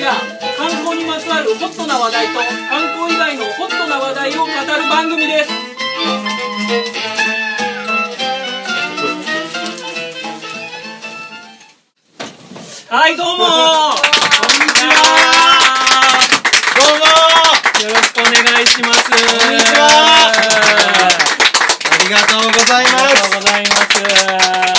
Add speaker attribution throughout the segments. Speaker 1: 観光にまつわるホットな話題と観光以外のホットな話題を語る番組ですはいどうもこんにちは
Speaker 2: どうもあ
Speaker 1: よろしくお願いしますこ
Speaker 2: んにちはりがとうござい
Speaker 1: あ
Speaker 2: ま
Speaker 1: り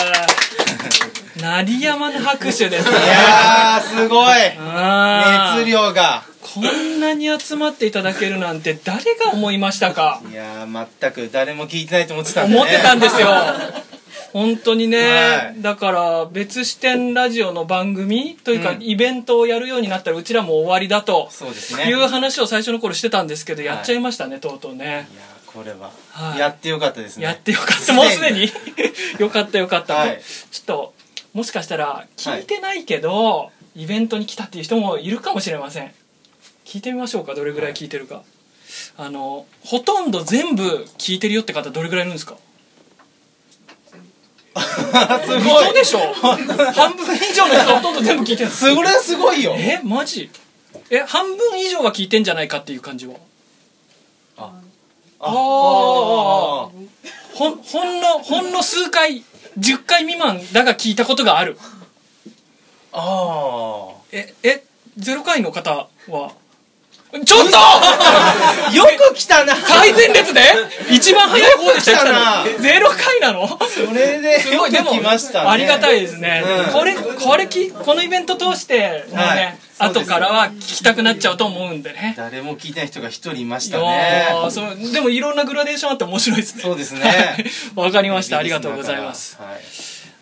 Speaker 1: が
Speaker 2: す
Speaker 1: とうございます。鳴りやまぬ拍手ですね。
Speaker 2: いやー、すごい
Speaker 1: あー
Speaker 2: 熱量が
Speaker 1: こんなに集まっていただけるなんて誰が思いました か
Speaker 2: いやー、全く誰も聞いてないと思ってたんでね
Speaker 1: 思ってたんです よ。本当にね、
Speaker 2: はい
Speaker 1: だから別視点ラジオの番組というか、
Speaker 2: うん
Speaker 1: イベントをやるようになったらうちらも終わりだと
Speaker 2: そうですね
Speaker 1: い
Speaker 2: いうやー、
Speaker 1: 話を最初の頃してたんですけど、やっちゃいましたねとうとうね。
Speaker 2: これは
Speaker 1: はい
Speaker 2: やってよかったですね
Speaker 1: やってよかったもうすでに よかったよかった、
Speaker 2: はい
Speaker 1: ちょっともしかしたら聞いてないけど、イベントに来たっていう人もいるかもしれません聞いてみましょうかどれぐらい聞いてるか、あのほとんど全部聞いてるよって方どれぐらいいるんですか
Speaker 2: すごい
Speaker 1: 嘘 でしょ半分以上の人ほとんど全部聞いてる
Speaker 2: それはすごいよ
Speaker 1: えマジえ半分以上は聞いてんじゃないかっていう感じは
Speaker 2: あ
Speaker 1: あほんほんのほんの数回10回未満だが聞いたことがある
Speaker 2: ああ
Speaker 1: ええゼロ回の方はちょっと
Speaker 2: ーよく来たな
Speaker 1: 最前列で一番早い方でした
Speaker 2: よく来た
Speaker 1: 来
Speaker 2: な
Speaker 1: たのゼロ回なのす
Speaker 2: それでよ
Speaker 1: ごい
Speaker 2: く
Speaker 1: でも
Speaker 2: 来ましたね
Speaker 1: ありがたいですね、
Speaker 2: うん
Speaker 1: これこれきこのイベント通してもうね、
Speaker 2: はいそうです
Speaker 1: 後からは聞きたくなっちゃうと思うんでね
Speaker 2: 誰も聞いてない人が一人いまし
Speaker 1: い
Speaker 2: た
Speaker 1: や
Speaker 2: ね
Speaker 1: ーそうでもいろんなグラデーションあって面白いですね
Speaker 2: そうですね
Speaker 1: はいわ、かりましたありがとうございます
Speaker 2: はい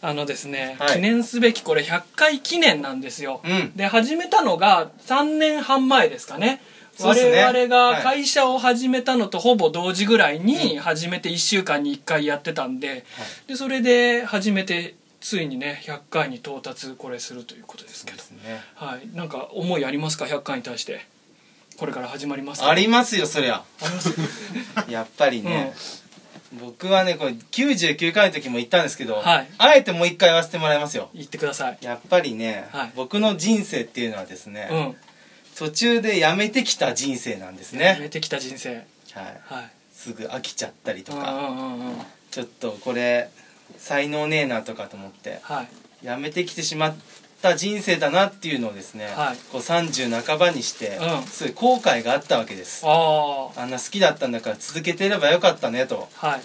Speaker 1: あのですね、
Speaker 2: はい
Speaker 1: 記念すべきこれ100回記念なんですよ、
Speaker 2: うん
Speaker 1: で始めたのが3年半前ですかね
Speaker 2: そうっすね
Speaker 1: 我々が会社を始めたのとほぼ同時ぐらいに始めて1週間に1回やってたんで,、でそれで始めてついにね100回に到達これするということですけ
Speaker 2: そう
Speaker 1: ど
Speaker 2: ですね
Speaker 1: はいなんか思いありますか100回に対してこれから始まりますか
Speaker 2: ありますよそりゃ やっぱりね、僕はねこれ99回の時も言ったんですけど、
Speaker 1: はい
Speaker 2: あえてもう一回言わせてもらいますよ
Speaker 1: 言ってください、
Speaker 2: やっぱりね、
Speaker 1: はい
Speaker 2: 僕の人生っていうのはですね、
Speaker 1: うん
Speaker 2: 途中でやめてきた人生なんです
Speaker 1: や
Speaker 2: ね、
Speaker 1: めてきた人生
Speaker 2: はい、
Speaker 1: はい
Speaker 2: すぐ飽きちゃったりと
Speaker 1: うんう
Speaker 2: か、
Speaker 1: んうんうん
Speaker 2: ちょっとこれ才能ねえなとかと思って
Speaker 1: はい
Speaker 2: やめてきてしまった人生だなっていうのをですね、
Speaker 1: はい
Speaker 2: こう30半ばにして、
Speaker 1: うん
Speaker 2: そういう後悔があったわけです
Speaker 1: あ
Speaker 2: あんな好きだったんだから続けてればよかったねと
Speaker 1: あはい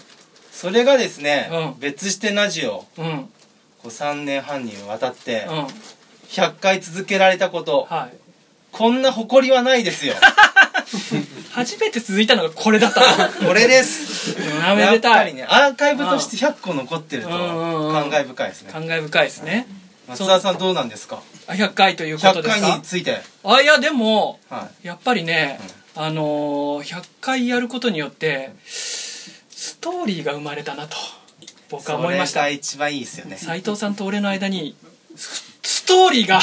Speaker 2: それがですね、
Speaker 1: うん
Speaker 2: 別してラジオ
Speaker 1: うんうん
Speaker 2: こう3年半にわたって100回続けられたこと、
Speaker 1: はい
Speaker 2: こんな誇りはないで すよ
Speaker 1: 初めて続いたのがこれだったの
Speaker 2: これです
Speaker 1: なめで
Speaker 2: やったぱり
Speaker 1: い、
Speaker 2: ねアーカイブとして100個残ってると
Speaker 1: うんうんうん
Speaker 2: 感慨深いですね
Speaker 1: 感慨深いですね
Speaker 2: 松田さんどうなんですか
Speaker 1: あ100回というこ
Speaker 2: 100
Speaker 1: とです
Speaker 2: 回に
Speaker 1: か
Speaker 2: ついて
Speaker 1: あいやでも
Speaker 2: は
Speaker 1: やっぱりね、あのー、100回やることによってストーリーが生まれたなと
Speaker 2: い
Speaker 1: 僕は思いました
Speaker 2: それが一番いいですよね
Speaker 1: 斉藤さんと俺の間にスストーリー が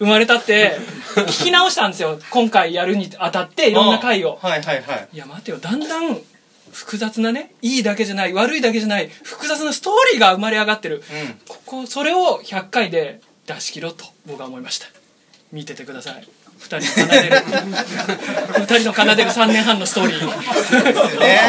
Speaker 1: 生まれたって聞き直したんですよ今回やるにあたっていろんな回を
Speaker 2: うんはいはい はい
Speaker 1: いや待てよだんだん複雑なねいいだけじゃない悪いだけじゃない複雑なストーリーが生まれ上がってる、
Speaker 2: うん
Speaker 1: ここそれを100回で出し切ろうと僕は思いました見ててください2人の奏 でる2人の奏でる3年半のストーリー
Speaker 2: ね、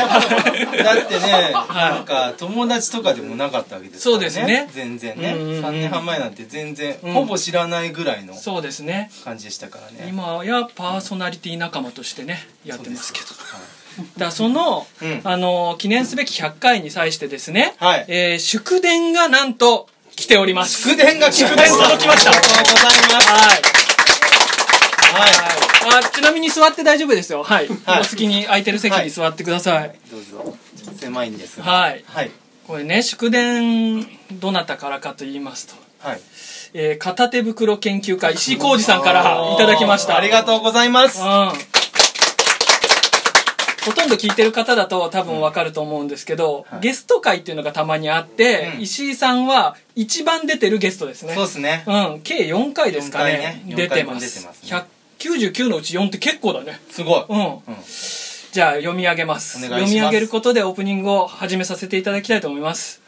Speaker 2: だってね、
Speaker 1: い
Speaker 2: なんか友達とかでもなかったわけです
Speaker 1: そうですね
Speaker 2: 全然ね、
Speaker 1: うんうんうん
Speaker 2: 3年半前なんて全然、
Speaker 1: うん
Speaker 2: ほぼ知らないぐらいの
Speaker 1: そうですね
Speaker 2: 感じでしたからね
Speaker 1: 今やパーソナリティ仲間としてねやってますけど
Speaker 2: はい
Speaker 1: だからその、
Speaker 2: うん
Speaker 1: あの記念すべき100回に際してですね、
Speaker 2: はい
Speaker 1: えー祝電がなんと来ております
Speaker 2: 祝電が来ました
Speaker 1: 祝電届きました
Speaker 2: ありがとうございます
Speaker 1: はい
Speaker 2: は
Speaker 1: はい、あちなみに座って大丈夫ですよはい、
Speaker 2: はい
Speaker 1: お好きに空いてる席に座ってください、
Speaker 2: いどうぞ狭いんですが
Speaker 1: はい
Speaker 2: はい
Speaker 1: これね祝電どなたからかと言いますと、
Speaker 2: はい
Speaker 1: えー片手袋研究会石井浩二さんからいただきました
Speaker 2: ありが
Speaker 1: う
Speaker 2: とうございます
Speaker 1: んほとんど聞いてる方だと多分わかると思うんですけど、
Speaker 2: はい
Speaker 1: ゲスト会っていうのがたまにあって、
Speaker 2: うん
Speaker 1: 石井さんは一番出てるゲストですね
Speaker 2: そうですね
Speaker 1: うん計4回ですかね
Speaker 2: 四
Speaker 1: 出
Speaker 2: 回ね
Speaker 1: てま
Speaker 2: 四
Speaker 1: す
Speaker 2: 回分出て
Speaker 1: 199のうち4って結構だね
Speaker 2: すごい、
Speaker 1: うん
Speaker 2: うん
Speaker 1: じゃあ読み上げます
Speaker 2: お願いします
Speaker 1: 読み上げることでオープニングを始めさせていただきたいと思います、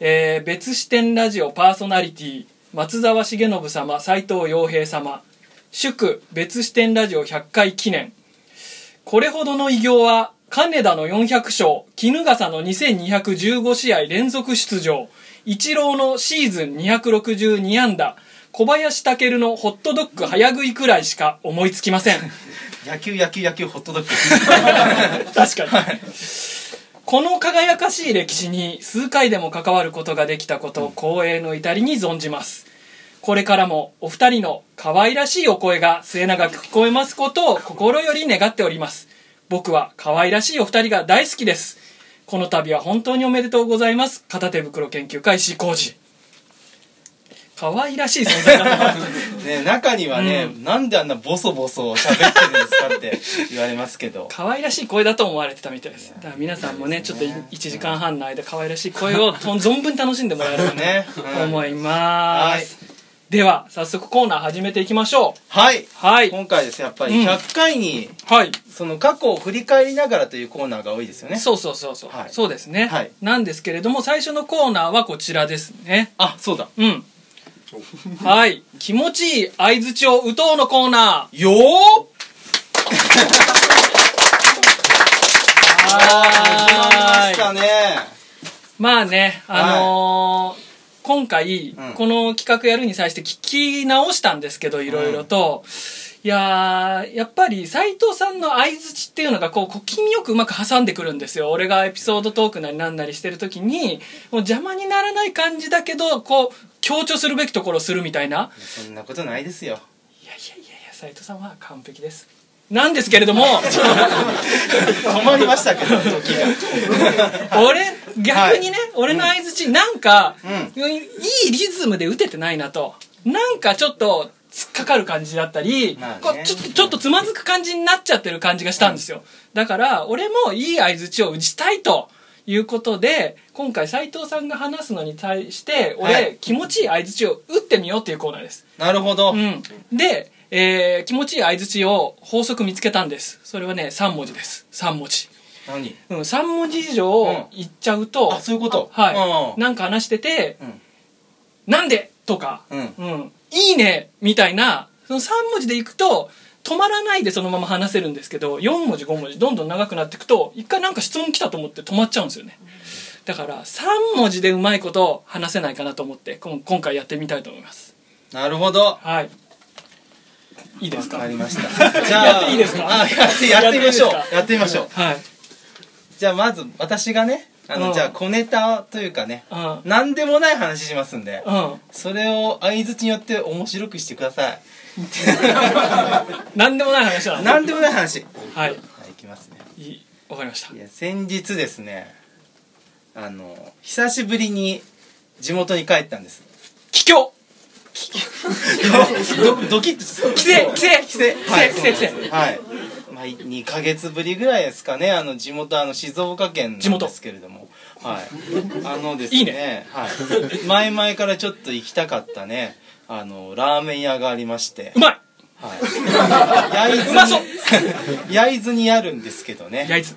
Speaker 1: えー別視点ラジオパーソナリティ松沢重信様斉藤洋平様祝別視点ラジオ100回記念これほどの偉業は金田の400勝衣笠の2215試合連続出場イチローのシーズン262安打小林健のホットドッグ早食いくらいしか思いつきません
Speaker 2: 野球野球野球ホットドッグ
Speaker 1: 確かに、この輝かしい歴史に数回でも関わることができたことを光栄の至りに存じますこれからもお二人の可愛らしいお声が末永く聞こえますことを心より願っております僕は可愛らしいお二人が大好きですこの度は本当におめでとうございます片手袋研究会石井浩二可愛らしい存在だな
Speaker 2: ね中にはね、なんであんなボソボソ喋ってるんですかって言われますけど
Speaker 1: 可愛らしい声だと思われてたみたいですだから皆さんもねちょっと1時間半の間可愛らしい声をとん存分に楽しんでもらえればね
Speaker 2: ね、うん
Speaker 1: 思います、では早速コーナー始めていきましょう
Speaker 2: はい
Speaker 1: はい
Speaker 2: 今回ですねやっぱり
Speaker 1: うん
Speaker 2: 100回に、
Speaker 1: はい
Speaker 2: その過去を振り返りながらというコーナーが多いですよね
Speaker 1: そうそうそうそう、
Speaker 2: はい
Speaker 1: そうですね、
Speaker 2: はい
Speaker 1: なんですけれども最初のコーナーはこちらですね
Speaker 2: あそうだ
Speaker 1: うん はい気持ちいい相づちを打とうのコーナー
Speaker 2: よー
Speaker 1: は
Speaker 2: 始まりましたね
Speaker 1: まあね、あのー今回、
Speaker 2: うん
Speaker 1: この企画やるに際して聞き直したんですけど、いろいろと。いやーやっぱり斉藤さんの相づちっていうのがこう小気味よくうまく挟んでくるんですよ俺がエピソードトークなりなんなりしてる時にもう邪魔にならない感じだけどこう強調するべきところをするみたいな
Speaker 2: そんなことないですよ
Speaker 1: いやいやいやいや斉藤さんは完璧ですなんですけれど も
Speaker 2: 止まりましたけど時が
Speaker 1: 俺逆にね、俺の相づちなんか、
Speaker 2: う
Speaker 1: いいリズムで打ててないなとなんかちょっと突っかかる感じだったり、
Speaker 2: まあね
Speaker 1: こうちょっとちょっとつまずく感じになっちゃってる感じがしたんですよ、だから俺もいい相づちを打ちたいということで今回斉藤さんが話すのに対して俺、
Speaker 2: はい
Speaker 1: 気持ちいい相づちを打ってみようっていうコーナーです
Speaker 2: なるほど、
Speaker 1: うん、で、えー気持ちいい相づちを法則見つけたんですそれはね3文字です3文字
Speaker 2: 何
Speaker 1: うん、3文字以上
Speaker 2: うん
Speaker 1: 言っちゃうと、
Speaker 2: あそういうこと
Speaker 1: は
Speaker 2: う
Speaker 1: い、
Speaker 2: ん
Speaker 1: なんか話してて
Speaker 2: うん
Speaker 1: 「なんで?」とか
Speaker 2: う
Speaker 1: 「
Speaker 2: ん
Speaker 1: うん、いいね」みたいなその3文字でいくと止まらないでそのまま話せるんですけど4文字5文字どんどん長くなっていくと一回なんか質問来たと思って止まっちゃうんですよねだから3文字でうまいこと話せないかなと思ってこん今回やってみたいと思います
Speaker 2: なるほど
Speaker 1: はいいいですか
Speaker 2: わか
Speaker 1: は
Speaker 2: り
Speaker 1: い
Speaker 2: ましたじゃあ
Speaker 1: やっていいですか
Speaker 2: あやってやってみましょう
Speaker 1: やっていいですか
Speaker 2: やってみましょうじゃあまず私がねあの、
Speaker 1: うん
Speaker 2: じゃあ小ネタというかね
Speaker 1: うん
Speaker 2: 何でもない話しますんで
Speaker 1: うん
Speaker 2: それを相づちによって面白くしてください
Speaker 1: 何でもない話だな
Speaker 2: 何でもない話は
Speaker 1: はい
Speaker 2: いいきますね
Speaker 1: いいわかりました
Speaker 2: いや先日ですねあの久しぶりに地元に帰ったんです
Speaker 1: 帰郷
Speaker 2: どドキッとし
Speaker 1: 帰省帰省
Speaker 2: 帰省はい
Speaker 1: 帰省帰省
Speaker 2: そうなんですはいまあ、2ヶ月ぶりぐらいですかねあの地元あの静岡県
Speaker 1: 地
Speaker 2: なん
Speaker 1: 元
Speaker 2: ですけれどもはいあのですね
Speaker 1: いい
Speaker 2: はい、前々からちょっと行きたかったねあのラーメン屋がありまして
Speaker 1: う、まい
Speaker 2: はい、 焼津に
Speaker 1: うまそう
Speaker 2: 焼津にあ るんですけどね
Speaker 1: 焼津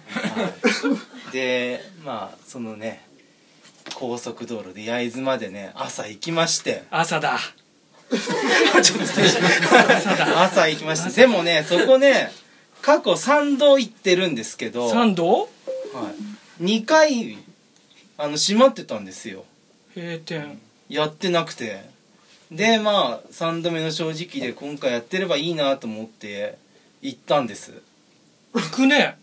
Speaker 2: でまあそのね高速道路で焼津までね朝行きま して
Speaker 1: 朝だ
Speaker 2: 朝行きましてでもねそこね過去3度行ってるんですけど、は
Speaker 1: 三度
Speaker 2: い、2回あの閉まってたんですよ
Speaker 1: 閉店
Speaker 2: やってなくてでまあ3度目の正直で今回やってればいいなと思って行ったんです
Speaker 1: 行くね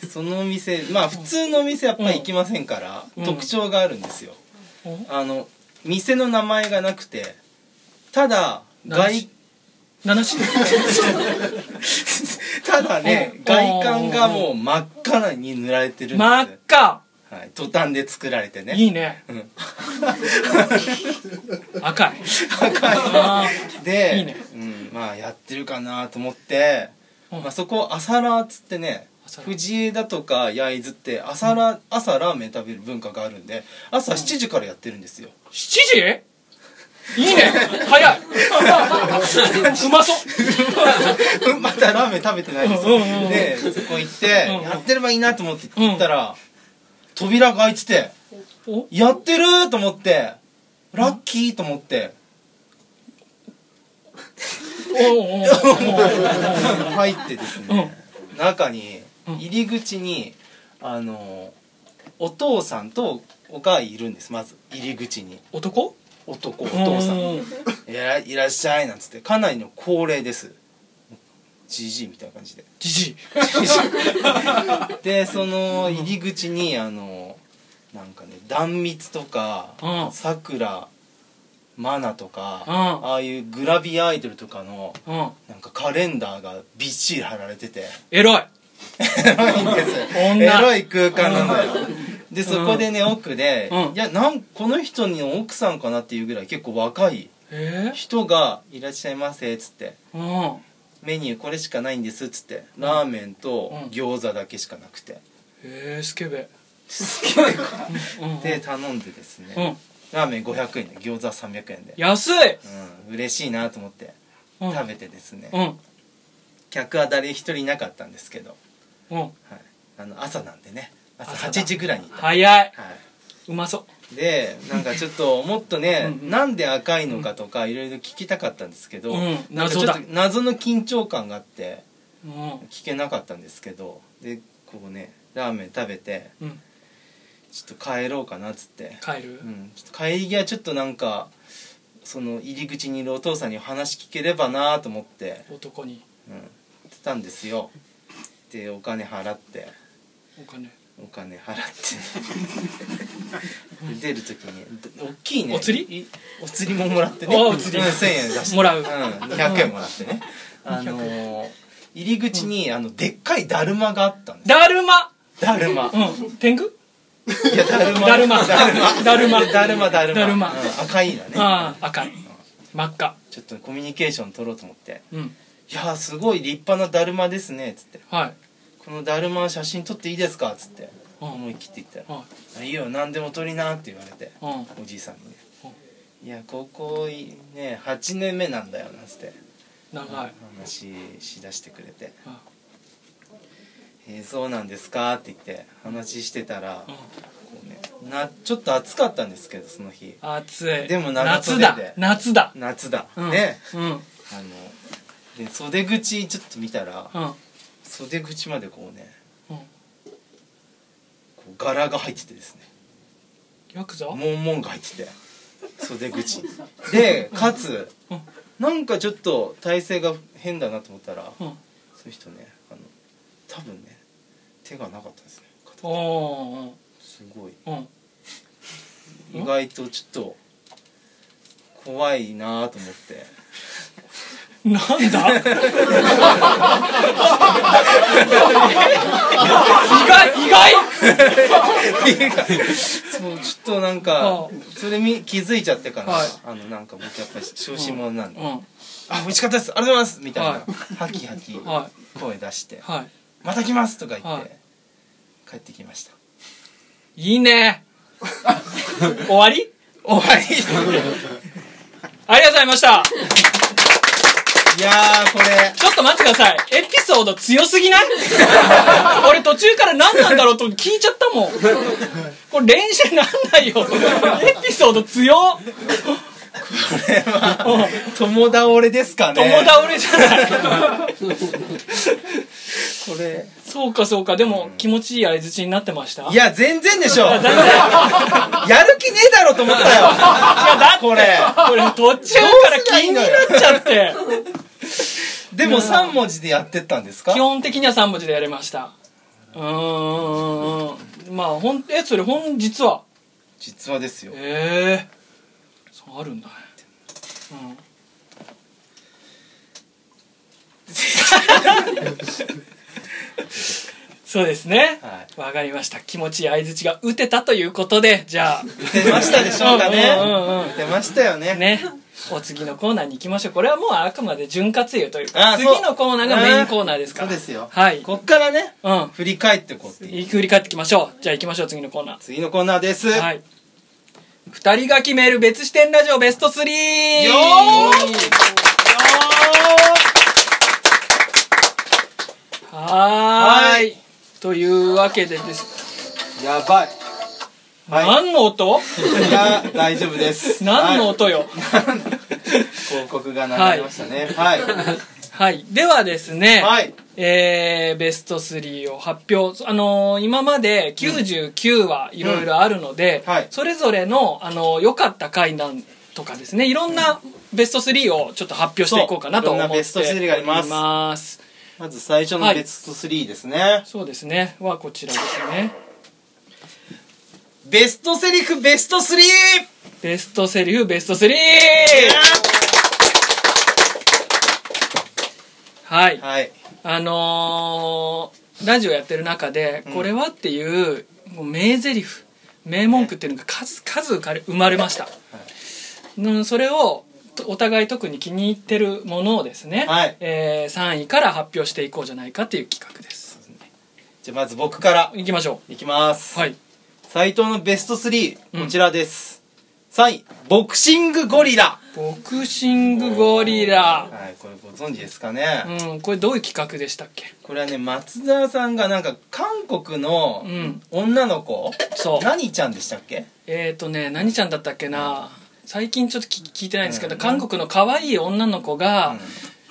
Speaker 2: でそのお店まあ普通のお店やっぱり行きませんから、
Speaker 1: うん
Speaker 2: 特徴があるんですよ
Speaker 1: お
Speaker 2: あの店の名前がなくてただ外
Speaker 1: 七種
Speaker 2: ただね
Speaker 1: うん
Speaker 2: 外観がもう真っ赤なに塗られてるんです、
Speaker 1: 真っ赤
Speaker 2: はい、途端で作られてね
Speaker 1: いいね
Speaker 2: うん
Speaker 1: 赤い
Speaker 2: 赤
Speaker 1: あ
Speaker 2: いで
Speaker 1: いいね
Speaker 2: うん、まあやってるかなと思って、
Speaker 1: うん
Speaker 2: まあ、そこ朝ラーっつってね
Speaker 1: 朝ラー
Speaker 2: 藤枝とか焼津って朝ラ,、朝ラーメン食べる文化があるんで朝7時からやってるんですよ、
Speaker 1: 七時いいね早いうまそう
Speaker 2: うん まだラーメン食べてないですよ、
Speaker 1: うんうんうん
Speaker 2: でそこ行って、
Speaker 1: うんうん
Speaker 2: やってればいいなと思って行ったら、扉が開いてて
Speaker 1: お
Speaker 2: やってると思ってラッキーと思って
Speaker 1: おうおうおうおう
Speaker 2: 入ってですね、中に
Speaker 1: うん
Speaker 2: 入り口にあのお父さんとお母いるんですまず入り口に
Speaker 1: 男
Speaker 2: 男お
Speaker 1: お
Speaker 2: 父さん
Speaker 1: うん
Speaker 2: いらいらっしゃいなんつってかなりの高齢ですじじいみたいな感じで
Speaker 1: じじい
Speaker 2: でその入り口にあのなんかね壇蜜と
Speaker 1: う
Speaker 2: か
Speaker 1: ん
Speaker 2: さくらまなとか
Speaker 1: うん
Speaker 2: ああいうグラビアアイドルとかの
Speaker 1: うん
Speaker 2: なんかカレンダーがびっちり貼られてて
Speaker 1: エロい
Speaker 2: エロいんです
Speaker 1: 女
Speaker 2: エロい空間なんだよでそこでね奥で、
Speaker 1: うん
Speaker 2: いやなんこの人の奥さんかなっていうぐらい結構若い
Speaker 1: え
Speaker 2: 人が「いらっしゃいませ」っつって
Speaker 1: ー、うん
Speaker 2: 「メニューこれしかないんです」っつってラーメンと
Speaker 1: うん
Speaker 2: 餃子だけしかなくて、
Speaker 1: えー、スケベうんうん
Speaker 2: で頼んでですね、
Speaker 1: うん
Speaker 2: ラーメン500円で餃子300円で、
Speaker 1: 安い
Speaker 2: うん、嬉しいなと思って
Speaker 1: うん
Speaker 2: 食べてですね、
Speaker 1: うん
Speaker 2: 客は誰一人いなかったんですけど、
Speaker 1: うん
Speaker 2: はい、あの朝なんでね朝
Speaker 1: 朝だ
Speaker 2: 8時ぐらいに行った、
Speaker 1: 早い
Speaker 2: はいう
Speaker 1: まそう
Speaker 2: でなんかちょっともっとね
Speaker 1: うんうん
Speaker 2: なんで赤いのかとかいろいろ聞きたかったんですけど、
Speaker 1: うん
Speaker 2: なんかちょっと
Speaker 1: 謎だ
Speaker 2: 謎の緊張感があって
Speaker 1: うん
Speaker 2: 聞けなかったんですけどでこうねラーメン食べて
Speaker 1: うん
Speaker 2: ちょっと帰ろうかなっつって、
Speaker 1: 帰る
Speaker 2: うん、ちょっと帰り際ちょっとなんかその入り口にいるお父さんに話聞ければなと思って、
Speaker 1: 男に
Speaker 2: うん、言ってたんですよでお金払って
Speaker 1: お金
Speaker 2: お金払 ってで出る時に大きいね
Speaker 1: お釣り
Speaker 2: いお釣りももらってね
Speaker 1: おお釣り
Speaker 2: うん1000円出して、
Speaker 1: もらうん
Speaker 2: 200円もらってねあのー入り口にあのでっかいだるまがあったんです
Speaker 1: だるま
Speaker 2: だるま
Speaker 1: うん天狗
Speaker 2: いやだるま
Speaker 1: だるま
Speaker 2: だるま
Speaker 1: だるま
Speaker 2: だるまだるま
Speaker 1: だるま
Speaker 2: うん赤いのね
Speaker 1: ああ赤い真っ赤
Speaker 2: ちょっとコミュニケーション取ろうと思って
Speaker 1: うん
Speaker 2: 「いやーすごい立派なだるまですね」っつって
Speaker 1: はい
Speaker 2: 「このだるま写真撮っていいですか?」っつって
Speaker 1: うん
Speaker 2: 思い切って言ったら
Speaker 1: は
Speaker 2: 「あいいよ何でも撮りな」って言われて
Speaker 1: いうん
Speaker 2: おじいさんにね「いや高校いね8年目なんだよ」なんつって
Speaker 1: 長い
Speaker 2: 話しだしてくれて
Speaker 1: あ
Speaker 2: 「えーそうなんですか?」って言って話してたら
Speaker 1: うん
Speaker 2: こうねなちょっと暑かったんですけどその日
Speaker 1: 暑い
Speaker 2: でも長袖
Speaker 1: 夏
Speaker 2: で
Speaker 1: だ夏だ
Speaker 2: 夏だ
Speaker 1: うん
Speaker 2: ね
Speaker 1: うんうん
Speaker 2: あので袖口ちょっと見たら袖口までこうね
Speaker 1: うん
Speaker 2: こう柄が入っててですね
Speaker 1: ヤクザ
Speaker 2: モンモンが入ってて 袖口にでかつ
Speaker 1: うん
Speaker 2: なんかちょっと体勢が変だなと思ったら
Speaker 1: うん
Speaker 2: そういう人ねあの多分ね手がなかったですね片手
Speaker 1: お
Speaker 2: すごい
Speaker 1: ーうんうん
Speaker 2: 意外とちょっと怖いなと思って
Speaker 1: なんだ 意外意外
Speaker 2: そうちょっとなん
Speaker 1: あ
Speaker 2: か
Speaker 1: あ
Speaker 2: それみ気づいちゃってから、
Speaker 1: はい
Speaker 2: あのなんか僕やっぱり小心者なんで
Speaker 1: うん
Speaker 2: あ、美味しかったです。ありがとうございます。みたいな、
Speaker 1: は
Speaker 2: ハキハキ
Speaker 1: は
Speaker 2: 声出して
Speaker 1: い、はい
Speaker 2: また来ますとか言って、
Speaker 1: はい
Speaker 2: 帰ってきました。
Speaker 1: いいね終わり
Speaker 2: 終わり。
Speaker 1: ありがとうございました
Speaker 2: いやー、これ、
Speaker 1: ちょっと待ってくださいエピソード強すぎ ない俺途中から何なんだろうと聞いちゃったもんこれ練習になんないよエピソード強っ
Speaker 2: 友倒れですかね。
Speaker 1: 友倒れじゃない
Speaker 2: これ。
Speaker 1: そうかそうかでも気持ちいい相づちになってました
Speaker 2: いや、全然で しょ。やる気ねえだろと思ったよ。
Speaker 1: だって
Speaker 2: これ。
Speaker 1: これ途中から気になっちゃって
Speaker 2: でも3文字でやってったんですか
Speaker 1: 基本的には3文字でやりましたうーんまあほんえそれほん実は
Speaker 2: 実はですよ。
Speaker 1: ええそうあるんだねうん そうですね
Speaker 2: は
Speaker 1: わ、かりました気持ちいい相づちが打てたということでじゃあ
Speaker 2: 出ましたでしょうか
Speaker 1: うんうんうん
Speaker 2: ね。出ましたよね。
Speaker 1: ね、お次のコーナーに行きましょうこれはもうあくまで潤滑油という
Speaker 2: あ
Speaker 1: か
Speaker 2: そう
Speaker 1: 次のコーナーがメインコーナーですから
Speaker 2: そうですよ。
Speaker 1: はい
Speaker 2: こっからね、
Speaker 1: うん
Speaker 2: 振り返ってこうっていう。
Speaker 1: 振り返っていきましょうじゃあ行きましょう次のコーナ
Speaker 2: 次のコーナーです。
Speaker 1: ーはい二人が決める別視点ラジオベスト 3!
Speaker 2: よ
Speaker 1: はー
Speaker 2: はい
Speaker 1: というわけでです、
Speaker 2: やばい。はい
Speaker 1: 何の音
Speaker 2: いや、大丈夫です。
Speaker 1: 何の音よ、
Speaker 2: 広告が流れましたねはい
Speaker 1: はいではですね、
Speaker 2: はい
Speaker 1: えーベスト3を発表、あのー今まで99はいろいろあるので、
Speaker 2: うんはい
Speaker 1: それぞれの、あのー良かった回なんとかですねいろんなベスト3をちょっと発表していこうかなと
Speaker 2: そうい
Speaker 1: 思
Speaker 2: ろ
Speaker 1: って
Speaker 2: んなベスト3があります
Speaker 1: おます
Speaker 2: まず最初のベスト3ですね
Speaker 1: そうですねはこちらですね
Speaker 2: ベストセリフベスト 3!
Speaker 1: ベストセリフベスト 3! はい
Speaker 2: はい
Speaker 1: あのーラジオやってる中で「これは?」っていうもう名台詞名文句っていうのが数々かれ生まれました、うん、それをとお互い特に気に入ってるものをですね、
Speaker 2: はい
Speaker 1: え3位から発表していこうじゃないかっていう企画です
Speaker 2: じゃあまず僕から
Speaker 1: いきましょ
Speaker 2: いきます、
Speaker 1: うはい
Speaker 2: 斉藤のベスト3
Speaker 1: うん
Speaker 2: こちらです、3位ボクシングゴリラ
Speaker 1: ボクシングゴリラ
Speaker 2: はいこれご存知ですかね、
Speaker 1: うんこれどういう企画でしたっけ
Speaker 2: これはね松沢さんがなんか韓国の
Speaker 1: うん
Speaker 2: 女の子、
Speaker 1: そう
Speaker 2: 何ちゃんでしたっけ
Speaker 1: えーとね何ちゃんだったっけな最近ちょっと聞聞いてないんですけど、韓国の可愛い女の子が、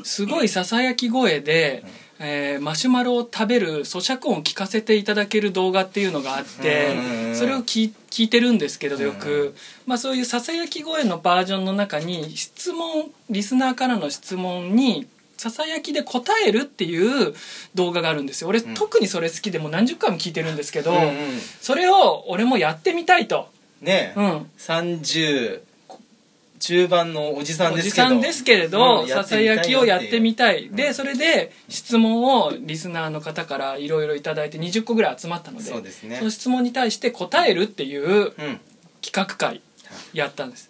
Speaker 1: すごいささやき声で、えーマシュマロを食べる咀嚼音を聞かせていただける動画っていうのがあって
Speaker 2: うん
Speaker 1: それを聞い聞いてるんですけどよく、まあ、そういうささやき声のバージョンの中に質問リスナーからの質問にささやきで答えるっていう動画があるんですよ俺、
Speaker 2: うん
Speaker 1: 特にそれ好きでもう何十回も聞いてるんですけど、
Speaker 2: うんうん
Speaker 1: それを俺もやってみたいと。
Speaker 2: ねえ、
Speaker 1: うん
Speaker 2: 30中盤のおじさん
Speaker 1: お
Speaker 2: で
Speaker 1: じ
Speaker 2: すけど
Speaker 1: さんですけれど、
Speaker 2: うん
Speaker 1: ささやきをやってみたい
Speaker 2: うん
Speaker 1: でそれで質問をリスナーの方からいろいろいただいて20個ぐらい集まったので
Speaker 2: そうですね
Speaker 1: その質問に対して答えるっていう
Speaker 2: うん
Speaker 1: 企画会やったんです、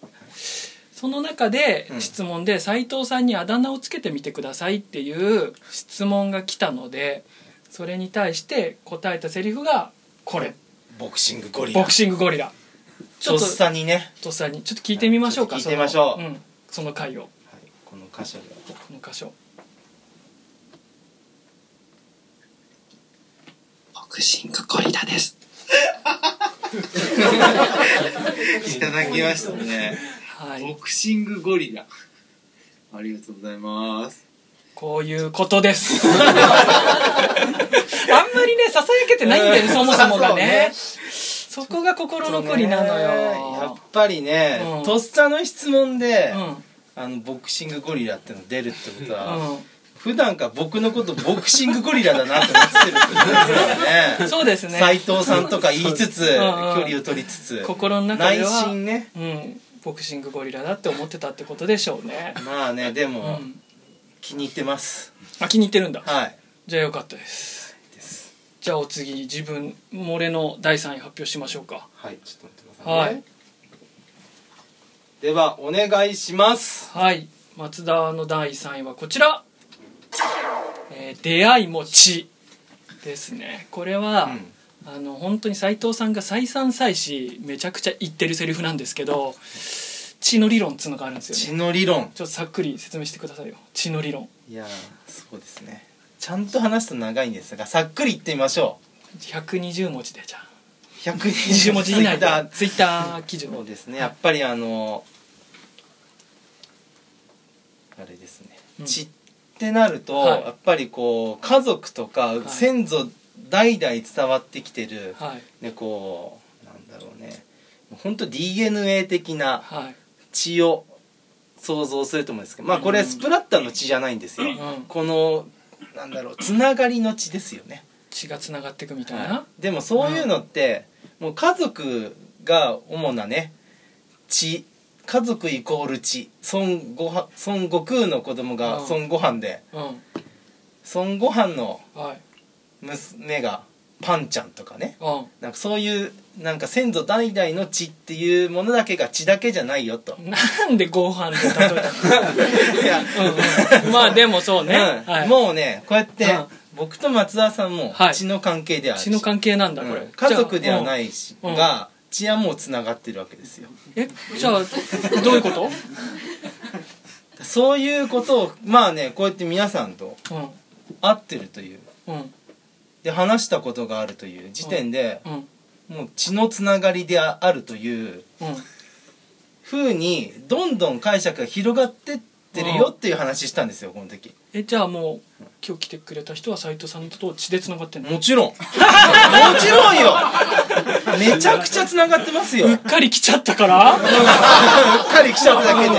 Speaker 1: その中で
Speaker 2: うん
Speaker 1: 質問で斎藤さんにあだ名をつけてみてくださいっていう質問が来たのでそれに対して答えたセリフがこれ
Speaker 2: ボクシングゴリ
Speaker 1: 「
Speaker 2: ラ
Speaker 1: ボクシングゴリラ」ち
Speaker 2: と
Speaker 1: ょっ
Speaker 2: っ
Speaker 1: と
Speaker 2: さにね、
Speaker 1: とっさにちょっと聞いてみましょうか、
Speaker 2: はいちょっと聞いてみましょう
Speaker 1: そのん、その回を
Speaker 2: はい、この箇所が
Speaker 1: この箇所ボクシングゴリラです
Speaker 2: いただきましたね
Speaker 1: はい
Speaker 3: ボクシングゴリラ。ありがとうございます。
Speaker 1: こういうことです あんまりねささやけてないんだよねそもそもがねそこが心残りなの
Speaker 2: やっ
Speaker 1: よ、
Speaker 2: ぱりね、
Speaker 1: うん
Speaker 2: とっさの質問で、
Speaker 1: うん
Speaker 2: あのボクシングゴリラっての出るってことは、
Speaker 1: う
Speaker 2: 普段から僕のことボクシングゴリラだなって思ってるってことです
Speaker 1: ん、
Speaker 2: よね
Speaker 1: そうですね
Speaker 2: 斎藤さんとか言いつつ距離を取りつつ
Speaker 1: 心の中で
Speaker 2: 内
Speaker 1: は、
Speaker 2: 心ね
Speaker 1: うん、ボクシングゴリラだって思ってたってことでしょうね、
Speaker 2: まあねで
Speaker 1: う
Speaker 2: も、
Speaker 1: ん、
Speaker 2: 気に入ってます
Speaker 1: あ気に入ってるんだ
Speaker 2: はい
Speaker 1: じゃあよかったです
Speaker 2: です
Speaker 1: じゃあお次自分漏れの第3位発表しましょうか
Speaker 2: はいちょっと待ってくだ
Speaker 1: は
Speaker 2: さい、ね
Speaker 1: い
Speaker 2: ではお願いします
Speaker 1: はい松田の第3位はこちら、えー出会いも地ですねこれは、あの本当に斉藤さんが再三再四めちゃくちゃ言ってるセリフなんですけど地の理論っつうのがあるんですよね
Speaker 2: 血の理論
Speaker 1: ちょっとさっくり説明してくださいよ地の理論
Speaker 2: いやーそうですねちゃんと話すと長いんですがさっくり言ってみましょ
Speaker 1: 120文字でじゃあ
Speaker 2: う120
Speaker 1: 20文字以内で
Speaker 2: だ
Speaker 1: ツイッター記事
Speaker 2: そう
Speaker 1: の
Speaker 2: ですねやっぱりあのあれですね、
Speaker 1: うん
Speaker 2: 血ってなると、
Speaker 1: はい
Speaker 2: やっぱりこう家族とか
Speaker 1: い
Speaker 2: 先祖代々伝わってきてる、
Speaker 1: はい
Speaker 2: ねこうなんだろうね本当 DNA 的な
Speaker 1: はい
Speaker 2: 血を想像すると思うんですけどまあこ
Speaker 1: う
Speaker 2: れ
Speaker 1: ん
Speaker 2: スプラッターの血じゃないんですよ、
Speaker 1: ん
Speaker 2: このなんだろうつながりの血ですよね
Speaker 1: 血がつながっていくみたいな、
Speaker 2: はいでもそういうのって、もう家族が主なね血家族イコール血孫悟飯孫悟空の子供が
Speaker 1: うん
Speaker 2: 孫悟飯で、
Speaker 1: う
Speaker 2: 孫悟飯の
Speaker 1: んはい
Speaker 2: 娘がパンちゃんとかね
Speaker 1: うん
Speaker 2: なんかそういうなんか先祖代々の血っていうものだけが血だけじゃない よと
Speaker 1: なんでご飯で例えたの
Speaker 2: いや、
Speaker 1: うんうんまあでもそうね、
Speaker 2: うん
Speaker 1: はい、
Speaker 2: もうねこうやって、
Speaker 1: うん
Speaker 2: 僕と松田さんも
Speaker 1: はい
Speaker 2: 血の関係ではある
Speaker 1: 血
Speaker 2: し
Speaker 1: の関係なんだ
Speaker 2: う
Speaker 1: これ、
Speaker 2: ん家族ではないいし、
Speaker 1: うん
Speaker 2: が血はもうつながってるわけですよ
Speaker 1: えじゃあどういうこと、
Speaker 2: そういうことをまあねこうやって皆さんと
Speaker 1: う
Speaker 2: 会ってるというん
Speaker 1: うん
Speaker 2: で話したことがあるという時点で、
Speaker 1: うん
Speaker 2: もう血のつながりであるという
Speaker 1: うん
Speaker 2: 風にどんどん解釈が広がってってるよっていう話したんですよこの時
Speaker 1: えじゃあもう今日来てくれた人は斎藤さんと血でつながってんの
Speaker 2: もちろん もちろんよめちゃくちゃつながってますよ
Speaker 1: うっかり来ちゃったから
Speaker 2: うっかり来ちゃっただけで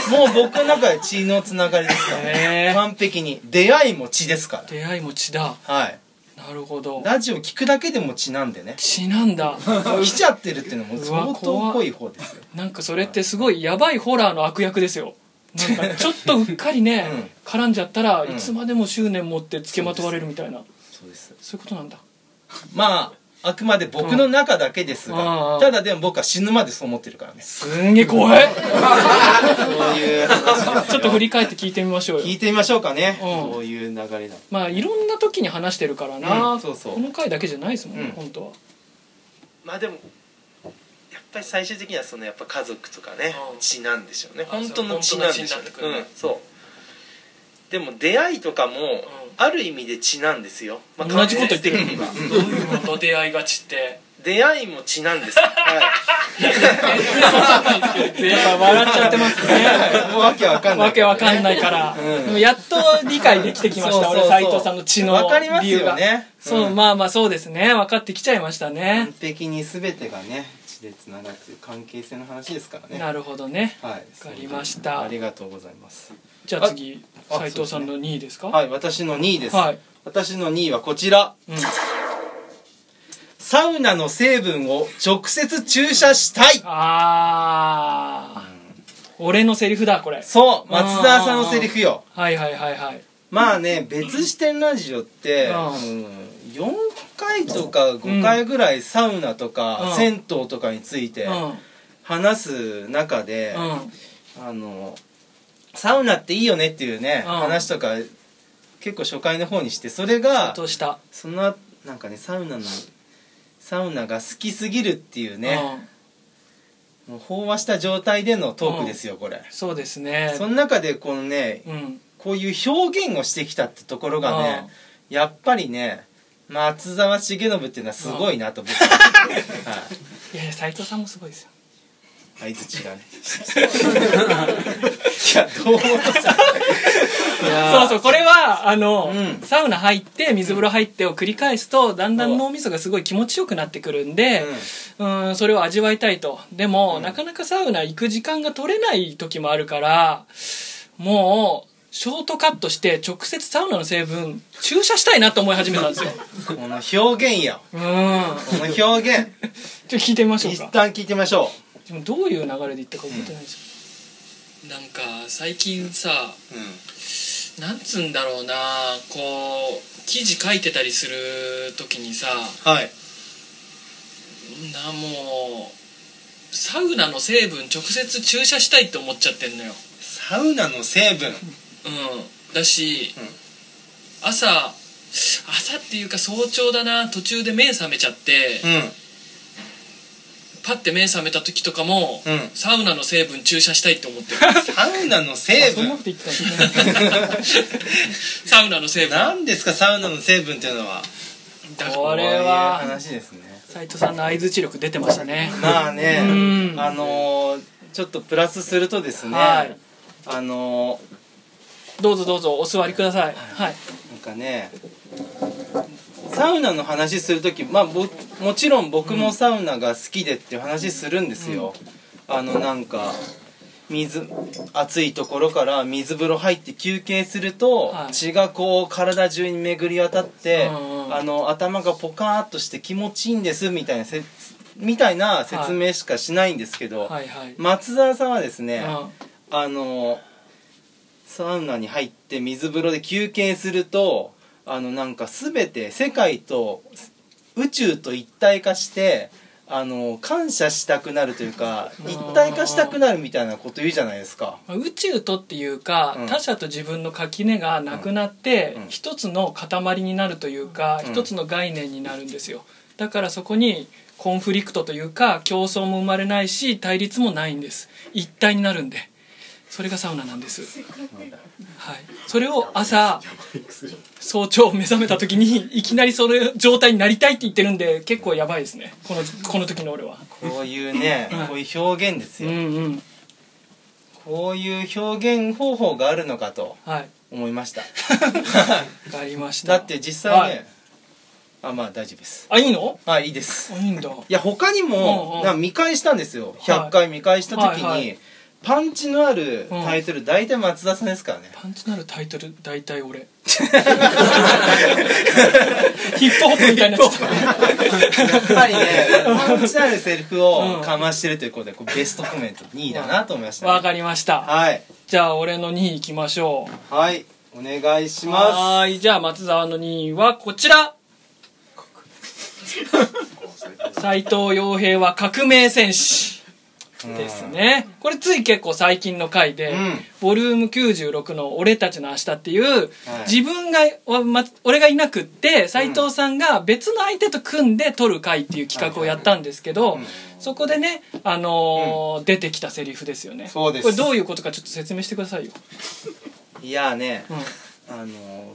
Speaker 2: もう僕の中で血のつながりですから
Speaker 1: へ
Speaker 2: ね
Speaker 1: ー
Speaker 2: 完璧に出会いも血ですか
Speaker 1: 出会いも血だ
Speaker 2: らはい
Speaker 1: なるほど
Speaker 2: ラジオ聞くだけでも血なん でね
Speaker 1: 血なんだ
Speaker 2: 来ちゃってるっていうのも相当濃い方ですよ
Speaker 1: なんかそれってすごいやばいホラーの悪役ですよなんかちょっとうっかりね、絡んじゃったら
Speaker 2: うん
Speaker 1: いつまでも執念持ってつけまとわれるみたいな、
Speaker 2: そうです
Speaker 1: そういうことなんだ
Speaker 2: まああくまで僕の中だけです
Speaker 1: うん
Speaker 2: が、
Speaker 1: あー
Speaker 2: ただでも僕は死ぬまでそう思ってるからね
Speaker 1: すんげえ怖い
Speaker 2: そう いう 話です
Speaker 1: ちょ
Speaker 2: よ
Speaker 1: っと振り返って聞いてみましょうよ
Speaker 2: 聞いてみましょうかね、
Speaker 1: うん
Speaker 2: そういう流れだ
Speaker 1: まあいろんな時に話してるからな、
Speaker 2: うんそうそう
Speaker 1: この回だけじゃないですもんね、
Speaker 2: うん
Speaker 1: 本当は
Speaker 2: まあでもやっぱり最終的にはそのやっぱ家族とかね
Speaker 1: うん
Speaker 2: 血なんでしょうね
Speaker 1: あ
Speaker 2: 本当の
Speaker 1: そう
Speaker 2: 血なんでしょ
Speaker 1: 本当の血になっ
Speaker 2: うね
Speaker 1: てくるね
Speaker 2: うんそうでも出会いとかもある意味で血なんですよ、まあ、
Speaker 1: 同じこと言ってる
Speaker 2: 間接的には
Speaker 1: どういうこと出会いがちって
Speaker 2: 出会いも血なんですは
Speaker 1: やっぱ笑っちゃってますね
Speaker 2: いもうわけわかんない
Speaker 1: わけわかんないから、
Speaker 2: うん
Speaker 1: でもやっと理解できてきました
Speaker 2: そうそうそう
Speaker 1: 俺斎藤さんの血の理由が
Speaker 2: わかりますよね
Speaker 1: そう、
Speaker 2: うん
Speaker 1: まあまあそうですね分かってきちゃいました
Speaker 2: 完
Speaker 1: ね、
Speaker 2: 璧に全てがね血でつながってる関係性の話ですからね
Speaker 1: なるほどね
Speaker 2: はい
Speaker 1: わかりました
Speaker 2: ありがとうございます
Speaker 1: じゃあ次
Speaker 2: ああ
Speaker 1: 斎藤さんの2位ですか
Speaker 2: はい私の2位です、
Speaker 1: はい
Speaker 2: 私の2位はこちら
Speaker 1: うん
Speaker 2: サウナの成分を直接注射したい
Speaker 1: あー俺のセリフだこれ
Speaker 2: そう松沢さんのセリフよ
Speaker 1: はいはいはいはい
Speaker 2: まあね別視点ラジオって、う
Speaker 1: うん
Speaker 2: ん、4回とか5回ぐらいサウナとか、
Speaker 1: うん
Speaker 2: 銭湯とかについて
Speaker 1: うん
Speaker 2: 話す中で、
Speaker 1: うん
Speaker 2: あのサウナっていいよねっていうね、
Speaker 1: うん
Speaker 2: 話とか結構初回の方にしてそれが
Speaker 1: とした
Speaker 2: そのなんかねサウナのサウナが好きすぎるっていうね、
Speaker 1: うん
Speaker 2: もう飽和した状態でのトークですよこれ、
Speaker 1: そうですね
Speaker 2: その中でこのね
Speaker 1: うん
Speaker 2: こういう表現をしてきたってところがね、やっぱりね松沢重信っていうのはすごいなと僕は、 はい
Speaker 1: やいや斎藤さんもすごいですよ
Speaker 2: い、相づちがねいやどう思ったい
Speaker 1: そ
Speaker 2: や
Speaker 1: うそうこれはあの、
Speaker 2: うん
Speaker 1: サウナ入って水風呂入ってを繰り返すとだんだん脳みそがすごい気持ちよくなってくるんで、うん、それを味わいたいとでも、なかなかサウナ行く時間が取れない時もあるからもうショートカットして直接サウナの成分注射したいなと思い始めたんです よ
Speaker 2: うん、この表現や
Speaker 1: うん
Speaker 2: この表現
Speaker 1: ちょっと聞いてみましょう
Speaker 2: 一
Speaker 1: か
Speaker 2: 旦聞いてみましょ
Speaker 1: でもどういう流れで言ったか覚えてないです
Speaker 4: なんか最近さ
Speaker 2: う、
Speaker 4: なんつうんだろうなこう記事書いてたりする時にさ
Speaker 2: はい
Speaker 4: なもうサウナの成分直接注射したいって思っちゃってんのよ
Speaker 2: サウナの成分
Speaker 4: うんだし、
Speaker 2: うん
Speaker 4: 朝朝っていうか早朝だな途中で目覚めちゃって、
Speaker 2: う
Speaker 4: パッて目覚めた時とかも、
Speaker 2: んうん
Speaker 4: サウナの成分注射したいって思ってる
Speaker 2: サウナの成
Speaker 1: そんなこ
Speaker 2: 分
Speaker 1: と言ってたんですね
Speaker 4: サウナの成分
Speaker 2: 何ですかサウナの成分っていうのは
Speaker 4: だ
Speaker 1: これは
Speaker 2: こういう話ですね
Speaker 1: 斎藤さんの相づち力出てましたね
Speaker 2: まあね
Speaker 1: うん
Speaker 2: あのーちょっとプラスするとですね、
Speaker 1: はい
Speaker 2: あのー
Speaker 1: どうぞどうぞお座りくださいはい
Speaker 2: なんかねサウナの話する時まあぼもちろん僕もサウナが好きでっていう話するんですよ、あのなんか水暑いところから水風呂入って休憩すると、
Speaker 1: はい
Speaker 2: 血がこう体中に巡り渡って、
Speaker 1: うんうん
Speaker 2: あの頭がポカーっとして気持ちいいんですみたいなせみたいな説明しかしないんですけど、
Speaker 1: はいはい
Speaker 2: 松沢さんはですね、
Speaker 1: うん
Speaker 2: あのサウナに入って水風呂で休憩するとあのなんか全て世界と宇宙と一体化してあの感謝したくなるという か
Speaker 1: うん
Speaker 2: 一体化したくなるみたいなこと言うじゃないですか。
Speaker 1: まあ宇宙とっていうか、
Speaker 2: うん
Speaker 1: 他者と自分の垣根がなくなって、
Speaker 2: うん
Speaker 1: 一つの塊になるというか、
Speaker 2: うん
Speaker 1: 一つの概念になるんですよだからそこにコンフリクトというか競争も生まれないし対立もないんです一体になるんでそれがサウナなんです、はい、それを朝早朝目覚めた時にいきなりその状態になりたいって言ってるんで結構やばいですねこのこの時の俺は
Speaker 2: こういうね
Speaker 1: うん
Speaker 2: こういう表現です
Speaker 1: うん
Speaker 2: よ、
Speaker 1: うん
Speaker 2: こういう表現方法があるのかと
Speaker 1: はい
Speaker 2: 思い ました
Speaker 1: わかりました
Speaker 2: だって実際ね、
Speaker 1: はい
Speaker 2: あまあ大丈夫です
Speaker 1: あいいの
Speaker 2: あいいです
Speaker 1: あいいんだ
Speaker 2: いや他に
Speaker 1: うんう
Speaker 2: も
Speaker 1: ん
Speaker 2: なんか見返したんですよ
Speaker 1: はい
Speaker 2: 100回見返した時に、
Speaker 1: はいはい
Speaker 2: パンチのあるタイトル大体松田さんですからね、
Speaker 1: パンチなるタイトル大体俺ヒップホップみたいになっちゃっ
Speaker 2: やっぱりね パンチのあるセリフをかましてるということでこうベストコメント2位だなと思いましたた、ね、
Speaker 1: わかりました
Speaker 2: はい
Speaker 1: じゃあ俺の2位いきましょう
Speaker 2: はいお願いしま
Speaker 1: はーいじゃあ松沢の2位はこちら斎藤洋平は革命戦士
Speaker 2: す
Speaker 1: ですねこれつい結構最近の回で、
Speaker 2: うん
Speaker 1: ボリューム96の「俺たちの明日」っていう、自分がわま俺がいなくって斎藤さんが別の相手と組んで撮る回っていう企画をやったんですけど、
Speaker 2: うん
Speaker 1: そこでね、あのー出てきたセリフですよね
Speaker 2: そうです
Speaker 1: これどういうことかちょっと説明してくださいよ、
Speaker 2: いやーね
Speaker 1: うん、
Speaker 2: あのー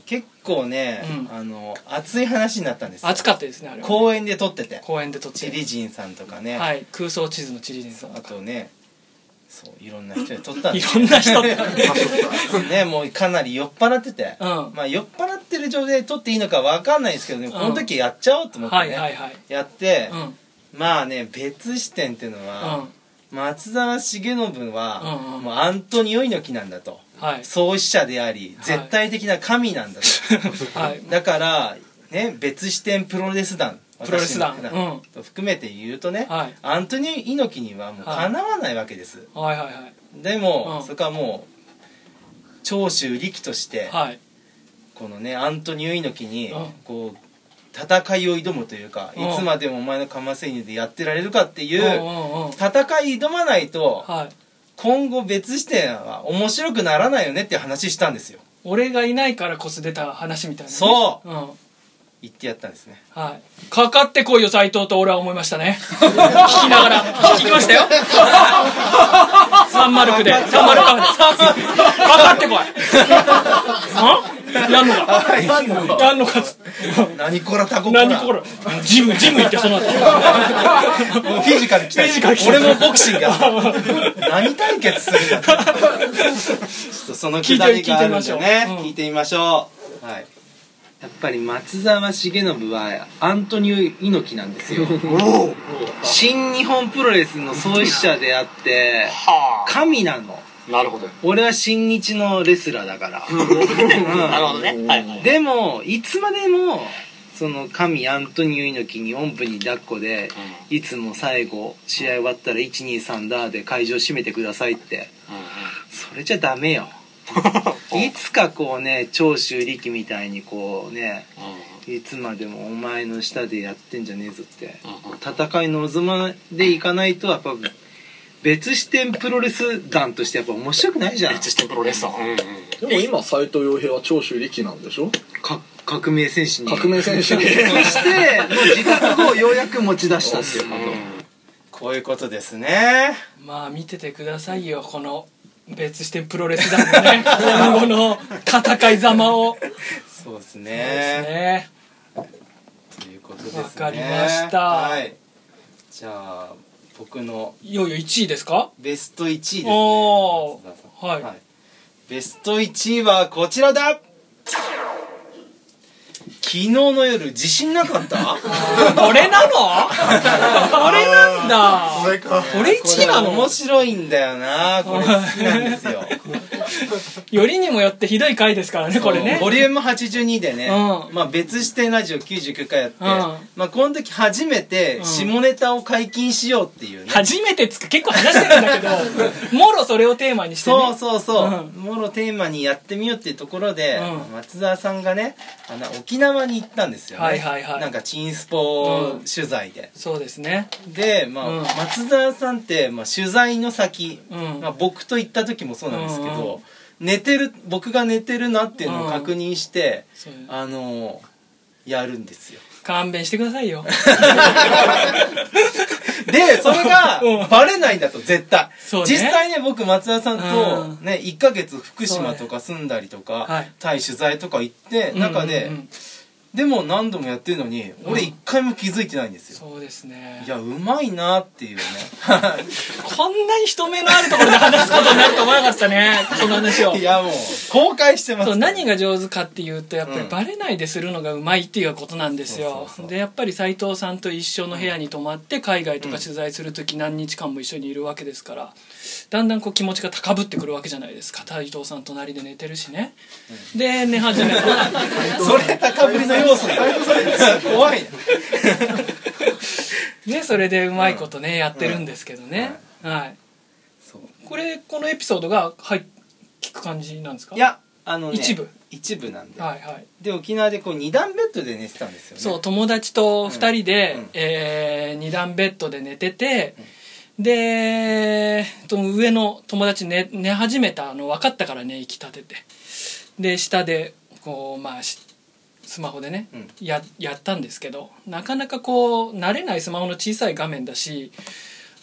Speaker 2: 結構ね、
Speaker 1: うん
Speaker 2: あのー熱い話になったんですよ
Speaker 1: 熱かったですねあれは
Speaker 2: 公園で撮ってて
Speaker 1: 公園で撮って
Speaker 2: チリジンさんとかね、
Speaker 1: はい、空想地図のチリジンさん
Speaker 2: あ
Speaker 1: とか
Speaker 2: とねそういろんな人で撮ったん
Speaker 1: い
Speaker 2: です
Speaker 1: ろんな人
Speaker 2: ね もうかなり酔っ払ってて、
Speaker 1: うん
Speaker 2: まあ酔っ払ってる状態で撮っていいのかわかんないですけど、ね
Speaker 1: ん
Speaker 2: この時やっちゃおうと思ってね、
Speaker 1: はいはいはい
Speaker 2: やって、
Speaker 1: うんうん
Speaker 2: まあね別視点っていうのは、松沢重信は、
Speaker 1: うんうん
Speaker 2: もうアントニオ猪木なんだと
Speaker 1: はい
Speaker 2: 創始者であり
Speaker 1: はい
Speaker 2: 絶対的な神なん だと、
Speaker 1: はい
Speaker 2: だからね別視点プロレス団
Speaker 1: プロレス団
Speaker 2: 私のと含めて言うとね、
Speaker 1: はい
Speaker 2: アントニオ猪木にはもう
Speaker 1: はい
Speaker 2: かなわないわけです、
Speaker 1: はいはいはい
Speaker 2: でも、
Speaker 1: うん
Speaker 2: そこはもう長州力として、
Speaker 1: はい
Speaker 2: このねアントニオ猪木に
Speaker 1: うん
Speaker 2: こう戦いを挑むというか、
Speaker 1: うん
Speaker 2: いつまでもお前のカマセイヌでやってられるかっていうう、
Speaker 1: んうんうん
Speaker 2: 戦い挑まないと、
Speaker 1: はい
Speaker 2: 今後別視点は面白くならないよねっていう話したんですよ
Speaker 1: 俺がいないからこそ出た話みたいな、ね、、
Speaker 2: そう
Speaker 1: うん
Speaker 2: 言ってやったんですね
Speaker 1: はい、かかってこいよ斎藤と俺は思いました ね聞きながら聞きましたよサンマル クでサンマルクでかかってこい んやんのかやんのかつ
Speaker 2: 何こらタコこら
Speaker 1: 何これジムジム行ってその後
Speaker 2: もうフィジカル来た
Speaker 1: フィジカル来た
Speaker 2: 俺もボクシングやった何対決するんだってちょっとそのくだりがあるんでね
Speaker 1: 聞
Speaker 2: 聞
Speaker 1: い
Speaker 2: いてみましょう、はい
Speaker 3: やっぱり松沢重信はアントニオ猪木なんですよ新日本プロレスの創始者であって
Speaker 5: は
Speaker 3: 神なの
Speaker 5: あなるほど
Speaker 3: 俺は新日のレスラーだから、
Speaker 5: なるほどねはいはい
Speaker 3: でもいつまでもその神アントニオ猪木におんぶに抱っこで、いつも最後試合終わったら123だで会場締めてくださいってそれじゃダメよいつかこうね長州力みたいにこうねいつまでもお前の下でやってんじゃねえぞって戦い望までいかないとやっぱ別視点プロレス団としてやっぱ面白くないじゃん
Speaker 5: 別視点プロレスだうんうん
Speaker 6: でも今斎藤洋平は長州力なんでしょ
Speaker 3: か革命戦士に
Speaker 6: 革命戦士に
Speaker 3: そしてもう自覚をようやく持ち出したっていうこ
Speaker 2: こういうことですね
Speaker 1: まあ見ててくださいよこの別視点プロレス団のね 今後の戦い様をそう
Speaker 2: そうです
Speaker 1: です
Speaker 2: ね
Speaker 1: ね
Speaker 2: ということですね
Speaker 1: わかりました
Speaker 2: はいじゃあ僕の
Speaker 1: いよいよ1位ですか
Speaker 2: ベスト1位ですね
Speaker 1: おー
Speaker 2: 松田さん
Speaker 1: はい
Speaker 2: ベスト1位はこちらだ昨日の夜地震な かった
Speaker 1: これなのこれなんだこれ
Speaker 6: か
Speaker 1: 1位な
Speaker 2: これ面
Speaker 1: の
Speaker 2: 白いんだよなこれ好きなんです よ
Speaker 1: よりにもよってひどい回ですからねこれね
Speaker 2: ボリューム82でね、
Speaker 1: うん
Speaker 2: まあ、別視点ラジオ99回やって、
Speaker 1: うん
Speaker 2: まあ、この時初めて下ネタを解禁しようっていうね、
Speaker 1: 初めてつく結構話してるんだけ どもろそれをテーマにしてね
Speaker 2: そうそうそう、
Speaker 1: うん
Speaker 2: もろテーマにやってみようっていうところで、
Speaker 1: うん
Speaker 2: 松沢さんがねあの沖縄に行ったんですよね、
Speaker 1: はいはいはい
Speaker 2: なんかチンスポ取材で、
Speaker 1: そうですね
Speaker 2: で、まあ
Speaker 1: うん
Speaker 2: 松沢さんって、まあ、取材の先、
Speaker 1: うん
Speaker 2: まあ、僕と行った時もそうなんですけ
Speaker 1: うんう
Speaker 2: ど、寝てる僕が寝てるなっていうのを確認して、
Speaker 1: そう
Speaker 2: あのーやるんですよ
Speaker 1: 勘弁してくださいよ
Speaker 2: でで、それ
Speaker 1: う
Speaker 2: が
Speaker 1: ん
Speaker 2: バレないんだと、絶対。
Speaker 1: そうね
Speaker 2: 実際ね、僕、松田さん
Speaker 1: う
Speaker 2: と、
Speaker 1: ん
Speaker 2: ね、1ヶ月福島とか住んだりと
Speaker 1: は
Speaker 2: か
Speaker 1: い、
Speaker 2: タイ取材とか行って、中
Speaker 1: うんう
Speaker 2: で
Speaker 1: んう、ん
Speaker 2: でも何度もやってるのに、俺一回も気づいてないんですよ。
Speaker 1: そうですね
Speaker 2: いや、うまいなって いうね。
Speaker 1: こんなに人目のあるところで話すことになると思わなかった ねその話を
Speaker 2: いや、もう、公開してます
Speaker 1: そ
Speaker 2: か
Speaker 1: う
Speaker 2: ら。
Speaker 1: 何が上手かっていうとやっぱ
Speaker 2: う
Speaker 1: り
Speaker 2: ん
Speaker 1: バレないでするのがうまいっていうことなんですよ、
Speaker 2: そうそうそう
Speaker 1: でやっぱり斉藤さんと一緒の部屋に泊まって海外とか取材する時何日間も一緒にいるわけですからだんだんこう気持ちが高ぶってくるわけじゃないですか斉藤さん隣で寝てるしね、で寝始めたら
Speaker 2: それ高ぶりの要素だよ。怖いね。
Speaker 1: ねそれ でうまいことね、やってるんですけどね、はい
Speaker 2: そう
Speaker 1: これこのエピソードがはい聞く感じなんですか
Speaker 2: いや、あのね、
Speaker 1: 一部。
Speaker 2: 一部なんで。
Speaker 1: はいはい
Speaker 2: で、沖縄でこう、二段ベッドで寝てたんですよね。
Speaker 1: そう友達と2人で、
Speaker 2: うんうん
Speaker 1: えー二段ベッドで寝てて、でその上の友達寝寝始めたの分かったからね息立ててで下でこうまあしスマホでね、
Speaker 2: うん
Speaker 1: ややったんですけどなかなかこう慣れないスマホの小さい画面だし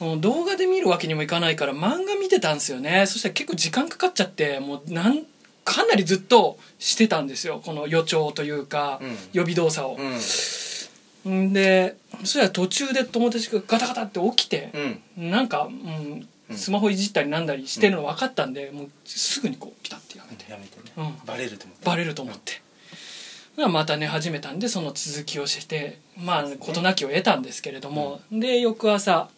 Speaker 1: もう動画で見るわけにもいかないから漫画見てたんですよねそしたら結構時間かかっちゃってもうなんかなりずっとしてたんですよこの予兆というか、
Speaker 2: うん
Speaker 1: 予備動作を
Speaker 2: う、ん。
Speaker 1: ん、でそしたら途中で友達がガタガタって起きて、
Speaker 2: うん。
Speaker 1: なんか、うん
Speaker 2: うん
Speaker 1: スマホいじったりなんだりしてるの分かったんで、もうすぐにこうピタッてやめて、
Speaker 2: やめてね。
Speaker 1: うん、
Speaker 2: バレると思って。
Speaker 1: バレると思って、まあまた寝始めたんでその続きをしてまあ事なきを得たんですけれども、で翌朝、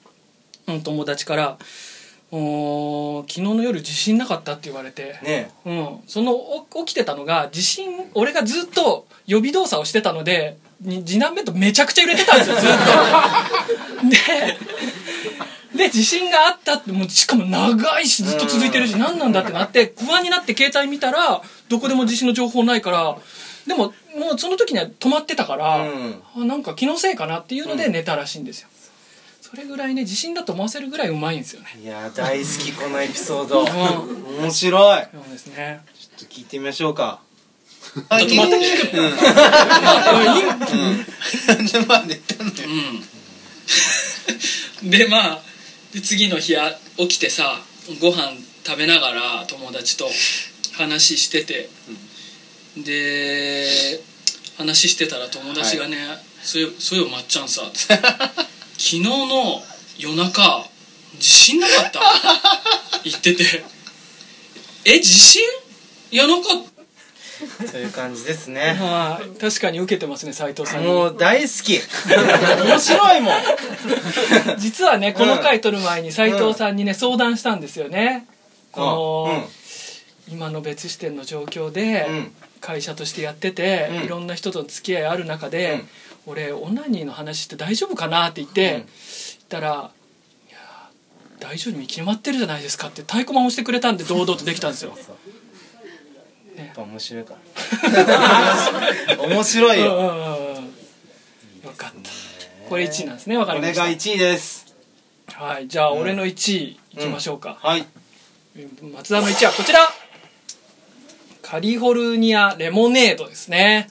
Speaker 1: うん、友達から「おー昨日の夜地震なかった?」って言われて、
Speaker 2: ね
Speaker 1: うん、そのお起きてたのが地震俺がずっと予備動作をしてたのでに次男ベッドめちゃくちゃ揺れてたんですよずっ とでで地震があったってもうしかも長いしずっと続いてるし何なんだってなって不安になって携帯見たらどこでも地震の情報ないからでももうその時には止まってたから、
Speaker 2: うん
Speaker 1: あなんか気のせいかなっていうので寝たらしいんですよ、それぐらいね地震だと思わせるぐらいうまいんですよね
Speaker 2: いやー大好きこのエピソード
Speaker 1: う
Speaker 2: 面白い
Speaker 1: そうですね
Speaker 2: ちょっと聞いてみましょうか
Speaker 4: また聞くの
Speaker 3: じゃあまあ寝たんだよ
Speaker 4: うん でまあで次の日あ起きてさご飯食べながら友達と話してて、で話してたら友達がね「そういえそういえばまっちゃんさ」つって 昨日の夜中地震なかった」言ってて「え地震いやなかった
Speaker 2: という感じですね
Speaker 1: はい確かに受けてますね斉藤さんに
Speaker 2: もう大好き面白いもん
Speaker 1: 実はねこの回撮る前に斉藤さんにね相談したんですよねこの今の別視点の状況で
Speaker 2: うん
Speaker 1: 会社としてやってて
Speaker 2: うん
Speaker 1: いろんな人との付き合いある中で俺オナニーの話って大丈夫かなって言って
Speaker 2: うん
Speaker 1: 言ったら「いやー大丈夫に決まってるじゃないですか」って太鼓判をしてくれたんで堂々とできたんです よ。
Speaker 2: やっぱ面白いから面白
Speaker 1: う
Speaker 2: い
Speaker 1: んうんう
Speaker 2: よ
Speaker 1: んうんよかったこれ1位なんですねわか
Speaker 2: こ
Speaker 1: りま
Speaker 2: れ
Speaker 1: した
Speaker 2: が1位です
Speaker 1: はいじゃあ俺の1位いきましょうか、
Speaker 2: はい
Speaker 1: 松田の1はこちらカリフォルニアレモネードですね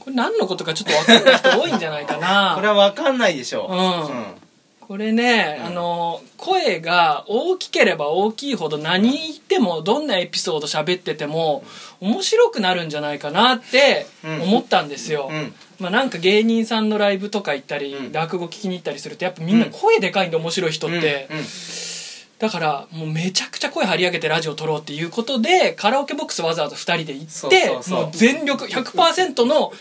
Speaker 1: これ何のことかちょっと分かんない人多いんじゃないかな
Speaker 2: これは分かんないでしょ
Speaker 1: うんこれね、あの声が大きければ大きいほど何言ってもどんなエピソード喋ってても面白くなるんじゃないかなって思ったんですよ、
Speaker 2: うんうん
Speaker 1: まあ、なんか芸人さんのライブとか行ったり、
Speaker 2: うん
Speaker 1: 落語聞きに行ったりするとやっぱみんな声でかいんで面白い人
Speaker 2: う
Speaker 1: っ
Speaker 2: ん
Speaker 1: て、
Speaker 2: うんうん
Speaker 1: だからもうめちゃくちゃ声張り上げてラジオ撮ろうっていうことでカラオケボックスわざわざ2人で行って
Speaker 2: そうそうそう
Speaker 1: もう全力100%の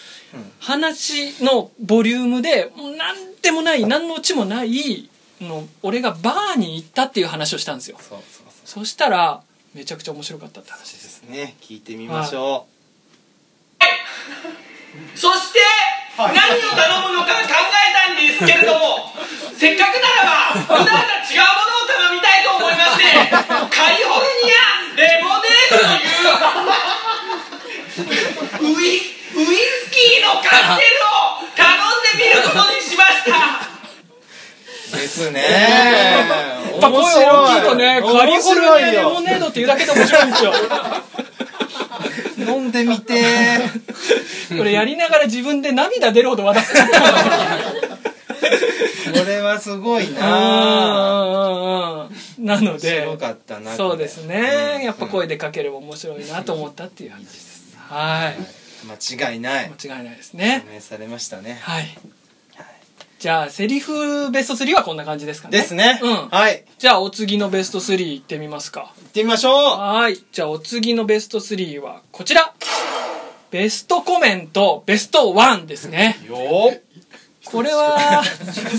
Speaker 1: 話のボリュームでもう何でもない何のオチもないの俺がバーに行ったっていう話をしたんですよ
Speaker 2: そうそうそ
Speaker 1: そしたらめちゃくちゃ面白かったって話
Speaker 2: う
Speaker 1: で
Speaker 2: ですすね聞いてみましょ
Speaker 7: そして、何を頼むのか考えたんですけれどもせっかくならば普段と違うものを頼みたいと思いましてカリフォルニアレモネードというウイウイスキーのカクテルを頼んでみることにしました
Speaker 2: うですね
Speaker 1: やっぱ声大きいとねカリ
Speaker 2: 面
Speaker 1: フォルニア
Speaker 2: 白い
Speaker 1: レモ
Speaker 2: よ
Speaker 1: ネードっていうだけで面白いんです よ
Speaker 2: 飲んでみて ー
Speaker 1: これやりながら自分で涙出るほど笑っちゃった
Speaker 2: これはすごいな
Speaker 1: あーなのです
Speaker 2: ごかったな
Speaker 1: そうですね、
Speaker 2: うん
Speaker 1: やっぱ声でかければ面白いなと思ったっていう話です、はい
Speaker 2: 間違いない
Speaker 1: 間違いないですね、
Speaker 2: 表明されましたね
Speaker 1: はいじゃあセリフベスト3はこんな感じですかね
Speaker 2: ですね、
Speaker 1: うん
Speaker 2: はい
Speaker 1: じゃあお次のベスト3いってみますか
Speaker 2: 行ってみましょう
Speaker 1: はいじゃあお次のベスト3はこちらベストコメントベスト1ですね
Speaker 2: よー
Speaker 1: これ は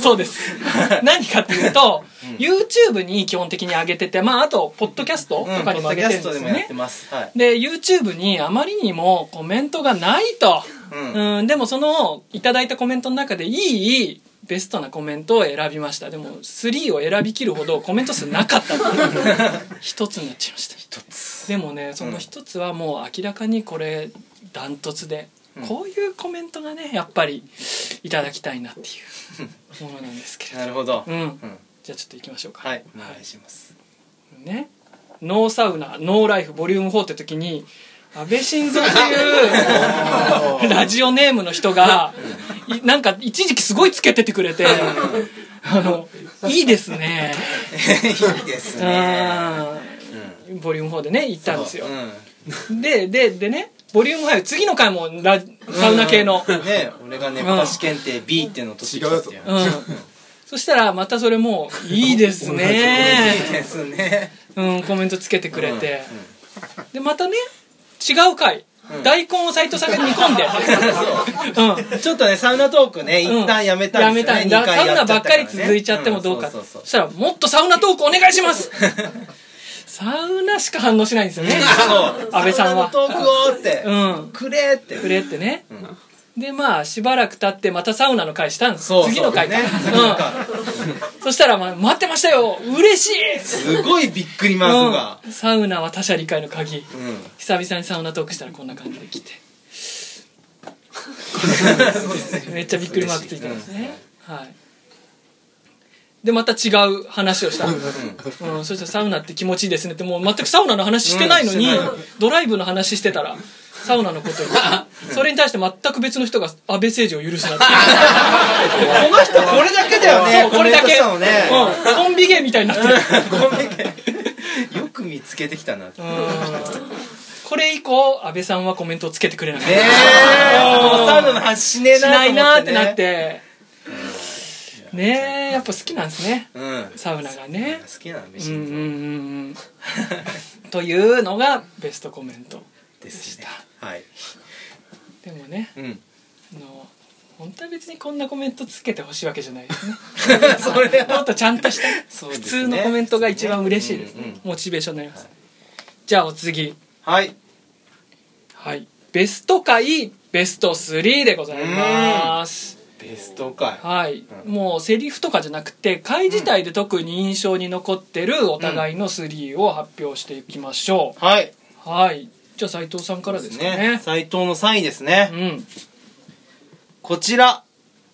Speaker 1: そうです 何かっていうと、YouTube に基本的に上げててまああとポッドキャストと
Speaker 2: うん、
Speaker 1: かに
Speaker 2: ポ
Speaker 1: も
Speaker 2: ッド
Speaker 1: 上
Speaker 2: キ
Speaker 1: げてるんで
Speaker 2: ャスト
Speaker 1: す
Speaker 2: で
Speaker 1: よ
Speaker 2: もやっ
Speaker 1: ね
Speaker 2: てますはい
Speaker 1: で YouTube にあまりにもコメントがないと、
Speaker 2: うん
Speaker 1: うん、でもそのいただいたコメントの中でいいベストなコメントを選びましたでも3を選びきるほどコメント数なかったっていう一つになっちゃいま したでもねその一つはもう明らかにこれダントツで、
Speaker 2: うん
Speaker 1: こういうコメントがねやっぱりいただきたいなって いうものなんですけれ
Speaker 2: なるほど、
Speaker 1: ど、うん、
Speaker 2: うん
Speaker 1: じゃあちょっと行きましょうか
Speaker 2: はいお願いします
Speaker 1: ね、ノーサウナノーライフボリューム4って時に安倍晋三って いうラジオネームの人がいなんか一時期すごいつけててくれてあのいいですね
Speaker 2: いいですね
Speaker 1: うんボリューム4でね行ったんですよ
Speaker 2: う、
Speaker 1: でででねボリューム5次の回もラサウナ系の、
Speaker 2: ん、ね俺がねパシ検定 B っていうのを取ってきたっていう
Speaker 1: うん、そしたらまたそれも「いいですね
Speaker 2: いいですね」
Speaker 1: うんコメントつけてくれて、でまたね違う回、大根を斎藤さんが煮込んで、うん、
Speaker 2: ちょっとねサウナトークね一旦やめた
Speaker 1: や
Speaker 2: んで
Speaker 1: め
Speaker 2: すよ
Speaker 1: たん
Speaker 2: ね、二
Speaker 1: だサ
Speaker 2: 回
Speaker 1: ウ
Speaker 2: や
Speaker 1: ナ
Speaker 2: っちゃ
Speaker 1: ばっ
Speaker 2: ったから
Speaker 1: か
Speaker 2: ね
Speaker 1: り続いちゃってもどうか、
Speaker 2: ん
Speaker 1: そ
Speaker 2: そうそうそう
Speaker 1: したら「もっとサウナトークお願いし ます! 」サウナしか反応しないんですよね安倍さんは
Speaker 2: サウナのトークをって、
Speaker 1: うん
Speaker 2: くれって
Speaker 1: くれってね、でまあしばらく経ってまたサウナの会したんです
Speaker 2: そうそう
Speaker 1: 次の会か、
Speaker 2: ね次の回
Speaker 1: うん、そしたら、まあ「待ってましたよ嬉しい!」
Speaker 2: すごいびっくりマークが、
Speaker 1: うん、サウナは他者理解の鍵
Speaker 2: うん
Speaker 1: 久々にサウナトークしたらこんな感じで来 てめっちゃびっくりマークついてますね、はいでまた違う話をした、うんそしたらサウナって気持ちいいですねってもう全くサウナの話してないのに、
Speaker 2: うんしてない
Speaker 1: ドライブの話してたらサウナのこと にそれに対して全く別の人が安倍政治を許すなって
Speaker 2: この人これだけだよね
Speaker 1: そうこれだけ、
Speaker 2: コメントしたのね、
Speaker 1: うん、コンビ芸みたいになってる
Speaker 2: ごめんねよく見つけてきたなって。ね
Speaker 1: これ以降安倍さんはコメントをつけてくれなかった、
Speaker 2: え、もうサウナの話しねえ
Speaker 1: しないな
Speaker 2: な
Speaker 1: ー
Speaker 2: と思
Speaker 1: ってなっ
Speaker 2: ね。
Speaker 1: てねえやっぱ好きなんですね
Speaker 2: うん。
Speaker 1: サウナがね
Speaker 2: 好きなの
Speaker 1: うんうんうん
Speaker 2: 飯
Speaker 1: うん というのがベストコメント
Speaker 2: ですね。はい。
Speaker 1: でもね
Speaker 2: うん。
Speaker 1: あの本当は別にこんなコメントつけてほしいわけじゃないですね
Speaker 2: それ
Speaker 1: もっ
Speaker 2: は
Speaker 1: とちゃんとした
Speaker 2: そうで
Speaker 1: 普
Speaker 2: す
Speaker 1: 通
Speaker 2: ね
Speaker 1: のコメントが一番嬉しいです
Speaker 2: うんうん
Speaker 1: ねモチベーションになりますじゃあお次
Speaker 2: はい。
Speaker 1: はいベスト回ベスト3でございます
Speaker 2: ベスト回。
Speaker 1: はい、
Speaker 2: うん
Speaker 1: もうセリフとかじゃなくて回自体で特に印象に残ってるお互いの3を発表していきましょ
Speaker 2: はい。
Speaker 1: う、はいじゃあ斉藤さんからですかね
Speaker 2: 斉藤の3位ですね。
Speaker 1: うん
Speaker 2: こちら、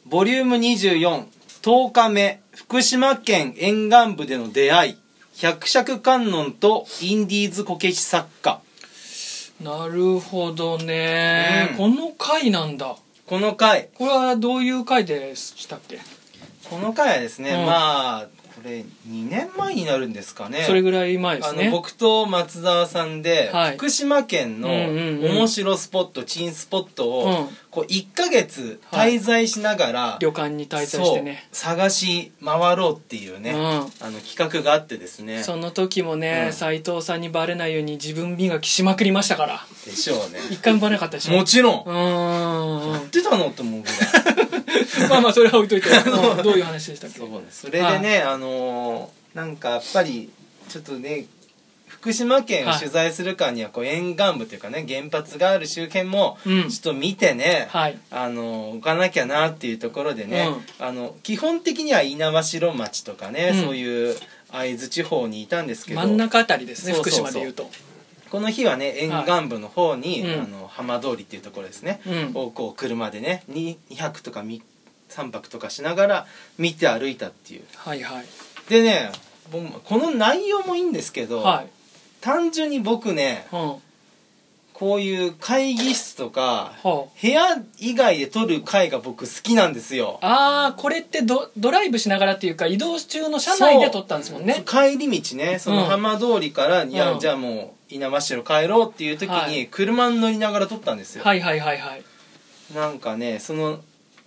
Speaker 2: ボリューム24、10日目、福島県沿岸部での出会い、百尺観音とインディーズこけし作家。
Speaker 1: なるほどね、
Speaker 2: うん
Speaker 1: この回なんだ
Speaker 2: この回、
Speaker 1: これはどういう回でしたっけ
Speaker 2: この回はですね、
Speaker 1: うん
Speaker 2: まあ、これ2年前になるんですかね。
Speaker 1: それぐらい前です
Speaker 2: あの
Speaker 1: ね
Speaker 2: 僕と松沢さんで、
Speaker 1: はい
Speaker 2: 福島県の
Speaker 1: うんうんうん
Speaker 2: 面白スポット、珍スポットを、
Speaker 1: うん
Speaker 2: こう1ヶ月滞在しながら、
Speaker 1: 旅館に滞在してね
Speaker 2: そう探し回ろうっていうね、
Speaker 1: うん
Speaker 2: あの企画があってですね
Speaker 1: その時もね
Speaker 2: うん
Speaker 1: 斉藤さんにバレないように自分磨きしまくりましたから
Speaker 2: でしょうね
Speaker 1: 一回もバレなかったでしょ
Speaker 2: もちろん
Speaker 1: うーん
Speaker 2: やってたの と思うぐらい
Speaker 1: まあまあそれは置いと いて、うんどういう話でしたっけ
Speaker 2: そうねそれでね、あのーなんかやっぱりちょっとね福島県を取材するからにはこう沿岸部というかね原発がある周辺もち
Speaker 1: う
Speaker 2: ょ
Speaker 1: ん
Speaker 2: っと見てね、
Speaker 1: はい
Speaker 2: あのー置かなきゃなっていうところでね、あの基本的には猪苗代町とかね、
Speaker 1: うん
Speaker 2: そういう会津地方にいたんですけど
Speaker 1: 真ん中あたりですね
Speaker 2: そうそうそう
Speaker 1: 福島でいうと
Speaker 2: この日はね沿岸部の方に、
Speaker 1: はいうん
Speaker 2: あの浜通りっていうところですね、
Speaker 1: うん
Speaker 2: をこう車でねに200とかみ3泊とかしながら見て歩いたっていう
Speaker 1: はいはい
Speaker 2: でねぼんこの内容もいいんですけど、
Speaker 1: はい
Speaker 2: 単純に僕ね
Speaker 1: うん
Speaker 2: こういう会議室とか
Speaker 1: ほう
Speaker 2: 部屋以外で撮る回が僕好きなんですよ、
Speaker 1: ああこれってドドライブしながらっていうか移動中の車内で撮ったんですもんね
Speaker 2: 帰り道ねその浜通りから、いや
Speaker 1: うん
Speaker 2: じゃあもう稲葉城帰ろうっていう時
Speaker 1: は
Speaker 2: に
Speaker 1: い
Speaker 2: 車に乗りながら撮ったんですよ、
Speaker 1: はいはいはいはい
Speaker 2: なんかねその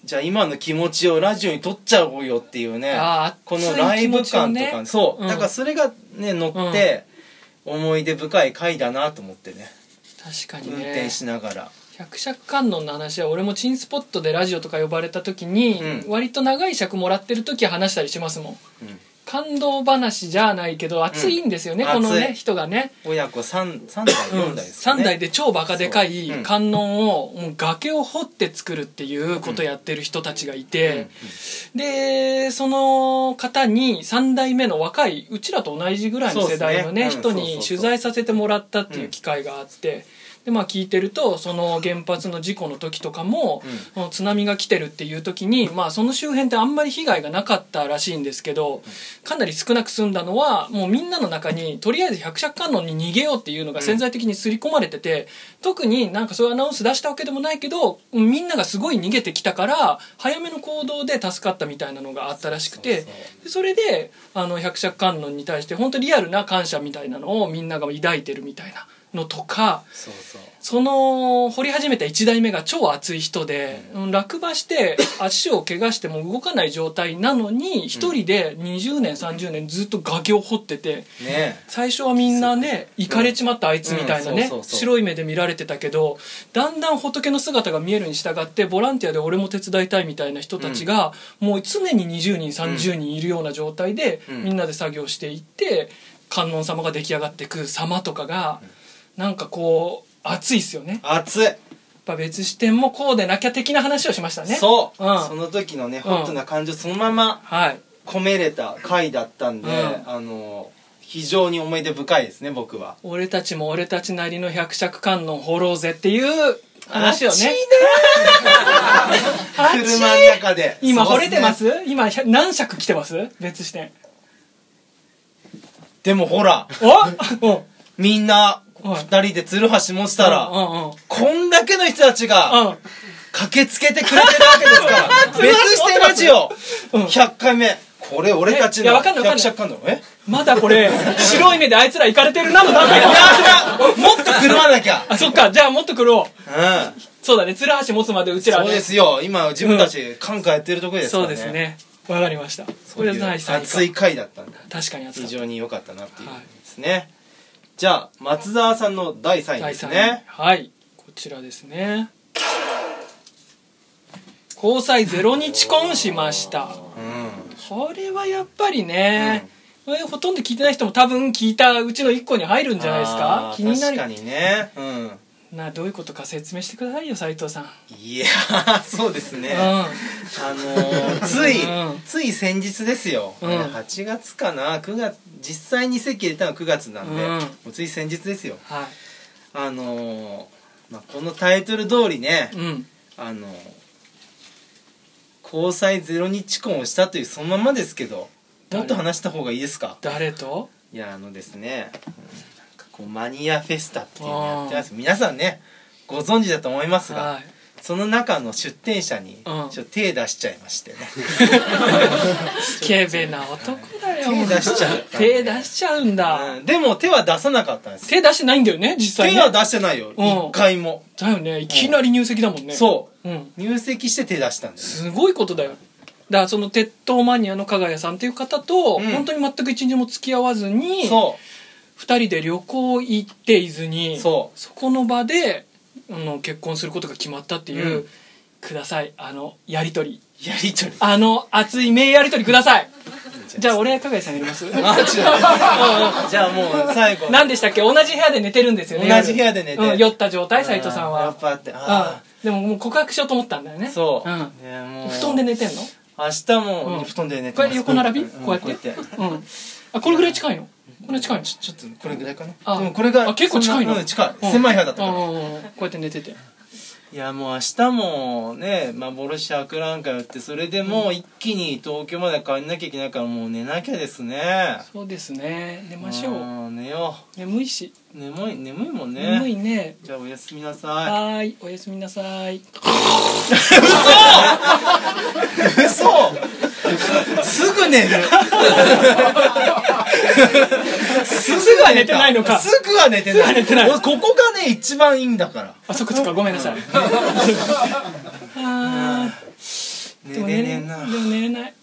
Speaker 2: じゃあ今の気持ちをラジオに撮っちゃおうよっていうね
Speaker 1: あー
Speaker 2: このライ
Speaker 1: 熱い気持
Speaker 2: ブ感と
Speaker 1: ち
Speaker 2: か、
Speaker 1: をね
Speaker 2: そう、
Speaker 1: うん
Speaker 2: だからそれがね乗って、思い出深い回だなと思ってね
Speaker 1: 確かに
Speaker 2: 運
Speaker 1: ね
Speaker 2: 転しながら、
Speaker 1: 百尺観音の話は俺もチンスポットでラジオとか呼ばれた時に、
Speaker 2: うん
Speaker 1: 割と長い尺もらってる時は話したりしますもん
Speaker 2: うん
Speaker 1: 感動話じゃないけど熱いんですよね、
Speaker 2: うん
Speaker 1: この
Speaker 2: 熱
Speaker 1: ね
Speaker 2: い
Speaker 1: 人がね
Speaker 2: 親子 3, 三代
Speaker 1: うん
Speaker 2: 4代ですか
Speaker 1: 三
Speaker 2: ね、
Speaker 1: 代で超バカでかい
Speaker 2: そううん
Speaker 1: 観音をもう崖を掘って作るっていうことやってる人たちがいて、でその方に3代目の若いうちらと同じぐらいの世代のね
Speaker 2: そうっす
Speaker 1: 人
Speaker 2: ねうんそう
Speaker 1: に
Speaker 2: そうそう
Speaker 1: 取材させてもらったっていう機会があって。でまあ、聞いてるとその原発の事故の時とかも、
Speaker 2: うん
Speaker 1: その津波が来てるっていう時に、まあ、その周辺ってあんまり被害がなかったらしいんですけどかなり少なく済んだのはもうみんなの中にとりあえず百尺観音に逃げようっていうのが潜在的に刷り込まれてて、特になんかそういうアナウンス出したわけでもないけどみんながすごい逃げてきたから早めの行動で助かったみたいなのがあったらしくて。でそれであの百尺観音に対して本当リアルな感謝みたいなのをみんなが抱いてるみたいなのとか
Speaker 2: そうそう
Speaker 1: その掘り始めた1代目が超熱い人で、うん落馬して足を怪我しても動かない状態なのに一人で20年30年ずっと崖を掘ってて
Speaker 2: ね
Speaker 1: 最初はみんなね行かれちまったあいつみたいな
Speaker 2: うん
Speaker 1: ね
Speaker 2: そうそうそう
Speaker 1: 白い目で見られてたけどだんだん仏の姿が見えるに従ってボランティアで俺も手伝いたいみたいな人たちがもう常に20人30人いるような状態で
Speaker 2: うん
Speaker 1: みんなで作業していって観音様が出来上がってく様とかがなんかこう熱いっすよね。
Speaker 2: 熱い、
Speaker 1: やっぱ別視点もこうでなきゃ的な話をしましたね
Speaker 2: そう、
Speaker 1: うん
Speaker 2: その時のね
Speaker 1: うん
Speaker 2: ホットな感情そのまま
Speaker 1: はい
Speaker 2: 込めれた回だったんで、
Speaker 1: うん
Speaker 2: あの非常に思い出深いですね僕は
Speaker 1: 俺たちも俺たちなりの百尺観音掘ろうぜっていう話をね
Speaker 2: 熱いね車の中で
Speaker 1: 今
Speaker 2: そう
Speaker 1: 掘
Speaker 2: っ
Speaker 1: れてます今ひゃ何尺来てます別視点
Speaker 2: でもほら
Speaker 1: おお
Speaker 2: みんな
Speaker 1: はい
Speaker 2: 二人で鶴橋持ちたら、
Speaker 1: うんうんうん
Speaker 2: こんだけの人たちが
Speaker 1: うん
Speaker 2: 駆けつけてくれてるわけですから別してラジオ
Speaker 1: うん
Speaker 2: 100回目これ俺たち
Speaker 1: えいや
Speaker 2: の
Speaker 1: わかんないわかんな
Speaker 2: 百
Speaker 1: い
Speaker 2: 尺感のえ
Speaker 1: まだこ れ白い目であいつら行かれてるなのだ
Speaker 2: いやもっと狂わなきゃ
Speaker 1: あそっかじゃあもっと苦労
Speaker 2: うん
Speaker 1: そうだね鶴橋持つまでうちらは
Speaker 2: そう
Speaker 1: ね
Speaker 2: ですよ今自分たち感化やってるところですか
Speaker 1: そう
Speaker 2: らね
Speaker 1: ですねわかりましたこ
Speaker 2: そうい
Speaker 1: れ
Speaker 2: う
Speaker 1: は第3位
Speaker 2: 熱い回だったんで
Speaker 1: 確かに熱
Speaker 2: 非
Speaker 1: かった
Speaker 2: 常に良かったなっていうですね、じゃあ松沢さんの第3位ですね
Speaker 1: はいこちらですね交際ゼロ日婚しました
Speaker 2: うん
Speaker 1: これはやっぱりね、これほとんど聞いてない人も多分聞いたうちの1個に入るんじゃないですか
Speaker 2: あー
Speaker 1: 気にな
Speaker 2: 確か
Speaker 1: る
Speaker 2: にねうん
Speaker 1: などういうことか説明してくださいよ斉藤さん、
Speaker 2: いやーそうですね、あのーつい、
Speaker 1: うん
Speaker 2: つい先日ですよ、
Speaker 1: うん
Speaker 2: 8月かな9月実際に席入れたのは9月なんで、
Speaker 1: うん
Speaker 2: もうつい先日ですよ
Speaker 1: うんは
Speaker 2: あのーまあ、このタイトル通りね
Speaker 1: い、うん
Speaker 2: あのー交際ゼロ日婚をしたというそのままですけどもっと話した方がいいですか
Speaker 1: 誰と
Speaker 2: いやあのですねうんなんかこうマニアフェスタっていうの
Speaker 1: あー
Speaker 2: やってます皆さんねご存知だと思いますが、
Speaker 1: はい
Speaker 2: その中の出店者にち
Speaker 1: う
Speaker 2: ょ
Speaker 1: ん
Speaker 2: っと手出しちゃい ましてね、
Speaker 1: スケベな男だよ
Speaker 2: 手出しちゃったね
Speaker 1: 手出しちゃうんだ、
Speaker 2: うんでも手は出さなかったんですよ
Speaker 1: 手出してないんだよね実際
Speaker 2: 手
Speaker 1: ね
Speaker 2: は出してないよ
Speaker 1: うん
Speaker 2: 一回も
Speaker 1: だよねいきなり入籍だもんね、
Speaker 2: そう
Speaker 1: うん、
Speaker 2: う入籍して手出したんです
Speaker 1: すごいことだよだからその鉄塔マニアの加賀谷さんっていう方と、
Speaker 2: うん
Speaker 1: 本当に全く一日も付き合わずに
Speaker 2: そ
Speaker 1: 二人で旅行行って伊豆に
Speaker 2: そう
Speaker 1: この場であの結婚することが決まったっていう、
Speaker 2: うん
Speaker 1: くださいあのやり取り
Speaker 2: うやりとり
Speaker 1: あの熱い名やり取りくださいじゃあ俺加賀谷さんやります
Speaker 2: あ 違うじゃあもう最後
Speaker 1: 何でしたっけ同じ部屋で寝てるんですよね
Speaker 2: 同じ部屋で寝て
Speaker 1: うん酔った状態斉藤さん
Speaker 2: あーや
Speaker 1: は
Speaker 2: っぱあってあ
Speaker 1: うんでももう告白しようと思ったんだよね
Speaker 2: あそう、
Speaker 1: ん
Speaker 2: ねもう
Speaker 1: 布団で寝てんの
Speaker 2: 明日も、
Speaker 1: うん
Speaker 2: 布団で寝て
Speaker 1: こ
Speaker 2: ます
Speaker 1: れ横並び、
Speaker 2: ん
Speaker 1: こうやってうんあこれぐらい近いのこれ近いの
Speaker 2: ちょっとこれぐらいかな
Speaker 1: あ
Speaker 2: でもこれが
Speaker 1: あ結構近いの
Speaker 2: そんなうん近い、
Speaker 1: うん
Speaker 2: 狭い部屋だった
Speaker 1: あ
Speaker 2: か
Speaker 1: ああ
Speaker 2: ら
Speaker 1: あこうやって寝てて
Speaker 2: いやもう明日もね幻博覧会やってそれでもう一気に東京まで帰んなきゃいけないからもう寝なきゃですね
Speaker 1: そうですね寝ましょう
Speaker 2: うん寝よ
Speaker 1: 眠いし
Speaker 2: う眠い眠いもんね
Speaker 1: 眠いね
Speaker 2: じゃあおやすみなさい
Speaker 1: はーいおやすみなさい
Speaker 2: 嘘すぐ寝るすぐは
Speaker 1: 寝てないのか
Speaker 2: すぐは寝てない
Speaker 1: 寝てない
Speaker 2: 俺ここがね一番いいんだから
Speaker 1: あそっか そっかごめんなさいあー
Speaker 2: 寝
Speaker 1: でも
Speaker 2: れ
Speaker 1: 寝
Speaker 2: ね
Speaker 1: れ
Speaker 2: えな
Speaker 1: でも寝れない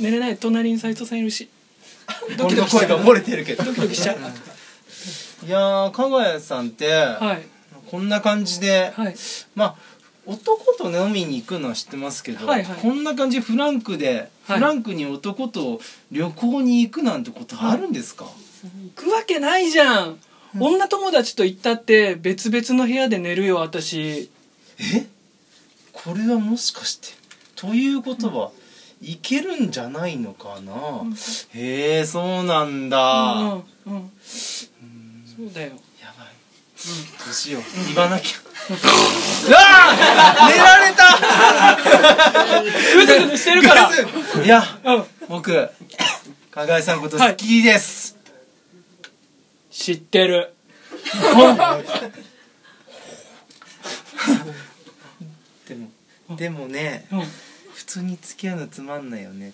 Speaker 1: 寝れない隣に斎藤さんいるしドキ
Speaker 2: 俺
Speaker 1: ド
Speaker 2: の
Speaker 1: キしち
Speaker 2: 声
Speaker 1: ゃう
Speaker 2: が漏れてるけど
Speaker 1: ドキドキしちゃう
Speaker 2: いやー加賀谷さんって、
Speaker 1: はい
Speaker 2: こんな感じで、
Speaker 1: はい
Speaker 2: まあ男と飲みに行くのは知ってますけど、
Speaker 1: はいはい
Speaker 2: こんな感じでフランクで、
Speaker 1: はい
Speaker 2: フランクに男と旅行に行くなんてことあるんですか、
Speaker 1: 行くわけないじゃん女友達と行ったって別々の部屋で寝るよ私
Speaker 2: これはもしかしてということは、いけるんじゃないのかな、へえそうなんだ、
Speaker 1: うんうん、そう だよ
Speaker 2: やばい、どうしよう言わ なきゃうわあ寝られ
Speaker 1: うずうずしてる から
Speaker 2: たいや
Speaker 1: うん
Speaker 2: 僕加賀井さんのこと好きです、
Speaker 1: 知ってる
Speaker 2: でもでもね
Speaker 1: うん
Speaker 2: 普通に付き合うのつまんないよね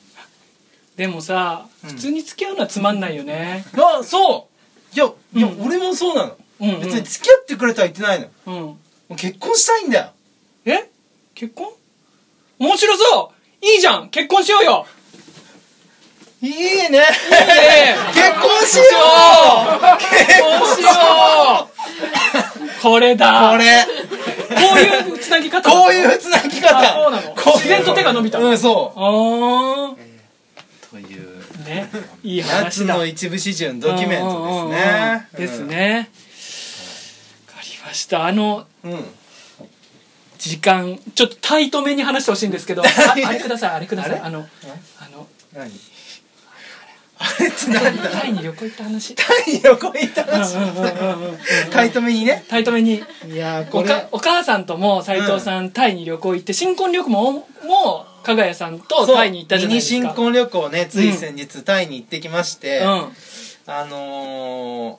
Speaker 1: でもさ普通に付き合うのはつまんないよね
Speaker 2: あそういやいや、
Speaker 1: うん
Speaker 2: 俺もそうなの、
Speaker 1: うんうん
Speaker 2: 別に付き合ってくれとは言ってないのも
Speaker 1: うん
Speaker 2: う結婚したいんだよ
Speaker 1: え結婚面白そういいじゃん結婚しようよ
Speaker 2: いいね
Speaker 1: ええ
Speaker 2: 結婚しよ
Speaker 1: 結婚しようこれだ
Speaker 2: うこれ
Speaker 1: こういうつなぎ方
Speaker 2: こういうつなぎ
Speaker 1: あ
Speaker 2: 方
Speaker 1: そうなの
Speaker 2: こう
Speaker 1: 自然と手が伸びた
Speaker 2: うんそ
Speaker 1: あ
Speaker 2: うという
Speaker 1: あねいい
Speaker 2: やつ
Speaker 1: 話だ
Speaker 2: の一部始終のドキュメントです
Speaker 1: うんうんう
Speaker 2: ね
Speaker 1: んですねわかりましたあの
Speaker 2: うん、うん
Speaker 1: 時間ちょっとタイトめに話してほしいんですけどああれくださいあれくださいあのあの
Speaker 2: 何あれってなんだ
Speaker 1: タイに旅行行った話
Speaker 2: 横行った話
Speaker 1: うんうんうんうん
Speaker 2: タイトめにね
Speaker 1: タイトめに
Speaker 2: いやー
Speaker 1: お
Speaker 2: これ
Speaker 1: かお母さんとも斎藤さん、タイに旅行行って新婚旅行ももう加賀谷さんと
Speaker 2: そう
Speaker 1: タイに行ったじゃないですか
Speaker 2: ミニ新婚旅行ねつい先日、タイに行ってきまして、
Speaker 1: うん
Speaker 2: あのー、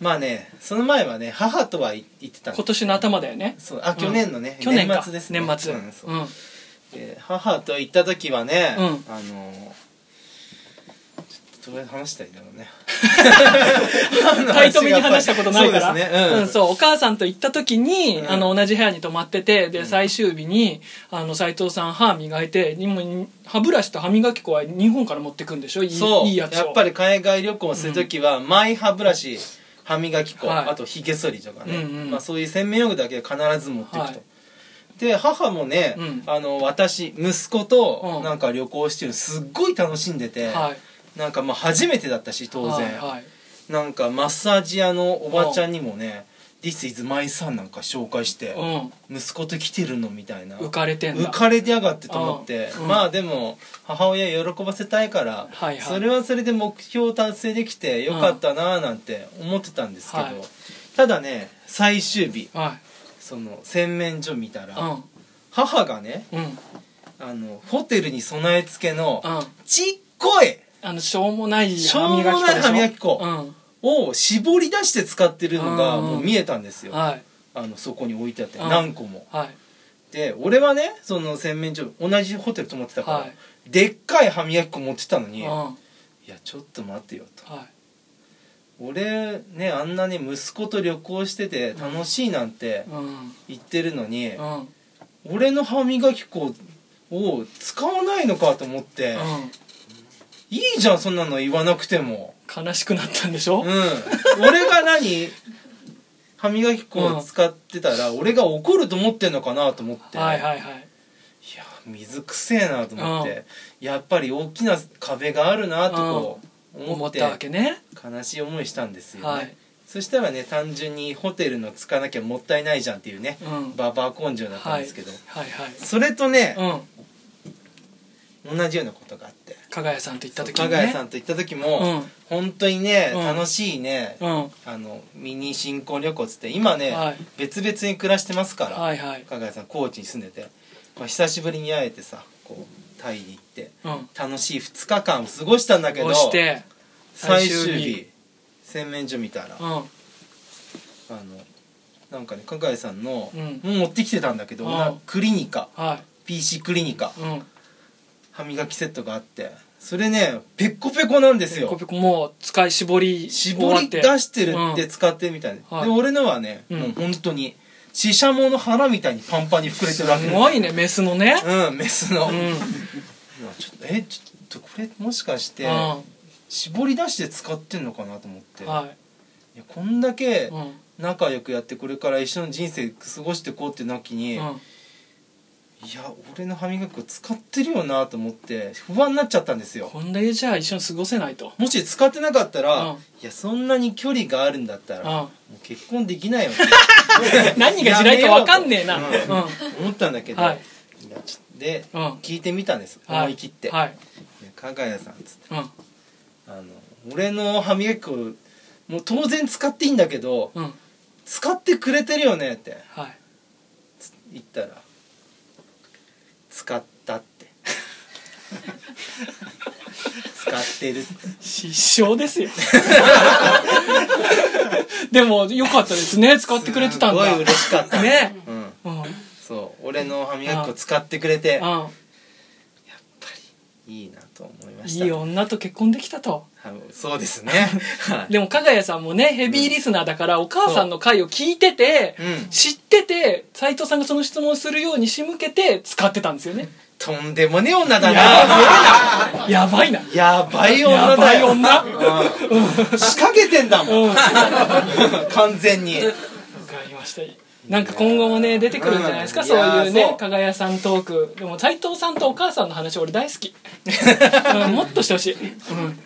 Speaker 2: まあねその前はね母とは行ってたの
Speaker 1: 今年の頭だよね
Speaker 2: そうあ去年のね、
Speaker 1: うん去年か
Speaker 2: 年末ですね
Speaker 1: 年末
Speaker 2: うんそう
Speaker 1: うんうん
Speaker 2: で母と行った時はね、
Speaker 1: うん
Speaker 2: あのーちょっとどうやって話したらいいんだろ うね
Speaker 1: タイトめに話したことないから
Speaker 2: そうですねうん、
Speaker 1: うんそうお母さんと行った時に、
Speaker 2: うん
Speaker 1: あの同じ部屋に泊まっててで最終日にあの斎藤さん歯磨いて今歯ブラシと歯磨き粉は日本から持ってくんでしょいい
Speaker 2: そう
Speaker 1: いいやつを
Speaker 2: っぱり海外旅行する時は、マイ歯ブラシ歯磨き粉、
Speaker 1: はい
Speaker 2: あとひげ剃りとかね、
Speaker 1: うんうん
Speaker 2: まあ、そういう洗面用具だけは必ず持っていくと、
Speaker 1: はい
Speaker 2: で母もね、
Speaker 1: うん
Speaker 2: あの私息子
Speaker 1: う
Speaker 2: と
Speaker 1: ん
Speaker 2: なんか旅行してるのすっごい楽しんでて、
Speaker 1: はい
Speaker 2: なんかまあ初めてだったし当然、
Speaker 1: はいはい
Speaker 2: なんかマッサージ屋のおばちゃんにもね「This is my son」なんか紹介して、息子と来てるのみたいな
Speaker 1: うん、浮かれてんだ
Speaker 2: 浮かれてやがってと思って、
Speaker 1: うん
Speaker 2: まあでも母親喜ばせたいから、
Speaker 1: はいはい
Speaker 2: それはそれで目標達成できてよかったなあなんて思ってたんですけど、
Speaker 1: はい
Speaker 2: ただね最終日
Speaker 1: は
Speaker 2: その洗面所見た
Speaker 1: い
Speaker 2: ら、
Speaker 1: う
Speaker 2: 母がね
Speaker 1: んうん
Speaker 2: あのホテルに備え付けの
Speaker 1: うん
Speaker 2: ちっこい
Speaker 1: あのしょうもない
Speaker 2: し
Speaker 1: 歯
Speaker 2: ょうも
Speaker 1: 磨き粉
Speaker 2: ない
Speaker 1: でしょ
Speaker 2: 歯磨き粉
Speaker 1: うん
Speaker 2: を絞り出して使ってるのが
Speaker 1: うん
Speaker 2: もう見えたんですよ、
Speaker 1: はい
Speaker 2: あのそこに置いてあって
Speaker 1: うん
Speaker 2: 何個も。
Speaker 1: はい
Speaker 2: で俺はねその洗面所同じホテル泊まってたから、
Speaker 1: はい
Speaker 2: でっかい歯磨き粉持ってたの
Speaker 1: う
Speaker 2: に、
Speaker 1: ん
Speaker 2: い
Speaker 1: は
Speaker 2: やちょっと待ってよと
Speaker 1: い
Speaker 2: 俺ねあんなに息子と旅行してて楽しいなんて
Speaker 1: うん
Speaker 2: 言ってるのに、
Speaker 1: うんうん
Speaker 2: 俺の歯磨き粉を使わないのかと思って、いいじゃんそんなの言わなくても
Speaker 1: 悲しくなったんでしょ
Speaker 2: うん俺が 何歯磨き粉を使ってたら、俺が怒ると思ってんのかなと思って、
Speaker 1: はいはいはい
Speaker 2: いや水くせえなと思って、やっぱり大きな壁があるなとこう
Speaker 1: 思
Speaker 2: 思
Speaker 1: っ
Speaker 2: って
Speaker 1: たわけね
Speaker 2: 悲しい思いしたんですよね、
Speaker 1: はい
Speaker 2: そしたらね単純にホテルの使わなきゃもったいないじゃんっていうね、
Speaker 1: うん
Speaker 2: ババア根性だったんですけど、
Speaker 1: はいはい
Speaker 2: それとね、
Speaker 1: うん
Speaker 2: 同じようなことがあって
Speaker 1: 加賀屋さんと行った時
Speaker 2: 加
Speaker 1: に
Speaker 2: 賀谷さ
Speaker 1: ね
Speaker 2: んと行った時
Speaker 1: う
Speaker 2: も
Speaker 1: ん
Speaker 2: 本当にね
Speaker 1: うん
Speaker 2: 楽しいね
Speaker 1: うん
Speaker 2: あのミニ新婚旅行っつって今ね
Speaker 1: はい
Speaker 2: 別々に暮らしてますから
Speaker 1: はいはい
Speaker 2: 加賀谷さん高知に住んでて、まあ、久しぶりに会えてさこうタイに行って
Speaker 1: うん
Speaker 2: 楽しい2日間を過ごしたんだけど
Speaker 1: 押して
Speaker 2: 最
Speaker 1: 最
Speaker 2: 終
Speaker 1: 終
Speaker 2: 日
Speaker 1: 日
Speaker 2: 洗面所見たら
Speaker 1: う
Speaker 2: あ
Speaker 1: ん
Speaker 2: のなんかね加賀谷さんの、
Speaker 1: うん
Speaker 2: もう持ってきてたんだけど
Speaker 1: うん
Speaker 2: なクリニカ
Speaker 1: は
Speaker 2: PC クリニカ
Speaker 1: いうん
Speaker 2: 歯磨きセットがあってそれねペッコペコなんです
Speaker 1: ペコ
Speaker 2: よ
Speaker 1: ペコもう使い絞り終
Speaker 2: 絞
Speaker 1: わ
Speaker 2: り
Speaker 1: って
Speaker 2: 出してるって使ってみたい
Speaker 1: うん
Speaker 2: な、
Speaker 1: はい
Speaker 2: で俺のはね、
Speaker 1: うん
Speaker 2: もう本当にシシャモの腹みたいにパンパンに膨れてるわけ
Speaker 1: す
Speaker 2: です
Speaker 1: ごいねメスのね
Speaker 2: うんメスの、
Speaker 1: うんうん
Speaker 2: うわちょっとえちょっとこれもしかして
Speaker 1: は
Speaker 2: 絞り出して使ってんのかなと思って、
Speaker 1: い
Speaker 2: いやこんだけ
Speaker 1: うん
Speaker 2: 仲良くやってこれから一緒の人生過ごしてこうってなきに、
Speaker 1: う
Speaker 2: い
Speaker 1: ん
Speaker 2: や俺の歯磨き粉使ってるよなと思って不安になっちゃったんですよ
Speaker 1: こんだけじゃあ一緒に過ごせないと
Speaker 2: もし使ってなかったら、
Speaker 1: うん
Speaker 2: いやそんなに距離があるんだったら、
Speaker 1: うん
Speaker 2: もう結婚できないよって
Speaker 1: 何が地雷か分かんねえな
Speaker 2: う
Speaker 1: うんん
Speaker 2: 思ったんだけど、
Speaker 1: はい
Speaker 2: いやちょっとで、
Speaker 1: うん
Speaker 2: 聞いてみたんです、
Speaker 1: はい
Speaker 2: 思い切って「
Speaker 1: はい
Speaker 2: いや加賀谷さん」っつって
Speaker 1: うん
Speaker 2: 「あの俺の歯磨き粉もう当然使っていいんだけど、
Speaker 1: うん
Speaker 2: 使ってくれてるよね」って
Speaker 1: はい
Speaker 2: 言ったら「使っ た」って「使ってる」
Speaker 1: 失笑です よでも良かったですね使ってくれてたん
Speaker 2: す
Speaker 1: だ
Speaker 2: ごい嬉しかった
Speaker 1: ね
Speaker 2: うん、
Speaker 1: うんうん
Speaker 2: そう俺の歯磨き粉使ってくれてやっぱりいいなと思いました
Speaker 1: いい女と結婚できたと
Speaker 2: はいそうです ねはい
Speaker 1: でも加賀谷さんもねヘビーリスナーだからお母さんの回を聞いてて
Speaker 2: うん
Speaker 1: 知ってて斎藤さんがその質問をするように仕向けて使ってたんですよね
Speaker 2: とんでもねえ女だな
Speaker 1: やばいな
Speaker 2: やばい女
Speaker 1: やば
Speaker 2: だ
Speaker 1: い
Speaker 2: よ
Speaker 1: 女
Speaker 2: うん仕掛けてんだもん完全に
Speaker 1: わかりましたなんか今後もね出てくるんじゃないですかそういう
Speaker 2: いやーそ
Speaker 1: ね
Speaker 2: う
Speaker 1: 加賀屋さんトークでも斎藤さんとお母さんの話俺大好き、うんもっとしてほしい、うん、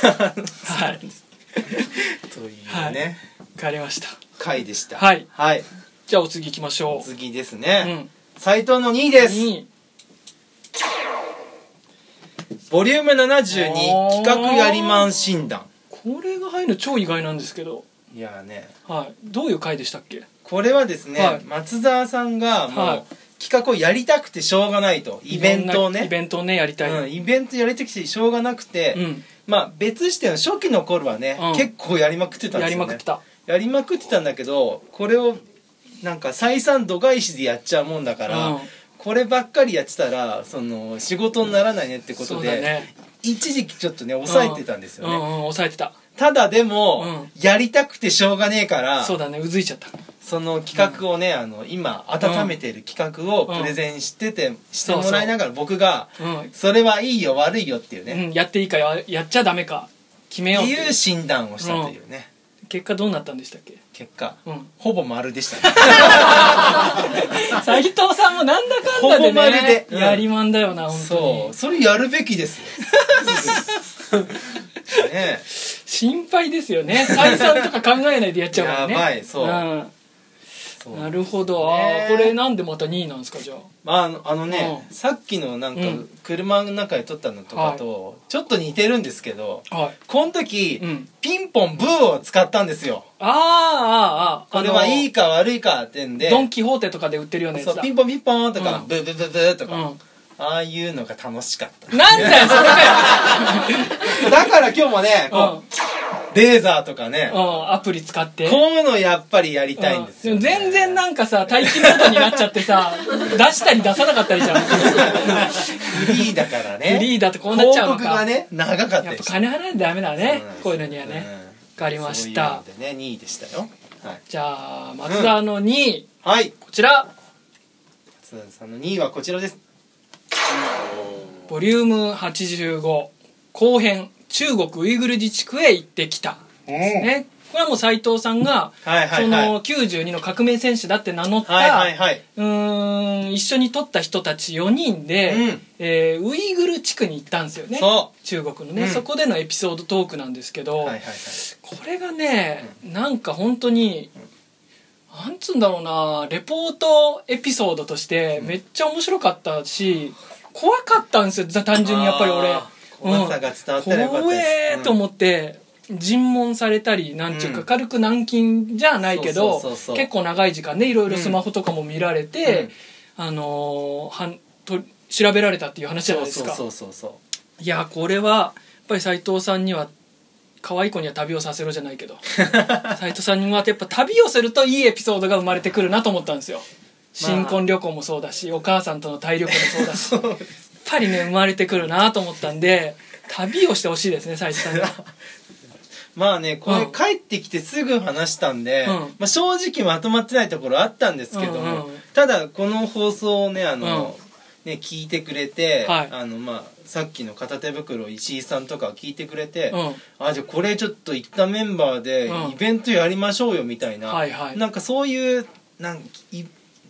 Speaker 1: はい
Speaker 2: というね
Speaker 1: 分かりました
Speaker 2: 回でした
Speaker 1: はい
Speaker 2: はい
Speaker 1: じゃあお次行きましょ
Speaker 2: 次です
Speaker 1: う、う
Speaker 2: ね
Speaker 1: ん、
Speaker 2: 斉藤の2位です
Speaker 1: に
Speaker 2: ボリューム72企画やりまん診断
Speaker 1: これが入るの超意外なんですけど、
Speaker 2: いやーね
Speaker 1: はい、どういう回でしたっけ
Speaker 2: これはですね、
Speaker 1: はい
Speaker 2: 松沢さんがもう、
Speaker 1: はい
Speaker 2: 企画をやりたくてしょうがないとイベント
Speaker 1: いろ
Speaker 2: を
Speaker 1: んなイ
Speaker 2: ね
Speaker 1: ベントをねやりたい、う
Speaker 2: うん、
Speaker 1: ん
Speaker 2: イベントやりたくてしょうがなくて、まあ別視点の初期の頃はね、
Speaker 1: うん
Speaker 2: 結構やりまくってたん
Speaker 1: や
Speaker 2: です
Speaker 1: り
Speaker 2: よ
Speaker 1: ま
Speaker 2: ね
Speaker 1: くってた、
Speaker 2: やりまくってたんだけどこれをなんか採算度外視でやっちゃうもんだから、
Speaker 1: うん
Speaker 2: こればっかりやってたらその仕事にならないねってこと
Speaker 1: そう
Speaker 2: で、
Speaker 1: だね
Speaker 2: 一時期ちょっとね抑えてたんですよね、
Speaker 1: うんうん抑えてた
Speaker 2: ただでも、
Speaker 1: うん
Speaker 2: やりたくてしょうがねえから
Speaker 1: そう
Speaker 2: そ
Speaker 1: だねうずいちゃった
Speaker 2: の企画をね、あの今温めている企画をプレゼンしてて、してもらいながら僕が
Speaker 1: うん
Speaker 2: 「それはいいよ悪いよ」っていうね、
Speaker 1: うん、やっていいかややっちゃダメか決めよう
Speaker 2: っ
Speaker 1: っててい
Speaker 2: いうう診断をしたというね、
Speaker 1: 結果どうなったんでしたっけ
Speaker 2: 結果、
Speaker 1: うん
Speaker 2: ほぼ丸でしたね
Speaker 1: 斉藤さんもなんだかんだでね
Speaker 2: ほぼまるでうん
Speaker 1: やりまんだよな本当
Speaker 2: そう
Speaker 1: に
Speaker 2: それやるべきですよ すぐにね
Speaker 1: 心配ですよね採算とか考えないでやっちゃうからね
Speaker 2: やばいそうんそう
Speaker 1: なるほど、あーこれなんでまた2位なんですかじゃあ
Speaker 2: まああのあのね、
Speaker 1: う
Speaker 2: さっきのなんか
Speaker 1: うん
Speaker 2: 車の中で撮ったのとかとちょっと似てるんですけど、
Speaker 1: はい
Speaker 2: この時、
Speaker 1: うん
Speaker 2: ピンポンブーを使ったんですよ
Speaker 1: あーあーあーあ
Speaker 2: これはいい
Speaker 1: い
Speaker 2: か悪いかってんで
Speaker 1: ドン・キホーテとかで売ってるようなやつ
Speaker 2: そう
Speaker 1: だ
Speaker 2: ピンポンピンポンとか、
Speaker 1: うん
Speaker 2: ブーブーブーブーと
Speaker 1: う
Speaker 2: か、
Speaker 1: ん、
Speaker 2: ああいうのが楽しかっ
Speaker 1: なんだよそれかよ、
Speaker 2: た だから今日もね
Speaker 1: う
Speaker 2: こう、レーザーとかね、
Speaker 1: んうん、アプリ使って
Speaker 2: こういうのやっぱりやりたいんですよ、
Speaker 1: うんも全然なんかさ待機モードになっちゃってさ出したり出さなかったりじゃん
Speaker 2: フリーだからね
Speaker 1: フリーだとこうなっちゃうのか
Speaker 2: 広告がね長かった
Speaker 1: やっ
Speaker 2: り
Speaker 1: ぱ
Speaker 2: して
Speaker 1: 金払わないとダメだね
Speaker 2: んですよ
Speaker 1: こういうのにはね、
Speaker 2: うん
Speaker 1: わかりました
Speaker 2: そういうのでね2位でしたよはい、
Speaker 1: じゃあ松田の2位、
Speaker 2: はい、
Speaker 1: こちら
Speaker 2: 松田さんの2位はこちらです
Speaker 1: ボリューム85後編中国ウイグル自治区へ行ってきたですねこれはもう斎藤さんが
Speaker 2: はいは
Speaker 1: そ
Speaker 2: いはい
Speaker 1: の92の革命戦士だって名乗った、
Speaker 2: はいはいはいう
Speaker 1: ーん一緒に撮った人たち4人で、
Speaker 2: うん
Speaker 1: えーウイグル地区に行ったんですよね
Speaker 2: そ
Speaker 1: 中国のね、
Speaker 2: うん
Speaker 1: そこでのエピソードトークなんですけど、
Speaker 2: うはいはいはい
Speaker 1: これがね、なんか本当に、なんつうんだろうなレポートエピソードとしてめっちゃ面白かったし、怖かったんですよ単純にやっぱり俺
Speaker 2: あー怖さが伝わったらよかった
Speaker 1: 怖
Speaker 2: です
Speaker 1: え
Speaker 2: うん
Speaker 1: と思って尋問されたりなんちゅう
Speaker 2: う
Speaker 1: か
Speaker 2: ん
Speaker 1: 軽く軟禁じゃないけど
Speaker 2: そうそうそうそう
Speaker 1: 結構長い時間ねいろいろスマホとかも見られて、あのーはんと調べられたっていう話じゃないですか
Speaker 2: そうそうそうそ
Speaker 1: いやこれはやっぱり斎藤さんには可愛い子には旅をさせろじゃないけ ど斎藤さんにはやっぱ旅をするといいエピソードが生まれてくるなと思ったんですよ新婚旅行もそうだしお母さんとのタイ旅行もそうだ しやっぱりね生まれてくるなと思ったんで旅をしてほしいですね斎藤さんに は
Speaker 2: うまあねこれ
Speaker 1: うん
Speaker 2: 帰ってきてすぐ話したんで、
Speaker 1: うん
Speaker 2: まあ、正直まとまってないところあったんですけども、
Speaker 1: うんうん
Speaker 2: ただこの放送をねあの、ね、聞いてくれて、
Speaker 1: はい
Speaker 2: あのまあ、さっきの片手袋石井さんとか聞いてくれて、
Speaker 1: うん
Speaker 2: あじゃあこれちょっと一旦メンバーで
Speaker 1: うん
Speaker 2: イベントやりましょうよみたいな、
Speaker 1: はいはい
Speaker 2: なんかそういうなんい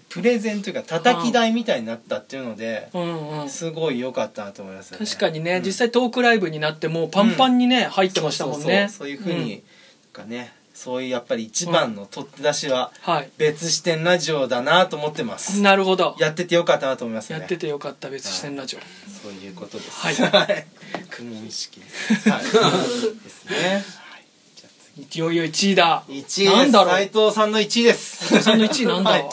Speaker 2: プレゼンというか叩き台みたいになったっていうので、
Speaker 1: うんうん
Speaker 2: すごい良かったなと思いますよね
Speaker 1: 確かにね、
Speaker 2: うん
Speaker 1: 実際トークライブになってもうパンパンにね、入ってましたもんね
Speaker 2: そうそうそうそういうふうに、なんかねそういうやっぱり一番の取って出しは
Speaker 1: うんはい
Speaker 2: 別視点ラジオだなと思ってます、
Speaker 1: なるほど
Speaker 2: やっててよかったなと思いますよ
Speaker 1: や
Speaker 2: ね
Speaker 1: っててよかった別視点ラジオ
Speaker 2: そういうことです
Speaker 1: はい
Speaker 2: 苦問意識で すはいですね
Speaker 1: いよいよ1位だ
Speaker 2: 1位です
Speaker 1: なんだろう
Speaker 2: 斉藤さんの1位です斉
Speaker 1: 斎藤さんの1位なん だろう、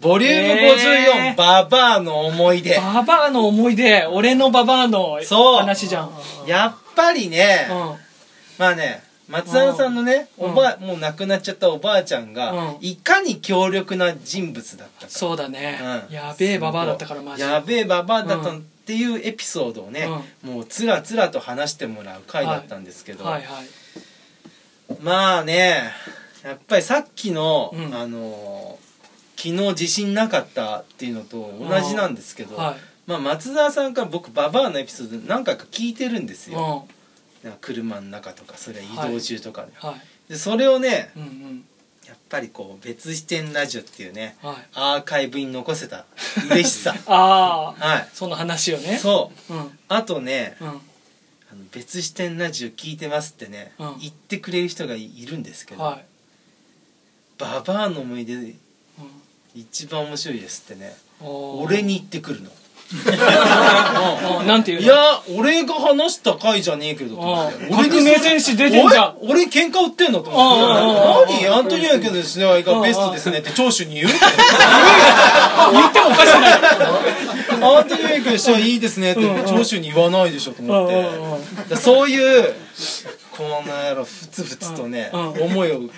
Speaker 2: ボリューム
Speaker 1: え
Speaker 2: 54「ババアの思 い出」
Speaker 1: ババアの思い出俺のババアの
Speaker 2: そう
Speaker 1: 話じゃんう、
Speaker 2: やっぱりね、
Speaker 1: ん、
Speaker 2: まあね松田さんのね、
Speaker 1: うん
Speaker 2: おばあもう亡くなっちゃったおばあちゃんが、
Speaker 1: うん
Speaker 2: いかに強力な人物だったか
Speaker 1: そうだね、
Speaker 2: うん
Speaker 1: やべえババアだったからマジ
Speaker 2: やべえババアだった
Speaker 1: うん
Speaker 2: っていうエピソードをね、もうつらつらと話してもらう回だったんですけど、
Speaker 1: はいはい
Speaker 2: まあねやっぱりさっきの、
Speaker 1: うん
Speaker 2: あのー昨日自信なかったっていうのと同じなんですけど、
Speaker 1: はい
Speaker 2: まあ、松沢さんから僕ババアのエピソード何回か聞いてるんです
Speaker 1: うん
Speaker 2: よ、
Speaker 1: は
Speaker 2: なんか車の中とかそれは移動中とかで,、
Speaker 1: い
Speaker 2: でそれをね
Speaker 1: うんうん
Speaker 2: やっぱりこう別視点ラジオっていうね
Speaker 1: はい
Speaker 2: アーカイブに残せた嬉し さ
Speaker 1: ああ
Speaker 2: は
Speaker 1: その話よ
Speaker 2: い
Speaker 1: ね
Speaker 2: そう
Speaker 1: ううん
Speaker 2: あとね
Speaker 1: うん
Speaker 2: あの別視点ラジオ聞いてますってね、
Speaker 1: うん
Speaker 2: 言ってくれる人がいるんですけど、
Speaker 1: はい
Speaker 2: ババアの思い出
Speaker 1: うん
Speaker 2: 一番面白いですってね
Speaker 1: おー
Speaker 2: 俺に言ってくるの、
Speaker 1: おーなんていう
Speaker 2: い
Speaker 1: の
Speaker 2: や俺が話した回じゃねえけどと思って
Speaker 1: うん革命戦士出てんじゃん
Speaker 2: 俺俺喧嘩売ってんのと
Speaker 1: うん
Speaker 2: 思って何アントニオ猪木の試合がベストですねって長州に言うって
Speaker 1: 言っても おかしくない
Speaker 2: アントニオ猪木の試合いいですねって長州に言わないでしょと思って
Speaker 1: うんうんうん
Speaker 2: だからそういうこの野郎ふつふつとね
Speaker 1: うん
Speaker 2: 思いをも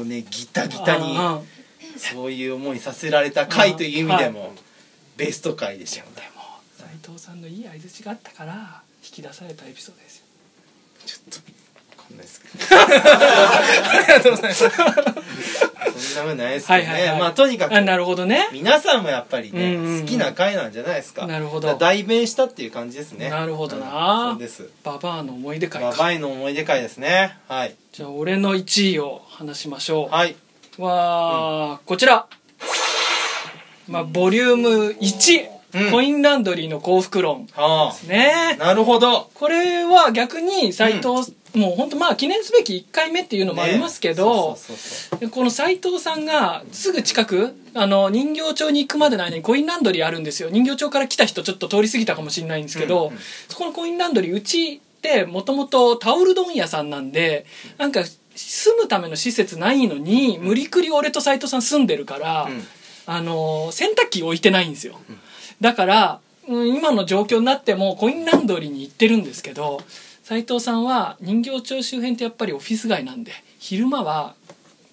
Speaker 2: うねギタギタに
Speaker 1: うんうん
Speaker 2: そういう思いさせられた回という意味でもベスト回でしたよね
Speaker 1: 斎藤さんのいい相槌があったから引き出されたエピソードですよ
Speaker 2: わかんないですけどありがとうございますそんなことないですけどね、まあとにか
Speaker 1: あ
Speaker 2: く
Speaker 1: なるほどね
Speaker 2: 皆さんもやっぱりね、
Speaker 1: うんうんうん
Speaker 2: 好きな回なんじゃないですか
Speaker 1: なるほど
Speaker 2: だから代弁したっていう感じですね
Speaker 1: なるほどな
Speaker 2: うんそうです
Speaker 1: ババアの思い出会
Speaker 2: バ
Speaker 1: か
Speaker 2: バイの思い出回ですねはい
Speaker 1: じゃあ俺の1位を話しましょう
Speaker 2: はい
Speaker 1: わあ、こちら、まあ、ボリューム1、
Speaker 2: うん
Speaker 1: コインランドリーの幸福論
Speaker 2: はあ
Speaker 1: ね
Speaker 2: なるほど
Speaker 1: これは逆に斎藤、もう本当まあ記念すべき1回目っていうのもありますけど、
Speaker 2: ねそうそうそう
Speaker 1: でこの斎藤さんがすぐ近くあの人形町に行くまでの間にコインランドリーあるんですよ人形町から来た人ちょっと通り過ぎたかもしれないんですけど、
Speaker 2: うんうん
Speaker 1: そこのコインランドリーうちってもともとタオル問屋さんなんでなんか住むための施設ないのに無理くり俺と斎藤さん住んでるから、
Speaker 2: そう、うん
Speaker 1: あの洗濯機置いてないんですよ、だから、うん、今の状況になってもコインランドリーに行ってるんですけど斉藤さんは人形町周辺ってやっぱりオフィス街なんで昼間は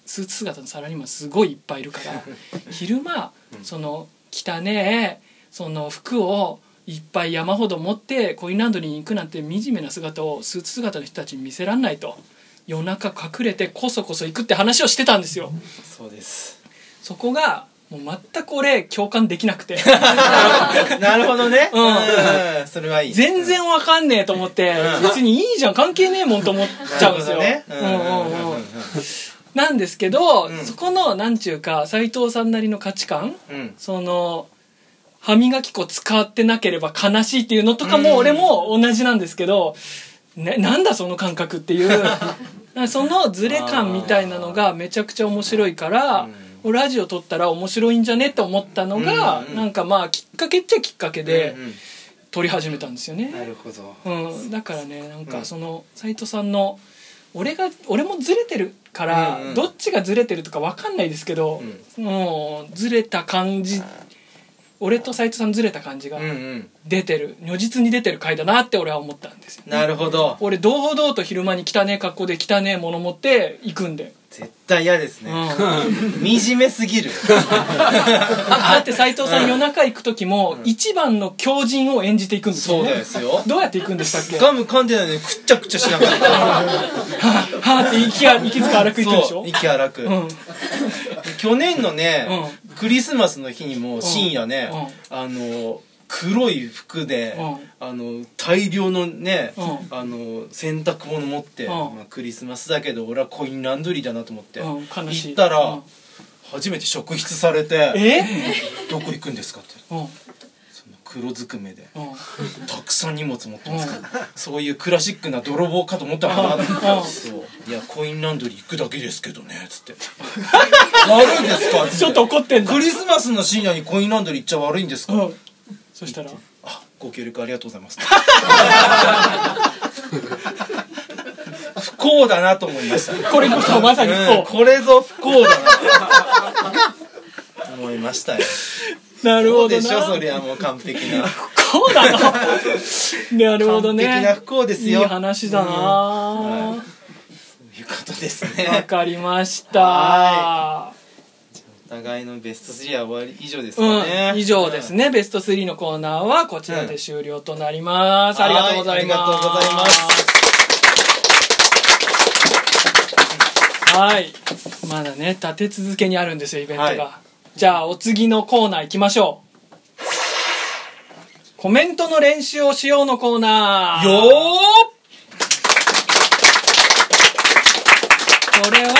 Speaker 1: スーツ姿のサラリーマンすごいいっぱいいるから 昼間その汚ねえその服をいっぱい山ほど持ってコインランドリーに行くなんて惨めな姿をスーツ姿の人たちに見せらんないと夜中隠れてこそこそ行くって話をしてたんですよ。
Speaker 2: そうです
Speaker 1: そこがもう全く俺共感できなく て
Speaker 2: なるほどね、
Speaker 1: うん
Speaker 2: んそれはいい
Speaker 1: 全然わかんねえと思って
Speaker 2: うん
Speaker 1: 別にいいじゃん関係ねえもんと思っちゃうんですよ。
Speaker 2: なる
Speaker 1: う
Speaker 2: ほ
Speaker 1: ん
Speaker 2: どね
Speaker 1: うんうん
Speaker 2: うんうんうんうん
Speaker 1: なんですけど、
Speaker 2: うん
Speaker 1: そこのなんちゅうか斎藤さんなりの価値観
Speaker 2: うん
Speaker 1: その歯磨き粉使ってなければ悲しいっていうのとかも俺も同じなんですけど、ね、なんだその感覚っていう なんかそのズレ感みたいなのがめちゃくちゃ面白いから、ラジオ撮ったら面白いんじゃねって思ったのが、
Speaker 2: うんうん
Speaker 1: なんかまあきっかけっちゃきっかけで、
Speaker 2: うんうん
Speaker 1: 撮り始めたんですよね、
Speaker 2: なるほど
Speaker 1: うん、だからねなん
Speaker 2: う
Speaker 1: か
Speaker 2: ん
Speaker 1: その斎藤さんの俺が俺もずれてるから、
Speaker 2: うんうん
Speaker 1: どっちがずれてるとかわかんないですけど、もうずれた感じ俺と斎藤さんのずれた感じが
Speaker 2: うんうん
Speaker 1: 出てる、如実に出てる回だなって俺は思ったんですよ
Speaker 2: なるほど
Speaker 1: 俺堂々と昼間に汚ねえ格好で汚ねえもの持って行くんで、
Speaker 2: 絶対嫌です
Speaker 1: う
Speaker 2: ね
Speaker 1: ん、
Speaker 2: 惨めすぎる
Speaker 1: だって斎藤さん夜中行く時も一番の狂人を演じていくんです
Speaker 2: そ
Speaker 1: よ
Speaker 2: う
Speaker 1: ね
Speaker 2: ですよ
Speaker 1: どうやって行くんでしたっけ
Speaker 2: ガム噛んでないのにくっちゃくちゃ しながら
Speaker 1: はーって息が息づか荒く行くでし
Speaker 2: そ
Speaker 1: ょ
Speaker 2: う息荒く、
Speaker 1: うん
Speaker 2: 去年のね、クリスマスの日にも深夜ね、あの黒い服で、
Speaker 1: う
Speaker 2: あの大量のね、
Speaker 1: う
Speaker 2: あの洗濯物持って、
Speaker 1: ん
Speaker 2: まあ、クリスマスだけど俺はコインランドリーだなと思って、
Speaker 1: うん悲しい
Speaker 2: 行ったら、
Speaker 1: うん
Speaker 2: 初めて職質されて
Speaker 1: え
Speaker 2: 「どこ行くんですか?」って
Speaker 1: うんうん
Speaker 2: その黒ずく めで
Speaker 1: うん
Speaker 2: たくさん荷物持ってますから、そういうクラシックな泥棒かと思ったのかな
Speaker 1: う
Speaker 2: と
Speaker 1: ん
Speaker 2: そういやコインランドリー行くだけですけどね」 つって「悪いんですか?」つって
Speaker 1: ちょっと怒ってんだ
Speaker 2: クリスマスの深夜にコインランドリー行っちゃ悪いんですか、
Speaker 1: うんそしたら
Speaker 2: あご協力ありがとうございます不幸だなと思いました、
Speaker 1: これこそまさに
Speaker 2: うん、
Speaker 1: そ
Speaker 2: これぞ不幸だなと思いましたよ
Speaker 1: うなる
Speaker 2: そう
Speaker 1: ほど
Speaker 2: でしょ
Speaker 1: な
Speaker 2: そりゃもう完璧な
Speaker 1: こうなの なるほどね
Speaker 2: 完璧な不幸ですよ
Speaker 1: いい話だな
Speaker 2: うんはということです
Speaker 1: わ
Speaker 2: ね
Speaker 1: かりました
Speaker 2: はお互いのベスト3は終わり以上ですかね、
Speaker 1: うん、以上ですね、ベスト3のコーナーはこちらで終了となります、
Speaker 2: うん
Speaker 1: ありがとうございます
Speaker 2: はいありがとうございます
Speaker 1: はいまだね立て続けにあるんですよイベントが、
Speaker 2: は
Speaker 1: じゃあお次のコーナー行きましょうコメントの練習をしようのコーナー
Speaker 2: よ
Speaker 1: これは、
Speaker 2: ーうん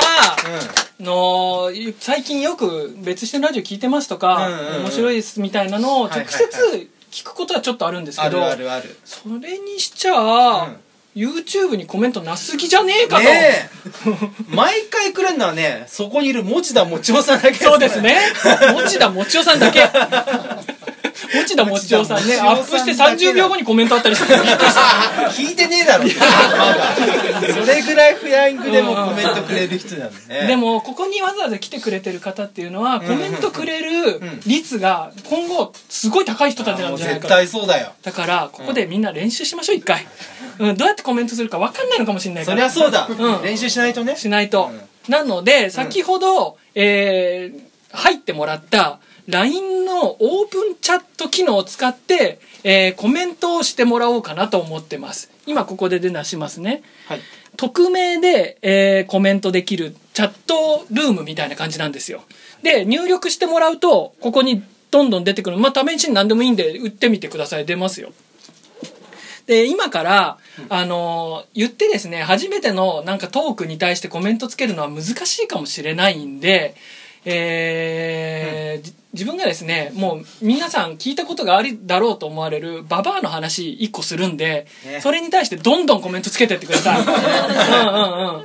Speaker 1: の最近よく別視点ラジオ聞いてますとか、
Speaker 2: うんうんうん
Speaker 1: 面白いですみたいなのを直接
Speaker 2: はいはい
Speaker 1: 聞くことはちょっとあるんです
Speaker 2: あ
Speaker 1: けど、
Speaker 2: るあるある
Speaker 1: それにしちゃ、
Speaker 2: うん
Speaker 1: YouTube にコメントなすぎじゃねえかと、
Speaker 2: ねえ毎回くれるのはねそこにいる持田もちおさんだけ
Speaker 1: そうです ね持田持代さんだけ持田持代さんね
Speaker 2: 持田持代さんだけだ
Speaker 1: アップして30秒後にコメントあったりしてる
Speaker 2: 聞いてねえだろまだそれぐらいフライングでもコメントくれる人なんね
Speaker 1: でもここにわざわざ来てくれてる方っていうのはコメントくれる
Speaker 2: ん
Speaker 1: 率が今後すごい高い人たちな
Speaker 2: も
Speaker 1: ん
Speaker 2: う
Speaker 1: じゃない
Speaker 2: 絶
Speaker 1: かと
Speaker 2: 対そうだよ
Speaker 1: だからここでみんな練習しましょう一回、うん、どうやってコメントするか分かんないのかもしれないか
Speaker 2: そ
Speaker 1: ら
Speaker 2: りゃそうだ、
Speaker 1: うん
Speaker 2: 練習しないとね
Speaker 1: しないと、なので先ほど、えー入ってもらった LINE のオープンチャット機能を使って、えーコメントをしてもらおうかなと思ってます今ここで出なしますね
Speaker 2: はい
Speaker 1: 匿名で、えーコメントできるチャットルームみたいな感じなんですよで入力してもらうとここにどんどん出てくるまあ試しに何でもいいんで打ってみてください出ますよで今から、あのー言ってですね初めてのなんかトークに対してコメントつけるのは難しいかもしれないんで、えーじ自分がですねもう皆さん聞いたことがあるだろうと思われるババアの話1個するんで、
Speaker 2: ね
Speaker 1: それに対してどんどんコメントつけてってくだ さいうんうんう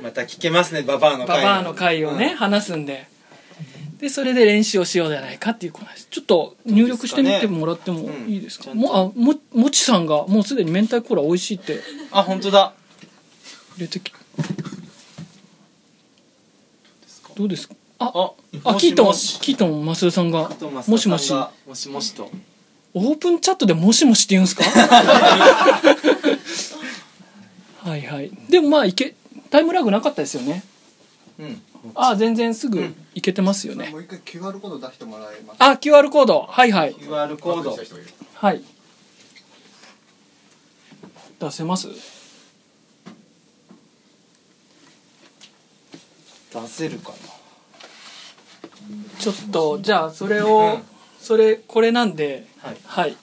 Speaker 1: ん
Speaker 2: また聞けますねババアの
Speaker 1: バ
Speaker 2: 回
Speaker 1: バアの回をね、話すんででそれで練習をしようじゃないかっていうこ話ちょっと入力してみてもらってもいいですか
Speaker 2: うんちゃ
Speaker 1: もうあももちさんがもうすでに明太コーラ美味しいって
Speaker 2: あ本当だ
Speaker 1: 入れてきどうですか
Speaker 2: あ
Speaker 1: ああ
Speaker 2: も
Speaker 1: キー
Speaker 2: し
Speaker 1: トン
Speaker 2: もし
Speaker 1: キートンマスさんが
Speaker 2: トマス
Speaker 1: も
Speaker 2: タ
Speaker 1: し
Speaker 2: さんが
Speaker 1: もし
Speaker 2: もしもしと
Speaker 1: オープンチャットで「もしもし」って言うんす かはいはいでもまあいけタイムラグなかったですよね
Speaker 2: うん
Speaker 1: あ全然すぐいけてますよね
Speaker 8: もう一回 QR コード出してもらえます
Speaker 1: あ QR コードはいはい
Speaker 2: QR コード
Speaker 8: 確認した人いる
Speaker 1: はい出せます
Speaker 2: 出せるか
Speaker 1: ちょっとじゃあそれをそれこれなんで
Speaker 2: はい
Speaker 1: はい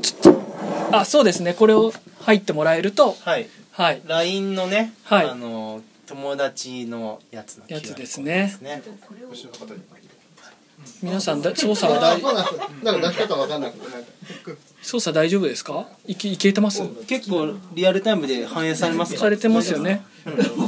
Speaker 1: ちょっとあそうですねこれを入ってもらえると
Speaker 2: なはい
Speaker 1: はい
Speaker 2: LINE のね、
Speaker 1: はい
Speaker 2: あの友達のやつの
Speaker 1: やつです
Speaker 2: ね
Speaker 1: ね
Speaker 2: ね
Speaker 8: 後ろの方に
Speaker 1: 皆さんだ操作は
Speaker 8: あ
Speaker 1: 大
Speaker 8: そうなんですなんか出し方わかんなくてなんか
Speaker 1: 操作大丈夫ですかいけいけてます
Speaker 2: 結構リアルタイムで反映されますか
Speaker 1: されてますよね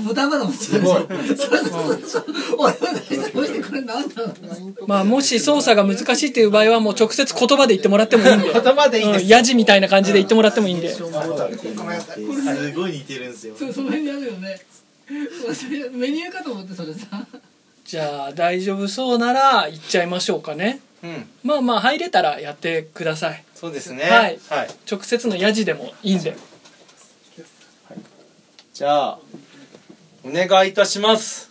Speaker 9: 豚までもすごい。そうそうそう。俺は大した声してこれなんだろう。
Speaker 1: まあもし操作が難しいっていう場合はもう直接言葉で言ってもらっても いいんで
Speaker 2: 頭でいいで
Speaker 1: う
Speaker 2: す
Speaker 1: んヤジみたいな感じで言ってもらってもいいんで
Speaker 2: すごい似てるんですよ
Speaker 9: そその辺であるよね。それメニューかと思ってそれさ。
Speaker 1: じゃあ大丈夫そうなら行っちゃいましょうかね
Speaker 2: うん
Speaker 1: まあまあ入れたらやってください
Speaker 2: そうですね
Speaker 1: はい
Speaker 2: はい、
Speaker 1: 直接のヤジでもいいんで
Speaker 2: じゃあお願いいたします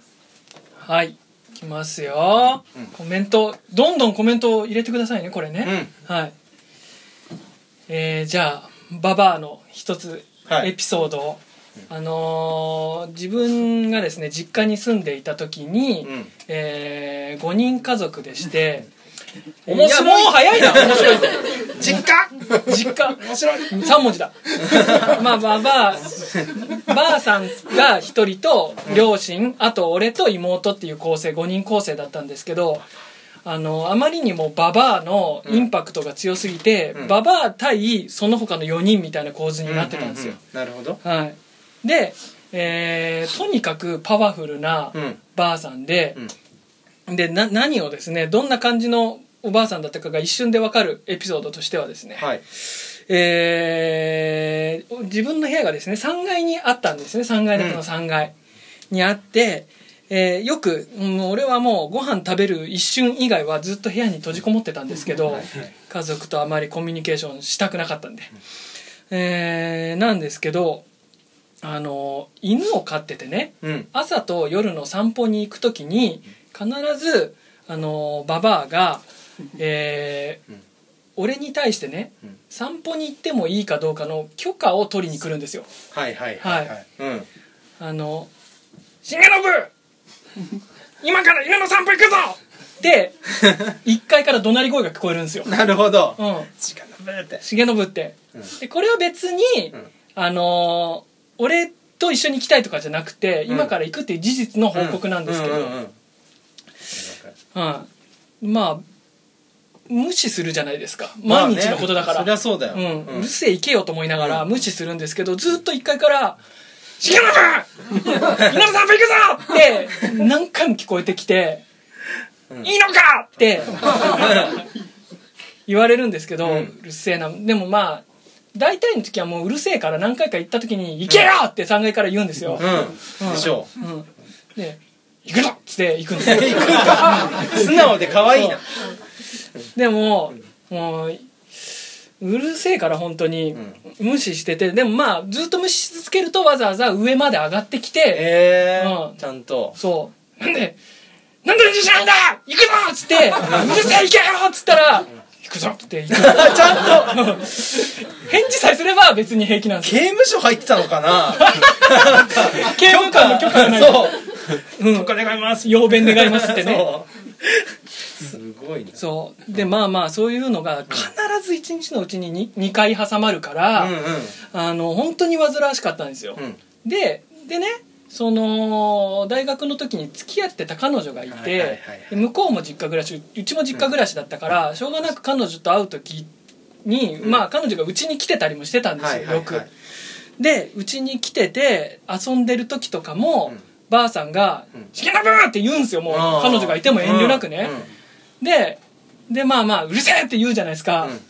Speaker 1: はいいきますよ、
Speaker 2: うん
Speaker 1: コメントどんどんコメントを入れてくださいねこれ
Speaker 2: うん
Speaker 1: ね、はいえー、じゃあババアの一つ
Speaker 2: はい
Speaker 1: エピソードを、あのー自分がですね実家に住んでいた時に、
Speaker 2: うん
Speaker 1: えー、5人家族でして
Speaker 2: 面白い
Speaker 1: やもう早いな面白いって
Speaker 2: 実家
Speaker 1: 実家面白い3文字だまあまあばあばあさんが一人と両親あと俺と妹っていう構成5人構成だったんですけどあのあまりにもババアのインパクトが強すぎて、
Speaker 2: うん
Speaker 1: ババア対その他の4人みたいな構図になってたんですよ、
Speaker 2: なるほど
Speaker 1: はい、で、えーとにかくパワフルな
Speaker 2: うん
Speaker 1: ばあさんで、でな何をですねどんな感じのおばあさんだったかが一瞬でわかるエピソードとしてはですね、
Speaker 2: はい
Speaker 1: えー自分の部屋がですね3階にあったんですね3階建ての3階にあって、えーよく、うん俺はもうご飯食べる一瞬以外はずっと部屋に閉じこもってたんですけど、家族とあまりコミュニケーションしたくなかったんで、えーなんですけどあの犬を飼っててね
Speaker 2: うん
Speaker 1: 朝と夜の散歩に行く時に必ずあのババアが、えー
Speaker 2: うん
Speaker 1: 俺に対してね
Speaker 2: うん
Speaker 1: 散歩に行ってもいいかどうかの許可を取りに来るんですよ。
Speaker 2: はいはい
Speaker 1: はい
Speaker 2: うん
Speaker 1: あの「重信今から犬の散歩行くぞ!」 って1階から怒鳴り声が聞こえるんですよ。
Speaker 2: なるほど
Speaker 1: うん
Speaker 2: 時間のぶって
Speaker 1: 重信って、
Speaker 2: うん
Speaker 1: でこれは別に、
Speaker 2: うん
Speaker 1: あのー俺と一緒に行きたいとかじゃなくて、
Speaker 2: うん
Speaker 1: 今から行くっていう事実の報告なんですけど、
Speaker 2: うんうんうん
Speaker 1: うんまあ無視するじゃないですか
Speaker 2: まあ
Speaker 1: 毎
Speaker 2: ね
Speaker 1: 日のことだから、
Speaker 2: そりゃそうだよ
Speaker 1: うんう
Speaker 2: うん
Speaker 1: るせえ行けよと思いながら無視するんですけど、ずっと一回から「重信 稲田さんも行くぞ!」って何回も聞こえてきて「いいのか!」 って言われるんですけど、う
Speaker 2: うん
Speaker 1: るせえなでもまあ大体の時はもううるせえから何回か行った時に「行けよ!」って3階から言うんですよ。
Speaker 2: うんでしょう
Speaker 1: うんで「行くぞ!」っつ って行くんですよ。
Speaker 2: 素直で可愛いな
Speaker 1: でも、もううるせえから本当に
Speaker 2: ん
Speaker 1: 無視してて、でもまあずっと無視し続けるとわざわざ上まで上がってきて、
Speaker 2: え
Speaker 1: う
Speaker 2: ー
Speaker 1: ん
Speaker 2: ちゃんと
Speaker 1: そうなんで「なんで無視しないんだ行くぞ!」っつって「うるせえ行けよ!」っつったら「行くぞ!」って 行く
Speaker 2: ちゃんと
Speaker 1: 返事さえすれば別に平気なんですよ
Speaker 2: 刑務所入ってたのかな
Speaker 1: 刑務官の許可が ない
Speaker 2: そう
Speaker 1: うん許可願います要弁願いますってね
Speaker 2: そう すごいな
Speaker 1: そうでまあまあそういうのが必ず一日のうちに 2, 回挟まるから、
Speaker 2: うんうん
Speaker 1: あの本当に煩わしかったんですよ、
Speaker 2: うん
Speaker 1: ででねその大学の時に付き合ってた彼女がい
Speaker 2: はいはいはい
Speaker 1: て
Speaker 2: はい
Speaker 1: で向こうも実家暮らしうちも実家暮らしだったから、しょうがなく彼女と会う時に、まあ彼女がうちに来てたりもしてたんですよ、よく。でうちに来てて遊んでる時とかも、
Speaker 2: うん
Speaker 1: ばあさんが
Speaker 2: うん
Speaker 1: 「しげなぶ!」って言うんですよもう
Speaker 2: あー
Speaker 1: 彼女がいても遠慮なくね。
Speaker 2: うんうん
Speaker 1: ででまあまあ「うるせえ!」って言うじゃないですか、
Speaker 2: うん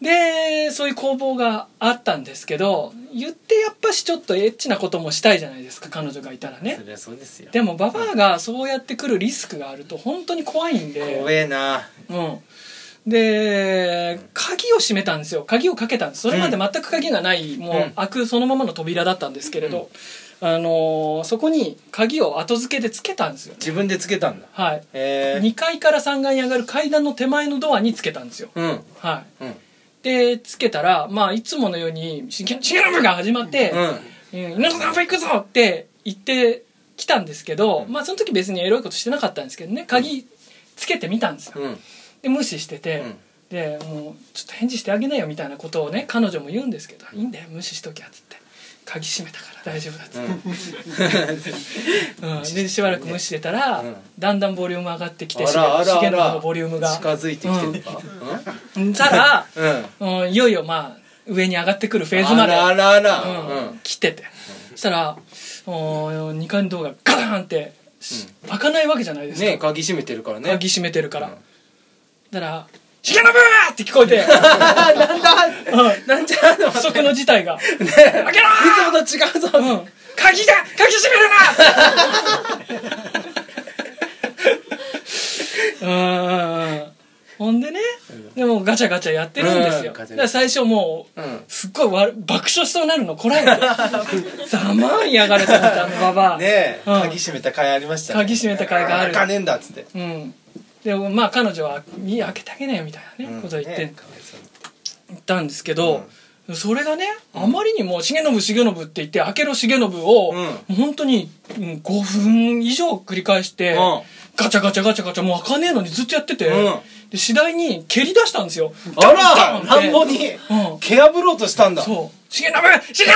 Speaker 1: でそういう攻防があったんですけど言ってやっぱしちょっとエッチなこともしたいじゃないですか彼女がいたらね
Speaker 2: そりゃそうですよ
Speaker 1: でもババアがそうやってくるリスクがあると本当に怖いん
Speaker 2: 怖
Speaker 1: で、
Speaker 2: えな
Speaker 1: うん、で鍵を閉めたんですよ鍵をかけたんですそれまで全く鍵がない、も
Speaker 2: う
Speaker 1: うん開くそのままの扉だったんですけれど、あのーそこに鍵を後付けでつけたんですよね
Speaker 2: 自分でつけたんだ
Speaker 1: はい
Speaker 2: えー
Speaker 1: 2階から3階に上がる階段の手前のドアにつけたんですよ、
Speaker 2: うん
Speaker 1: はい
Speaker 2: うん
Speaker 1: でつけたら、まあ、いつものように「しげしげのぶ」が始まって
Speaker 2: うん
Speaker 1: 「うん稲田さん行くぞ!」って言ってきたんですけど、まあ、その時別にエロいことしてなかったんですけどね鍵つけてみたんですよ、
Speaker 2: うん
Speaker 1: で無視してて、
Speaker 2: うん
Speaker 1: でもうちょっと返事してあげなよみたいなことをね彼女も言うんですけど「いいんだよ無視しときゃ」っつって「鍵閉めたから大丈夫だ」っつって、うん、でしばらく無視してたら、
Speaker 2: うん
Speaker 1: だんだんボリューム上がってきて
Speaker 2: あらあら
Speaker 1: しげ
Speaker 2: あ
Speaker 1: のぶ
Speaker 2: ら
Speaker 1: のボリュームが
Speaker 2: 近づいてきてるか
Speaker 1: たら、
Speaker 2: うんうん
Speaker 1: うん、いよいよまあ上に上がってくるフェーズまで
Speaker 2: あらあらあら
Speaker 1: うん
Speaker 2: うん
Speaker 1: 来てて、したら2階のドアがガーンってし開かないわけじゃないですか、
Speaker 2: ね鍵閉めてるからね
Speaker 1: 鍵閉めてるから、
Speaker 2: うん
Speaker 1: だから「ひげのぶー!」って聞 こえて
Speaker 2: なんだ
Speaker 1: うん
Speaker 2: なんじゃあの
Speaker 1: 不測の事態が
Speaker 2: ね
Speaker 1: 開けろー
Speaker 2: いつもと違うぞ、
Speaker 1: うん、鍵だ鍵閉 めるなうんうんうんほんでねでもガチャガチャやってるんですよ、
Speaker 2: うんガチャガチ
Speaker 1: だ
Speaker 2: ャ
Speaker 1: から最初もう、
Speaker 2: うん
Speaker 1: すっごいわ爆笑しそうになるのこらえてざまあんやがれと思ったあのババア、
Speaker 2: ね
Speaker 1: う
Speaker 2: え、
Speaker 1: ん
Speaker 2: 鍵閉めた回ありましたね
Speaker 1: 鍵閉めた回がある
Speaker 2: 開かねえんだっつって、
Speaker 1: うんでもまあ彼女は「いや開けてあげなよ」みたいなね、
Speaker 2: うん
Speaker 1: ことを言って、
Speaker 2: ねかわいそうに
Speaker 1: 言ったんですけど、それがねあまりにも「重信重信」って言って「開けろ重信」を、
Speaker 2: う
Speaker 1: 本当にうん5分以上繰り返して、
Speaker 2: うん
Speaker 1: ガチャガチャガチャガチャもう開かねえのにずっとやってて、
Speaker 2: うん
Speaker 1: で次第に蹴り出したんですよ。
Speaker 2: あ
Speaker 1: ダン
Speaker 2: ら
Speaker 1: ダンって
Speaker 2: 乱暴に
Speaker 1: うん
Speaker 2: 蹴破ろうとしたんだ
Speaker 1: そう「重信重信重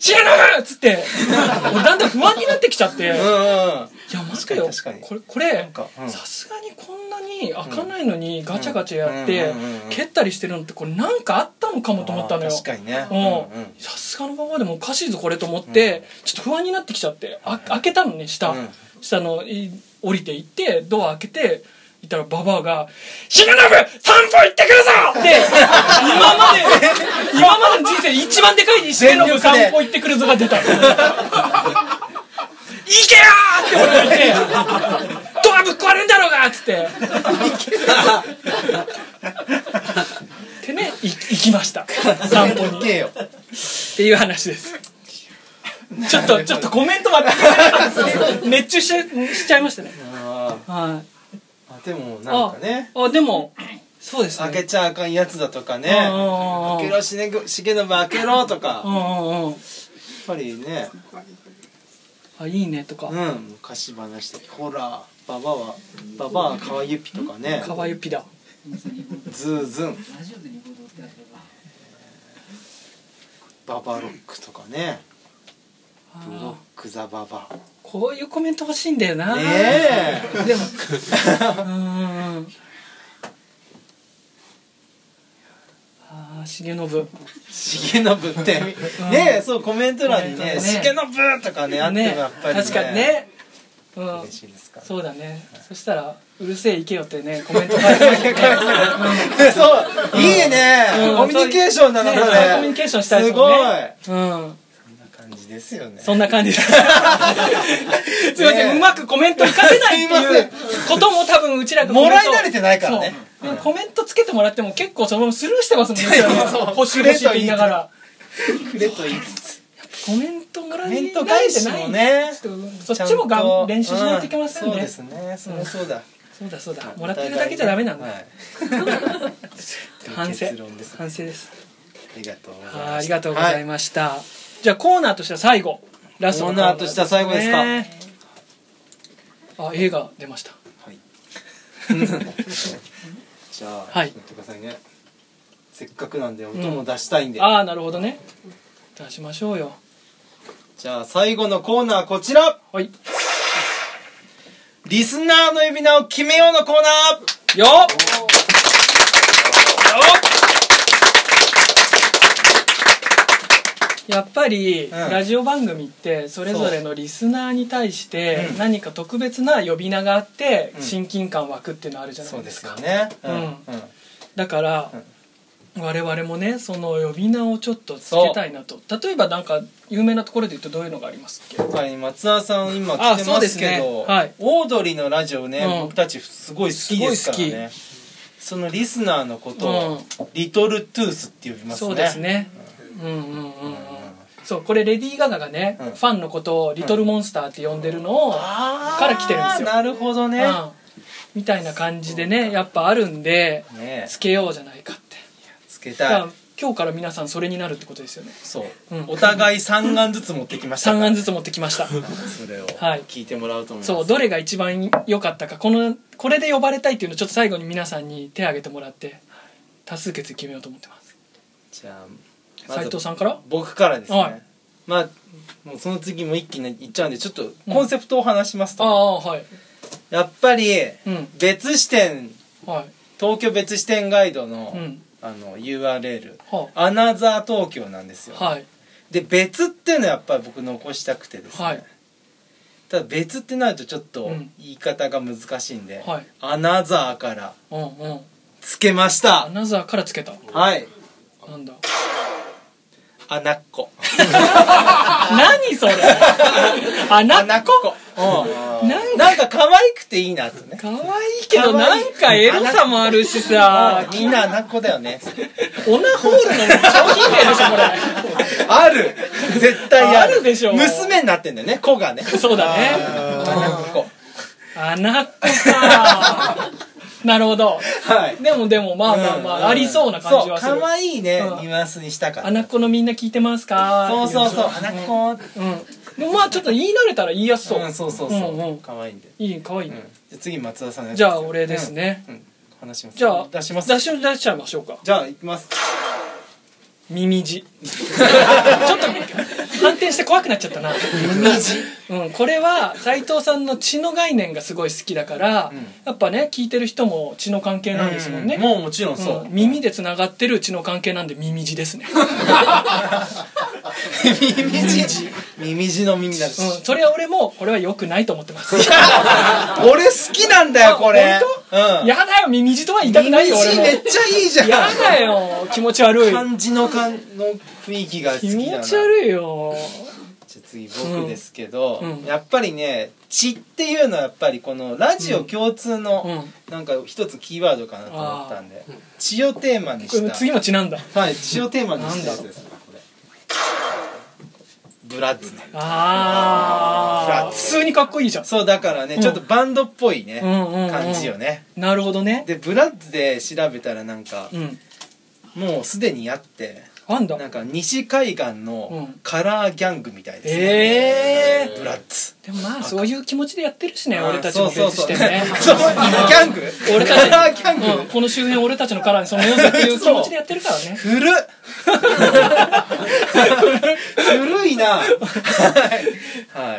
Speaker 1: 信!」っつって俺だんだん不安になってきちゃって。
Speaker 2: うんうんうん
Speaker 1: いやマジかよ
Speaker 2: 確かに
Speaker 1: これこれ
Speaker 2: かうん
Speaker 1: さすがにこんなに開かないのにガチャガチャやって、
Speaker 2: うんうんうんうん
Speaker 1: 蹴ったりしてるのってこれなんかあったのかもと思ったのよ
Speaker 2: あー確かにね
Speaker 1: うん
Speaker 2: うんうん
Speaker 1: さすがのままでもおかしいぞこれと思って、ちょっと不安になってきちゃってあ開けたのね下、
Speaker 2: うん
Speaker 1: 下のい降りて行ってドア開けて行ったらババアが「重信散歩行ってくるぞ!」って今ま で今までの人生で一番でかい重信
Speaker 2: 全力で
Speaker 1: 散歩行ってくるぞが出 た。「行けよ!」って俺が言って「ドアぶっ壊れんだろうが!」っつってってねい行きました散歩に
Speaker 2: 行け
Speaker 1: っ
Speaker 2: よ
Speaker 1: ていう話ですちょっとちょっとコメント待ってくれなかったですね熱中しちゃしちゃいましたね
Speaker 2: あ
Speaker 1: はい
Speaker 2: ーあでもなんかね
Speaker 1: あでもそうですね
Speaker 2: 開けちゃあかんやつだとかね
Speaker 1: うんうんうん
Speaker 2: 開けろしねぐしげのぶ開けろとか
Speaker 1: う
Speaker 2: やっ
Speaker 1: んうんうん
Speaker 2: ぱりね
Speaker 1: あいいねとか
Speaker 2: うん昔話とかほらババアはババア川ゆぴとかね
Speaker 1: かわゆぴだ
Speaker 2: ズーズンババロックとかねブロックザババア
Speaker 1: こういうコメント欲しいんだよな、
Speaker 2: ねえ
Speaker 1: でもうんうんうんああ重信
Speaker 2: しげのぶってねえそうコメント欄にね
Speaker 1: ね
Speaker 2: 「しげのぶ」とかねあっても
Speaker 1: ね
Speaker 2: やっぱり
Speaker 1: 確かにねうん
Speaker 2: 嬉しいですから
Speaker 1: そうだねそしたら「うるせえ行けよ」ってねコメント返ってきて
Speaker 2: ねそういいね
Speaker 1: うん
Speaker 2: コミュニケーションだな
Speaker 1: ね
Speaker 2: それ
Speaker 1: コミュニケーションしたいですすもん
Speaker 2: ごい
Speaker 1: ねうん
Speaker 2: 感じですよね
Speaker 1: そんな感じです すいません、
Speaker 2: ね
Speaker 1: うまくコメント活かせないってい
Speaker 2: すいう
Speaker 1: ことも多分うちらが
Speaker 2: もらい慣れてないからね
Speaker 1: そうでもコメントつけてもらっても結構そのままスルーして ますもんね星々って言いながら
Speaker 2: くれと言いつつ
Speaker 1: コメントもら
Speaker 2: コ
Speaker 1: い
Speaker 2: メント
Speaker 1: 慣
Speaker 2: 返
Speaker 1: れて
Speaker 2: し
Speaker 1: ない
Speaker 2: もね
Speaker 1: ちょっとそっちもが
Speaker 2: ちゃんと
Speaker 1: ん練習しないといけません
Speaker 2: う
Speaker 1: ね
Speaker 2: そうですねそれはそうだ
Speaker 1: そうだそうだもらってるだけじゃダメなんだ、
Speaker 2: はい
Speaker 1: 反省
Speaker 2: 結論ですね
Speaker 1: 反省です
Speaker 2: ありがとうございま
Speaker 1: あ
Speaker 2: した
Speaker 1: ーありがとうございました、じゃあコーナーとしては最後ラストの
Speaker 2: コーナーとしては最後ですか
Speaker 1: ねあ映画出ました
Speaker 2: じゃあ、
Speaker 1: はい
Speaker 2: 待ってくださいね。せっかくなんで音も出したいんで、
Speaker 1: ああなるほどね出しましょうよ
Speaker 2: じゃあ最後のコーナーこちら
Speaker 1: はい
Speaker 2: リスナーの呼び名を決めようのコーナ
Speaker 1: よやっぱり、ラジオ番組ってそれぞれのリスナーに対して
Speaker 2: そううん
Speaker 1: 何か特別な呼び名があって親近感湧くっていうのあるじゃ
Speaker 2: ー
Speaker 1: な
Speaker 2: そ
Speaker 1: いうで
Speaker 2: ですす
Speaker 1: か
Speaker 2: よね
Speaker 1: うん
Speaker 2: うん
Speaker 1: だから、我々もねその呼び名をちょっとつけたいなと例えばなんか有名なところで言うとどういうのがありますっけ
Speaker 2: 他に松田さん今
Speaker 1: あ
Speaker 2: 来て
Speaker 1: そう
Speaker 2: ま
Speaker 1: ですす
Speaker 2: け
Speaker 1: ね
Speaker 2: ど
Speaker 1: はい
Speaker 2: オードリーのラジオね、
Speaker 1: うん
Speaker 2: 僕たちすごい好きですから
Speaker 1: すごい
Speaker 2: ねそのリスナーのことを、リトルトゥースって呼びますね
Speaker 1: そうですねうんうんうんうんそうこれレディー・ガガがね、
Speaker 2: うん
Speaker 1: ファンのことを「リトルモンスター」って呼んでるのを、
Speaker 2: あー
Speaker 1: から来てるんですよ
Speaker 2: なるほどね、
Speaker 1: うんみたいな感じでねやっぱあるんで
Speaker 2: ね
Speaker 1: つけようじゃないかって
Speaker 2: つけ
Speaker 1: だ
Speaker 2: た
Speaker 1: か
Speaker 2: い
Speaker 1: ら今日から皆さんそれになるってことですよね
Speaker 2: そう、
Speaker 1: うん
Speaker 2: お互い3案ずつ持ってきました
Speaker 1: 3案ず
Speaker 2: つ
Speaker 1: つ持ってきました
Speaker 2: それを
Speaker 1: はい
Speaker 2: 聞いてもらうと思います、
Speaker 1: そうどれが一番良かったかこのこれで呼ばれたいっていうのをちょっと最後に皆さんに手を挙げてもらって多数決で決めようと思ってます
Speaker 2: じゃあまず
Speaker 1: 斉藤さんから
Speaker 2: 僕からですね、
Speaker 1: はい
Speaker 2: まあもうその次も一気にいっちゃうんでちょっとコンセプトを話します
Speaker 1: あ
Speaker 2: と、
Speaker 1: あはい
Speaker 2: やっぱり
Speaker 1: うん
Speaker 2: 別支店
Speaker 1: はい
Speaker 2: 東京別支店ガイドの,、
Speaker 1: うん
Speaker 2: あの URL
Speaker 1: は
Speaker 2: アナザー東京なんですよ、
Speaker 1: あはい
Speaker 2: で別っていうのはやっぱり僕残したくてですね、
Speaker 1: はい
Speaker 2: ただ別ってなるとちょっと
Speaker 1: うん
Speaker 2: 言い方が難しいんで、
Speaker 1: はい
Speaker 2: アナザーから
Speaker 1: うんうん
Speaker 2: つけまし
Speaker 1: ア
Speaker 2: た
Speaker 1: ナザーからつけた
Speaker 2: はい
Speaker 1: なんだ
Speaker 2: アナッコ
Speaker 1: 何 それアナ
Speaker 2: ア
Speaker 1: ッコ
Speaker 2: ナッコうん
Speaker 1: なんか
Speaker 2: なんか可愛くていいなとね
Speaker 1: 可愛いけどなんかエロさもあるしさ
Speaker 2: みんなアナッコだよね
Speaker 1: オナホールの商品名でしょこれ
Speaker 2: ある絶対ある
Speaker 1: あるでしょ
Speaker 2: 娘になってんだよね子が ね
Speaker 1: そうだね
Speaker 2: アナッコ
Speaker 1: アナッコ かなるほど
Speaker 2: はい
Speaker 1: でもでもまあまあまあありそうな感じはす
Speaker 2: そう
Speaker 1: る
Speaker 2: 可愛いね
Speaker 1: うん
Speaker 2: ニュアンスにしたから
Speaker 1: アナッコのみんな聞いてますか
Speaker 2: そうそうそうアナッコ
Speaker 1: うんでもまあちょっと言い慣れたら言いやすそう
Speaker 2: うんそうそうそ
Speaker 1: うんうん
Speaker 2: う可愛いんで
Speaker 1: いい可愛いね
Speaker 2: じゃあ次松田さんのやつ
Speaker 1: じゃあ俺ですね
Speaker 2: うん話します
Speaker 1: じゃあ
Speaker 2: 出します
Speaker 1: 出し出しちゃいましょうか
Speaker 2: じゃあ行きます
Speaker 1: 耳地 ちょっと反転して怖くなっちゃったな耳地、うん、これは斎藤さんの血の概念がすごい好きだから、
Speaker 2: うん
Speaker 1: やっぱね聞いてる人も血の関係なんですもんね、
Speaker 2: うもうもちろんそう
Speaker 1: うん耳でつながってる血の関係なんで耳地 ですね、
Speaker 2: 耳地耳地の耳だし
Speaker 1: うん、それは俺もこれは良くないと思ってます
Speaker 2: 俺好きなんだよこれう ん
Speaker 1: やだよ耳地とは言いたくないよ
Speaker 2: 耳
Speaker 1: 俺
Speaker 2: 地
Speaker 1: も
Speaker 2: めっちゃいいじゃん
Speaker 1: やだよ気持ち悪い
Speaker 2: 感じの感の雰囲気が好き
Speaker 1: 気
Speaker 2: だな
Speaker 1: 持ち悪いよ
Speaker 2: じゃあ次僕ですけど、
Speaker 1: うんうん
Speaker 2: やっぱりね血っていうのはやっぱりこのラジオ共通
Speaker 1: うん
Speaker 2: のなんか一つキーワードかなと思ったんで、血をテーマに
Speaker 1: こ
Speaker 2: し
Speaker 1: れ
Speaker 2: た
Speaker 1: 次の血なんだ
Speaker 2: はい血をテーマにしたやつですねこれブラッツね
Speaker 1: ああ普通にかっこいいじゃん
Speaker 2: そうだからね、
Speaker 1: うん
Speaker 2: ちょっとバンドっぽいね、
Speaker 1: うんうんうん
Speaker 2: 感じよね
Speaker 1: なるほどね
Speaker 2: でブラッツで調べたらなんか
Speaker 1: うん
Speaker 2: もうすでにあって
Speaker 1: あんだ
Speaker 2: なんか西海岸の
Speaker 1: うん
Speaker 2: カラーギャングみたいですね、
Speaker 1: ええ
Speaker 2: ブラッツ
Speaker 1: でもまあそういう気持ちでやってるしね
Speaker 2: うん
Speaker 1: 俺たちも
Speaker 2: そう
Speaker 1: 別
Speaker 2: そう
Speaker 1: して
Speaker 2: そう
Speaker 1: ね
Speaker 2: そうギャング
Speaker 1: 俺
Speaker 2: カラ
Speaker 1: た
Speaker 2: ーギャング、
Speaker 1: ち、うん、この周辺俺たちのカラーに染めようぜっていう気持ちでやってるからね
Speaker 2: 古っ古いなは
Speaker 1: は
Speaker 2: い、
Speaker 1: い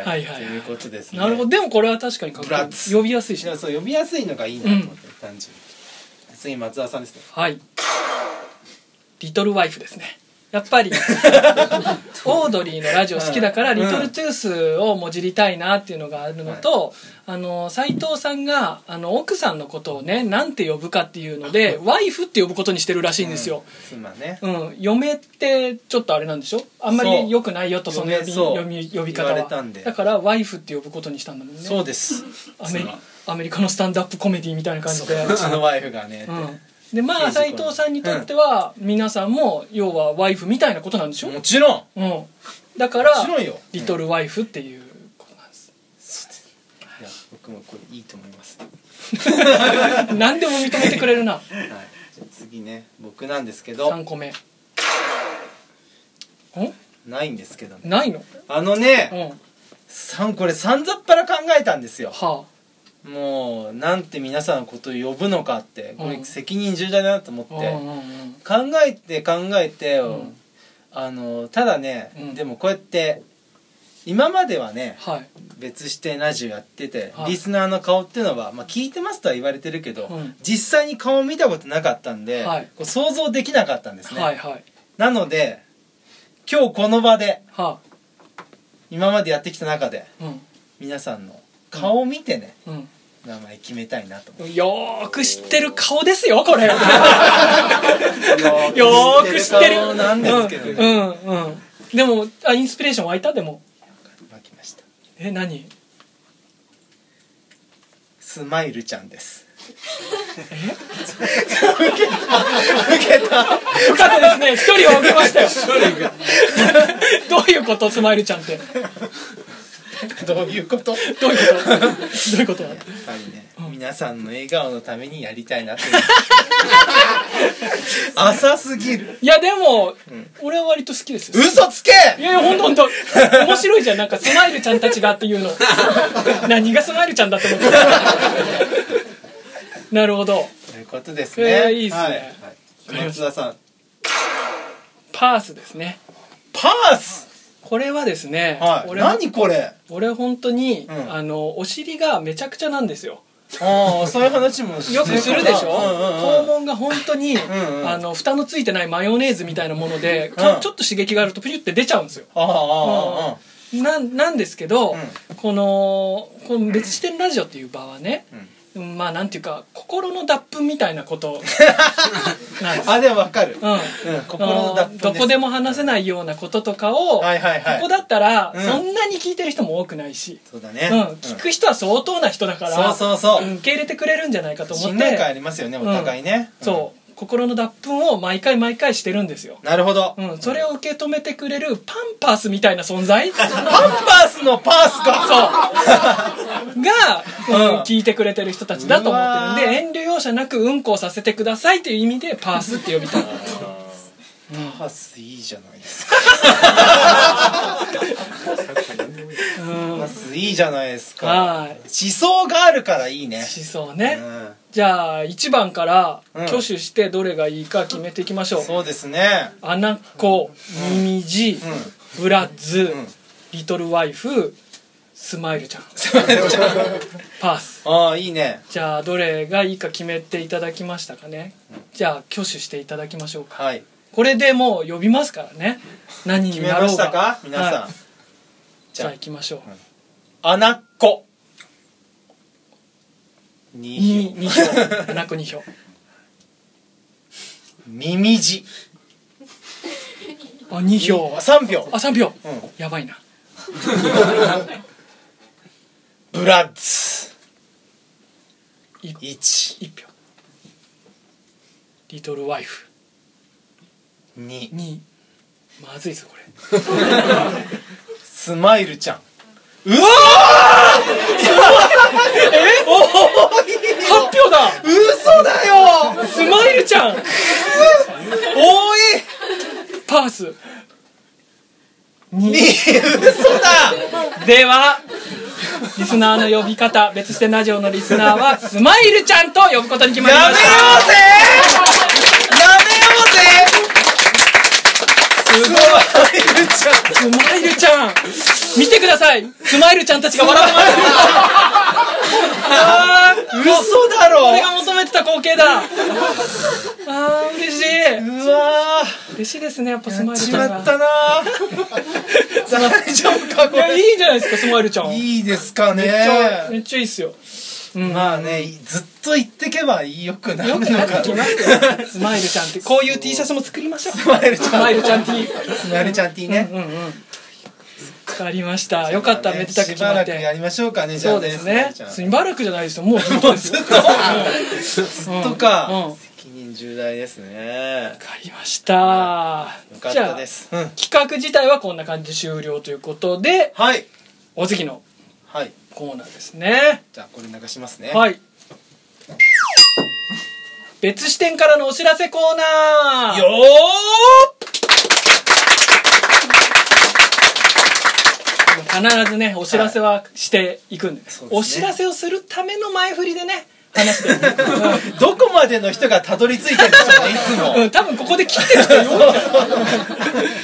Speaker 1: はいはい
Speaker 2: ということですね
Speaker 1: なるほどでもこれは確かにかっこ
Speaker 2: ブラッ
Speaker 1: いい
Speaker 2: ツ
Speaker 1: 呼びやすいし
Speaker 2: で
Speaker 1: ね
Speaker 2: もそう呼びやすいのがいいなと思って、単純に次松田さんですね
Speaker 1: はいリトルワイフですねやっぱ りオードリーのラジオ好きだから、
Speaker 2: うん
Speaker 1: リトルトゥースをもじりたいなっていうのがあるのと、あの斉藤さんがあの奥さんのことをねなんて呼ぶかっていうのでワイフって呼ぶことにしてるらしいんですよ、
Speaker 2: 妻ね
Speaker 1: うん、嫁ってちょっとあれなんでしょあんま
Speaker 2: そう
Speaker 1: り良くないよとその呼び
Speaker 2: 嫁そう
Speaker 1: 呼び呼び方は
Speaker 2: 言われたんで
Speaker 1: だからワイフって呼ぶことにしたんだもんね
Speaker 2: そうです
Speaker 1: アメリアメリカのスタンドアップコメディみたいな感じで、
Speaker 2: うちのワイフがね、
Speaker 1: うん、でまあ
Speaker 2: 刑事コ
Speaker 1: 斎
Speaker 2: ント
Speaker 1: 藤さんにとっては、皆さんも要はワイフみたいなことなんでしょ、
Speaker 2: もちろんも
Speaker 1: うんだから
Speaker 2: ちろんよ
Speaker 1: リトルワイフっていうことなんです、
Speaker 2: いや僕もこれいいと思います、はい、
Speaker 1: 何でも認めてくれるな
Speaker 2: じゃあ次ね僕なんですけ ど
Speaker 1: 3個目ん
Speaker 2: ないんですけどね
Speaker 1: ないの
Speaker 2: あの
Speaker 1: う
Speaker 2: ね、
Speaker 1: ん
Speaker 2: さんこれさんざっぱら考えたんですよ
Speaker 1: は
Speaker 2: もうなんて皆さんのことを呼ぶのかってこ
Speaker 1: う
Speaker 2: れ
Speaker 1: ん
Speaker 2: 責任重大だなと思って
Speaker 1: あ、うんうんうん
Speaker 2: 考えて考えて、
Speaker 1: うん
Speaker 2: あのただね、
Speaker 1: うん
Speaker 2: でもこうやって今まではね
Speaker 1: はい
Speaker 2: 別視点ラジオやってて、
Speaker 1: はい
Speaker 2: リスナーの顔っていうのは、まあ、聞いてますとは言われてるけど、
Speaker 1: うん
Speaker 2: 実際に顔を見たことなかったんで、
Speaker 1: はい
Speaker 2: こう想像できなかったんですね、
Speaker 1: はいはい
Speaker 2: なので今日この場で
Speaker 1: は
Speaker 2: 今までやってきた中で
Speaker 1: あうん
Speaker 2: 皆さんの顔を見てね、
Speaker 1: うん
Speaker 2: 名前決めたいなと思って
Speaker 1: よーく知ってる顔ですよこれよーく知ってる
Speaker 2: 顔なんですけどね、
Speaker 1: うんうんうんでもあインスピレーション湧いたでも
Speaker 2: まきました
Speaker 1: え何
Speaker 2: スマイルちゃんですえ受けた
Speaker 1: よかったですね一人は受けましたよどういうことスマイルちゃんって
Speaker 2: 受けたどういうことやっ
Speaker 1: どういうことどういうこと
Speaker 2: ぱりね、皆さんの笑顔のためにやりたいな っていう浅すぎる
Speaker 1: いやでも、俺は割と好きですよ
Speaker 2: 嘘つけ
Speaker 1: いやいやほんとほんと面白いじゃんなんかスマイルちゃんたちがっていうの何がスマイルちゃんだって思ってたなるほど
Speaker 2: ということです
Speaker 1: いや
Speaker 2: ね
Speaker 1: いいっすね
Speaker 2: はいはい、松田さん
Speaker 1: パースですね
Speaker 2: パース
Speaker 1: これはですね、
Speaker 2: はい
Speaker 1: 俺は
Speaker 2: 何これ
Speaker 1: 俺本当に、
Speaker 2: うん
Speaker 1: あのお尻がめちゃくちゃなんですよ
Speaker 2: ああそういう話もして
Speaker 1: よくするでしょ
Speaker 2: う
Speaker 1: 肛
Speaker 2: ん
Speaker 1: 門が本当に
Speaker 2: んうん
Speaker 1: あの蓋のついてないマヨネーズみたいなものでか
Speaker 2: うん
Speaker 1: ちょっと刺激があるとピュって出ちゃうんですよ
Speaker 2: ああああああ
Speaker 1: なんなんですけど、
Speaker 2: うん
Speaker 1: このこの別視点ラジオっていう場はね、まあなんていうか心の脱粉みたいなこと なんです、
Speaker 2: あでもわかる、
Speaker 1: うん、
Speaker 2: うん、心の脱
Speaker 1: あ
Speaker 2: 粉
Speaker 1: の
Speaker 2: す
Speaker 1: どこでも話せないようなこととかを、
Speaker 2: はいはいはい
Speaker 1: ここだったら、
Speaker 2: うん
Speaker 1: そんなに聞いてる人も多くないし、
Speaker 2: そうだ
Speaker 1: う
Speaker 2: ね、
Speaker 1: ん、聞く人は相当な人だから
Speaker 2: そうそうそう、
Speaker 1: うん受け入れてくれるんじゃないかと思っ
Speaker 2: 信
Speaker 1: て、
Speaker 2: 頼感ありますよねお互いね、
Speaker 1: そう心の脱粉を毎回毎回してるんですよ、
Speaker 2: なるほど、
Speaker 1: うん、それを受け止めてくれるパンパースみたいな存 在
Speaker 2: パンパースのパースか
Speaker 1: そうが、うん
Speaker 2: うん
Speaker 1: 聞いてくれてる人たちだと思ってるんで遠慮容赦なくうんこをさせてくださいという意味でパースって呼びたい
Speaker 2: パースいいじゃないですか
Speaker 1: うん
Speaker 2: ま
Speaker 1: は
Speaker 2: ずいいじゃないですか
Speaker 1: い
Speaker 2: 思想があるからいいね
Speaker 1: 思想ね、
Speaker 2: うん
Speaker 1: じゃあ1番から
Speaker 2: うん
Speaker 1: 挙手してどれがいいか決めていきましょう、
Speaker 2: そうですね
Speaker 1: アナコミミジ、ブラッズ、
Speaker 2: ん
Speaker 1: リトルワイフスマイルちゃんパース
Speaker 2: ああいいね
Speaker 1: じゃあどれがいいか決めていただきましたかねじゃあ挙手していただきましょうか
Speaker 2: はい
Speaker 1: これでもう呼びますからね何に
Speaker 2: 決め
Speaker 1: なろうが
Speaker 2: ましたか皆さん、
Speaker 1: はいじ
Speaker 2: じゃ
Speaker 1: ゃ
Speaker 2: あ
Speaker 1: あ行きましょう
Speaker 2: アナッコに
Speaker 1: 2票アナコ2票
Speaker 2: ミミジ
Speaker 1: あ2票
Speaker 2: 3票
Speaker 1: あ3票、
Speaker 2: うん
Speaker 1: やばいな
Speaker 2: ブラッ
Speaker 1: い
Speaker 2: ツ1
Speaker 1: 1票リトルワイフ
Speaker 2: 2
Speaker 1: 2まずいぞこれ
Speaker 2: スマイルちゃんうわ
Speaker 1: 8票だ
Speaker 2: ー嘘だよ
Speaker 1: スマイルちゃん
Speaker 2: 多い
Speaker 1: パース
Speaker 2: に嘘だ
Speaker 1: ではリスナーの呼び方別してラジオのリスナーはスマイルちゃんと呼ぶことに決まり
Speaker 2: やめ
Speaker 1: ま
Speaker 2: ようぜ
Speaker 1: した
Speaker 2: やめようぜすごいルちゃん
Speaker 1: スマイルちゃん見てくださいスマイルちゃんたちが笑って ますあー
Speaker 2: 嘘だろ
Speaker 1: 俺が求めてた光景だあー嬉しいう
Speaker 2: わー
Speaker 1: 嬉しいですねやっぱスマイル
Speaker 2: し
Speaker 1: ち
Speaker 2: ま
Speaker 1: ゃ
Speaker 2: っ
Speaker 1: んが
Speaker 2: たなー大丈夫かこ
Speaker 1: いやい
Speaker 2: れ
Speaker 1: いじゃないですかスマイルちゃん
Speaker 2: いいですかね
Speaker 1: めっちゃいいっすよ
Speaker 2: まあねずっと言ってけばよくなる
Speaker 1: よ
Speaker 2: の
Speaker 1: くな
Speaker 2: か
Speaker 1: ってきますよスマイルちゃんってこういう T シャツも作りましょうスマ
Speaker 2: イルちゃん
Speaker 1: イルちゃん T
Speaker 2: スマイルちゃんっていいね
Speaker 1: うんうん。わかりました。よかった、めでたく
Speaker 2: し
Speaker 1: 決
Speaker 2: ば
Speaker 1: まっ
Speaker 2: らくや
Speaker 1: て。
Speaker 2: りましょうかねじゃ
Speaker 1: そ
Speaker 2: あ
Speaker 1: うですね。
Speaker 2: スマイルち
Speaker 1: しばらくじゃないですよ。もうずっとです。わ
Speaker 2: ゃんずっとか、
Speaker 1: うん
Speaker 2: 責任重大ですね
Speaker 1: かりました
Speaker 2: よ。かっ
Speaker 1: じゃ
Speaker 2: た
Speaker 1: あ
Speaker 2: です、うん、
Speaker 1: 企画自体はこんな感じで終了ということで、
Speaker 2: はい
Speaker 1: お次の
Speaker 2: はい
Speaker 1: コーナーですね。
Speaker 2: じゃあこれ流しますね
Speaker 1: はい。別視点からのお知らせコーナー。
Speaker 2: よ
Speaker 1: 必ずねお知らせはしていくんです、
Speaker 2: そうですね
Speaker 1: お知らせをするための前振りでね話して る、うん
Speaker 2: ーどこまでの人がたどり着いてるんでしょうねいつも
Speaker 1: うん、多分ここで切ってる人いるんじゃない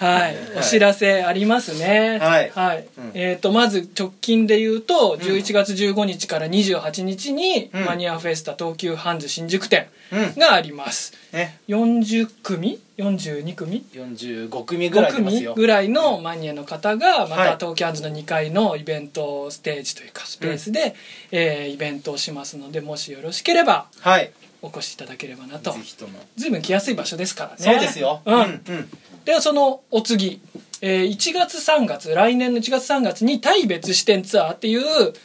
Speaker 1: はい、お知らせありますね
Speaker 2: はいん
Speaker 1: えっ、とまず直近で言うと11月15日から28日に、
Speaker 2: うん
Speaker 1: マニアフェスタ東急ハンズ新宿店
Speaker 2: うん
Speaker 1: があります、
Speaker 2: ね
Speaker 1: 40組42組
Speaker 2: 45組ぐら
Speaker 1: 5
Speaker 2: い出ます
Speaker 1: 組
Speaker 2: よ
Speaker 1: ぐらいのマニアの方がま
Speaker 2: はい
Speaker 1: た東京アンズの2階のイベントステージというかスペースで、えーイベントをしますのでもしよろしければ
Speaker 2: はい
Speaker 1: お越しいただければなと
Speaker 2: ぜひとも、
Speaker 1: 随分来やすい場所ですからね
Speaker 2: そうですよ
Speaker 1: うん
Speaker 2: うん
Speaker 1: ではそのお次、えー1月3月来年の1月3月にタイ別支店ツアーっていう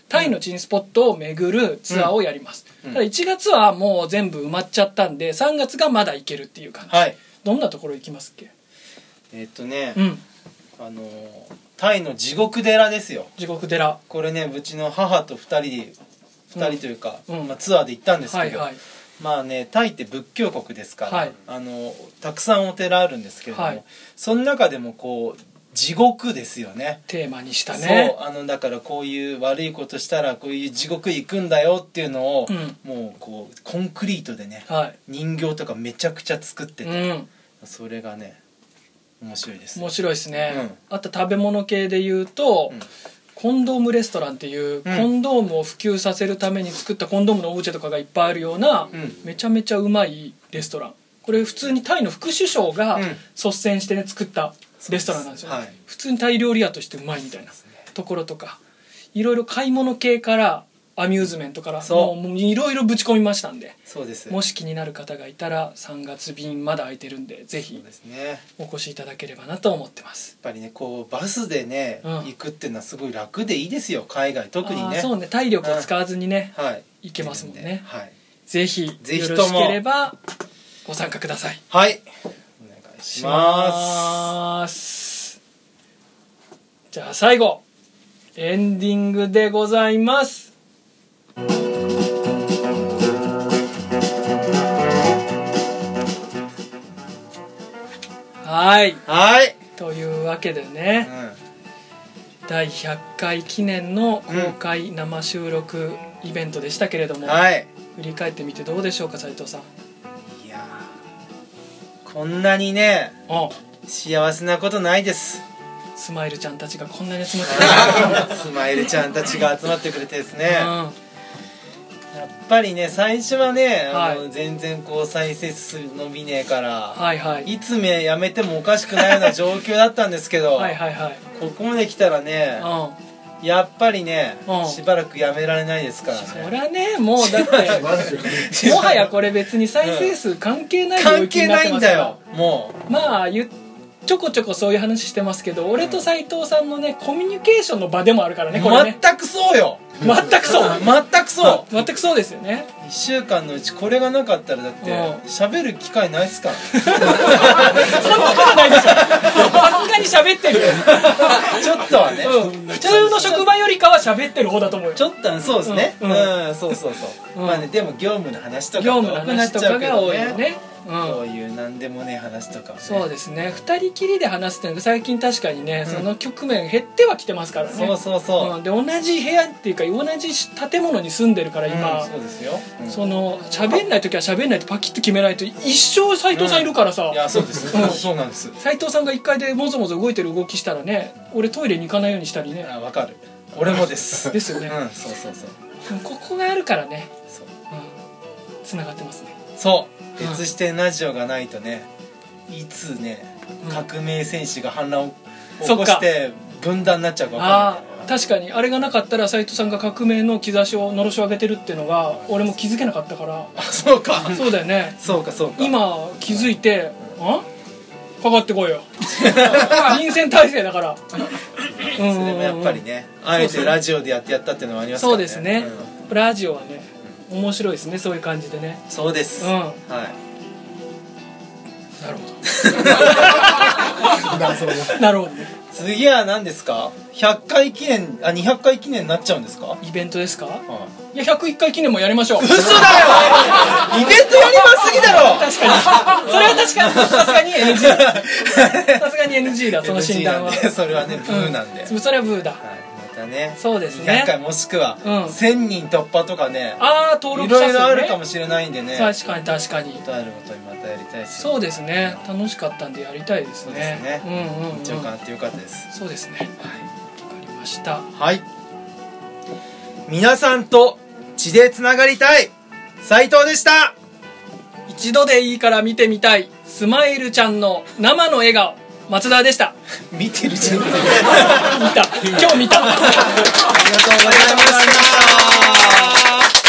Speaker 1: タイの珍スポットを巡るツアーをやります、
Speaker 2: うん
Speaker 1: ただ1月はもう全部埋まっちゃったんで3月がまだ行けるっていう感じ、
Speaker 2: はい
Speaker 1: どんなところ行きますっけ
Speaker 2: えっとね、
Speaker 1: うん
Speaker 2: あのータイの地獄寺ですよ
Speaker 1: 地獄寺
Speaker 2: これねうちの母と2人で2人というか、
Speaker 1: うん
Speaker 2: まあ、ツアーで行ったんですけど、
Speaker 1: はいはい
Speaker 2: まあねタイって仏教国ですから、
Speaker 1: はい
Speaker 2: あのたくさんお寺あるんですけれども、
Speaker 1: はい
Speaker 2: その中でもこう地獄ですよね。
Speaker 1: テーマにしたね
Speaker 2: そうあのだからこういう悪いことしたらこういう地獄行くんだよっていうのを、
Speaker 1: うん
Speaker 2: もうこうコンクリートでね
Speaker 1: はい
Speaker 2: 人形とかめちゃくちゃ作って
Speaker 1: う
Speaker 2: て、
Speaker 1: ん
Speaker 2: それがね面白いです。
Speaker 1: 面白いですね、あと食べ物系で言うと、
Speaker 2: うん
Speaker 1: コンドームレストランっていう、
Speaker 2: うん
Speaker 1: コンドームを普及させるために作ったコンドームのオブジェとかがいっぱいあるような、
Speaker 2: うん
Speaker 1: めちゃめちゃうまいレストランこれ普通にタイの副首相が
Speaker 2: うん
Speaker 1: 率先してね作ったレストランなんですよ、ね
Speaker 2: はい
Speaker 1: 普通にタイ料理屋としてうまいみたいなところとかいろいろ買い物系からアミューズメントから
Speaker 2: そ
Speaker 1: も
Speaker 2: う
Speaker 1: うもういろいろぶち込みましたんで
Speaker 2: そうです
Speaker 1: もし気になる方がいたら3月便まだ空いてるんでぜ
Speaker 2: そう
Speaker 1: ひ
Speaker 2: ですねやっ
Speaker 1: お越しいただければなと思ってます
Speaker 2: ぱりねこうバスでね、
Speaker 1: うん
Speaker 2: 行くっていうのはすごい楽でいいですよ海外特に
Speaker 1: あー
Speaker 2: ね
Speaker 1: そうね体力を使わずにね
Speaker 2: はい
Speaker 1: いけますもんね
Speaker 2: いけるではい
Speaker 1: ぜひ
Speaker 2: ぜひ
Speaker 1: よ
Speaker 2: と
Speaker 1: ろ
Speaker 2: も
Speaker 1: しければご参加ください
Speaker 2: はいお願いします
Speaker 1: ますじゃあ最後エンディングでございますはい
Speaker 2: はい、
Speaker 1: というわけでね第100回記念の公開生収録イベントでしたけれど
Speaker 2: う
Speaker 1: も、
Speaker 2: ん、はい
Speaker 1: 振り返ってみてどうでしょうか斉藤さん
Speaker 2: いやーこんなにね
Speaker 1: あ
Speaker 2: 幸せなことな いです
Speaker 1: スマイルちゃんたちがこんなに集まって
Speaker 2: スマイルちゃんたちが集まってくれてですね
Speaker 1: た、
Speaker 2: やっぱりね最初はね、あ
Speaker 1: は
Speaker 2: の
Speaker 1: い
Speaker 2: 全然こう再生数伸びねえから、
Speaker 1: うん、はいはい
Speaker 2: い、つめやめてもおかしくないような状況だったんですけど
Speaker 1: はいはいはい
Speaker 2: ここまで来たらね
Speaker 1: う
Speaker 2: やっぱりね、
Speaker 1: うん
Speaker 2: しばらくやめられないですから
Speaker 1: んそ
Speaker 2: ね
Speaker 1: りゃねもうだ って もはやこれ別に再生数関係ない領
Speaker 2: 関
Speaker 1: 域に
Speaker 2: 係
Speaker 1: なっ
Speaker 2: な
Speaker 1: て
Speaker 2: い
Speaker 1: ます
Speaker 2: ん
Speaker 1: か
Speaker 2: だ
Speaker 1: ら
Speaker 2: よも
Speaker 1: まあゆちょこちょこそういう話してますけど俺と斉藤さんのねコミュニケーションの場でもあるから
Speaker 2: う
Speaker 1: ねこれね
Speaker 2: 全くそうよ
Speaker 1: 全くそう
Speaker 2: 全くそう
Speaker 1: 全くそうですよね
Speaker 2: 1週間のうちこれがなかったらだって
Speaker 1: うん
Speaker 2: 喋る機会ないっす からね
Speaker 1: そんなことないでしょさすがに喋って るよ、
Speaker 2: ちょっとはね、
Speaker 1: うん、普通の職場よりかは喋ってる方だと思うよ
Speaker 2: ちょっとはそうですねう、
Speaker 1: うんん
Speaker 2: そうそうそう、
Speaker 1: うん
Speaker 2: まあねでも業務の話とか
Speaker 1: 業務の話とかが多いよね、う
Speaker 2: こ
Speaker 1: ん
Speaker 2: ういうなんでもねえ話とかもね
Speaker 1: そうですね2人きりで話すっていうのが最近確かにね、その局面減ってはきてますからね
Speaker 2: そうそうそう、
Speaker 1: うん、で同じ部屋っていうか同じ建物に住んでるから今、
Speaker 2: うんそうですよ、うん
Speaker 1: その喋んない時は喋んないとパキッと決めないと一生斎藤さんいるからさ、
Speaker 2: いやそうです、
Speaker 1: うん
Speaker 2: そうなんです
Speaker 1: 斉藤さんが1階でもぞもぞ動いてる動きしたらね俺トイレに行かないようにしたりね
Speaker 2: あわかる俺もです
Speaker 1: ですよね
Speaker 2: うんそうそうそう
Speaker 1: ここがあるからね
Speaker 2: そう
Speaker 1: つな、繋がってますね
Speaker 2: そう別視点ラジオがないとねいつね
Speaker 1: うん
Speaker 2: 革命戦士が反乱を起
Speaker 1: そ
Speaker 2: こ
Speaker 1: っか
Speaker 2: して分断になっちゃうかわ
Speaker 1: あ
Speaker 2: かんない
Speaker 1: あ確かにあれがなかったら斉藤さんが革命の兆しをのろしを上げてるっていうのが俺も気づけなかったから
Speaker 2: あそうか
Speaker 1: そうだよね
Speaker 2: そうかそうか
Speaker 1: 今気づいて「あかかってこいよ」臨戦態勢だから
Speaker 2: それもやっぱりねあえてラジオでやってやったっていうのもありますか
Speaker 1: そ
Speaker 2: らね
Speaker 1: うですね、ラジオはね面白いですねそういう感じでね
Speaker 2: うんそうです、
Speaker 1: うん
Speaker 2: は
Speaker 1: なるほど
Speaker 9: だ、それも。
Speaker 1: なるほどね
Speaker 2: い次は何ですか100回記念あ200回記念になっちゃうんですか、
Speaker 1: イベントですかいや101回記念もやりましょう
Speaker 2: 嘘だよイベントやりますぎだろ
Speaker 1: 確かにそれは確かにさすがに NG さすがに NG だその診断は
Speaker 2: NG なんで それはねブーなんで、
Speaker 1: うんそれはブーだ
Speaker 2: はい、またね
Speaker 1: そうですね
Speaker 2: 200回もしくは、
Speaker 1: うん
Speaker 2: 1000人突破とかね
Speaker 1: ああ登
Speaker 2: い
Speaker 1: 録者数、ね、
Speaker 2: ろいろあるかもしれないんでね
Speaker 1: 確かに確かに
Speaker 2: ことあることにまたやりたいですよ
Speaker 1: そうですね楽しかったんでやりたいです
Speaker 2: そう
Speaker 1: ね
Speaker 2: ですね
Speaker 1: うんうん、うん、
Speaker 2: 一応感あってよかったです
Speaker 1: そうですねわかりました
Speaker 2: はい皆さんと血でつながりたい斉藤でした
Speaker 1: 一度でいいから見てみたいスマイルちゃんの生の笑顔松田でした
Speaker 2: 見てる人
Speaker 1: 見た今日見た
Speaker 2: ありがとうございました。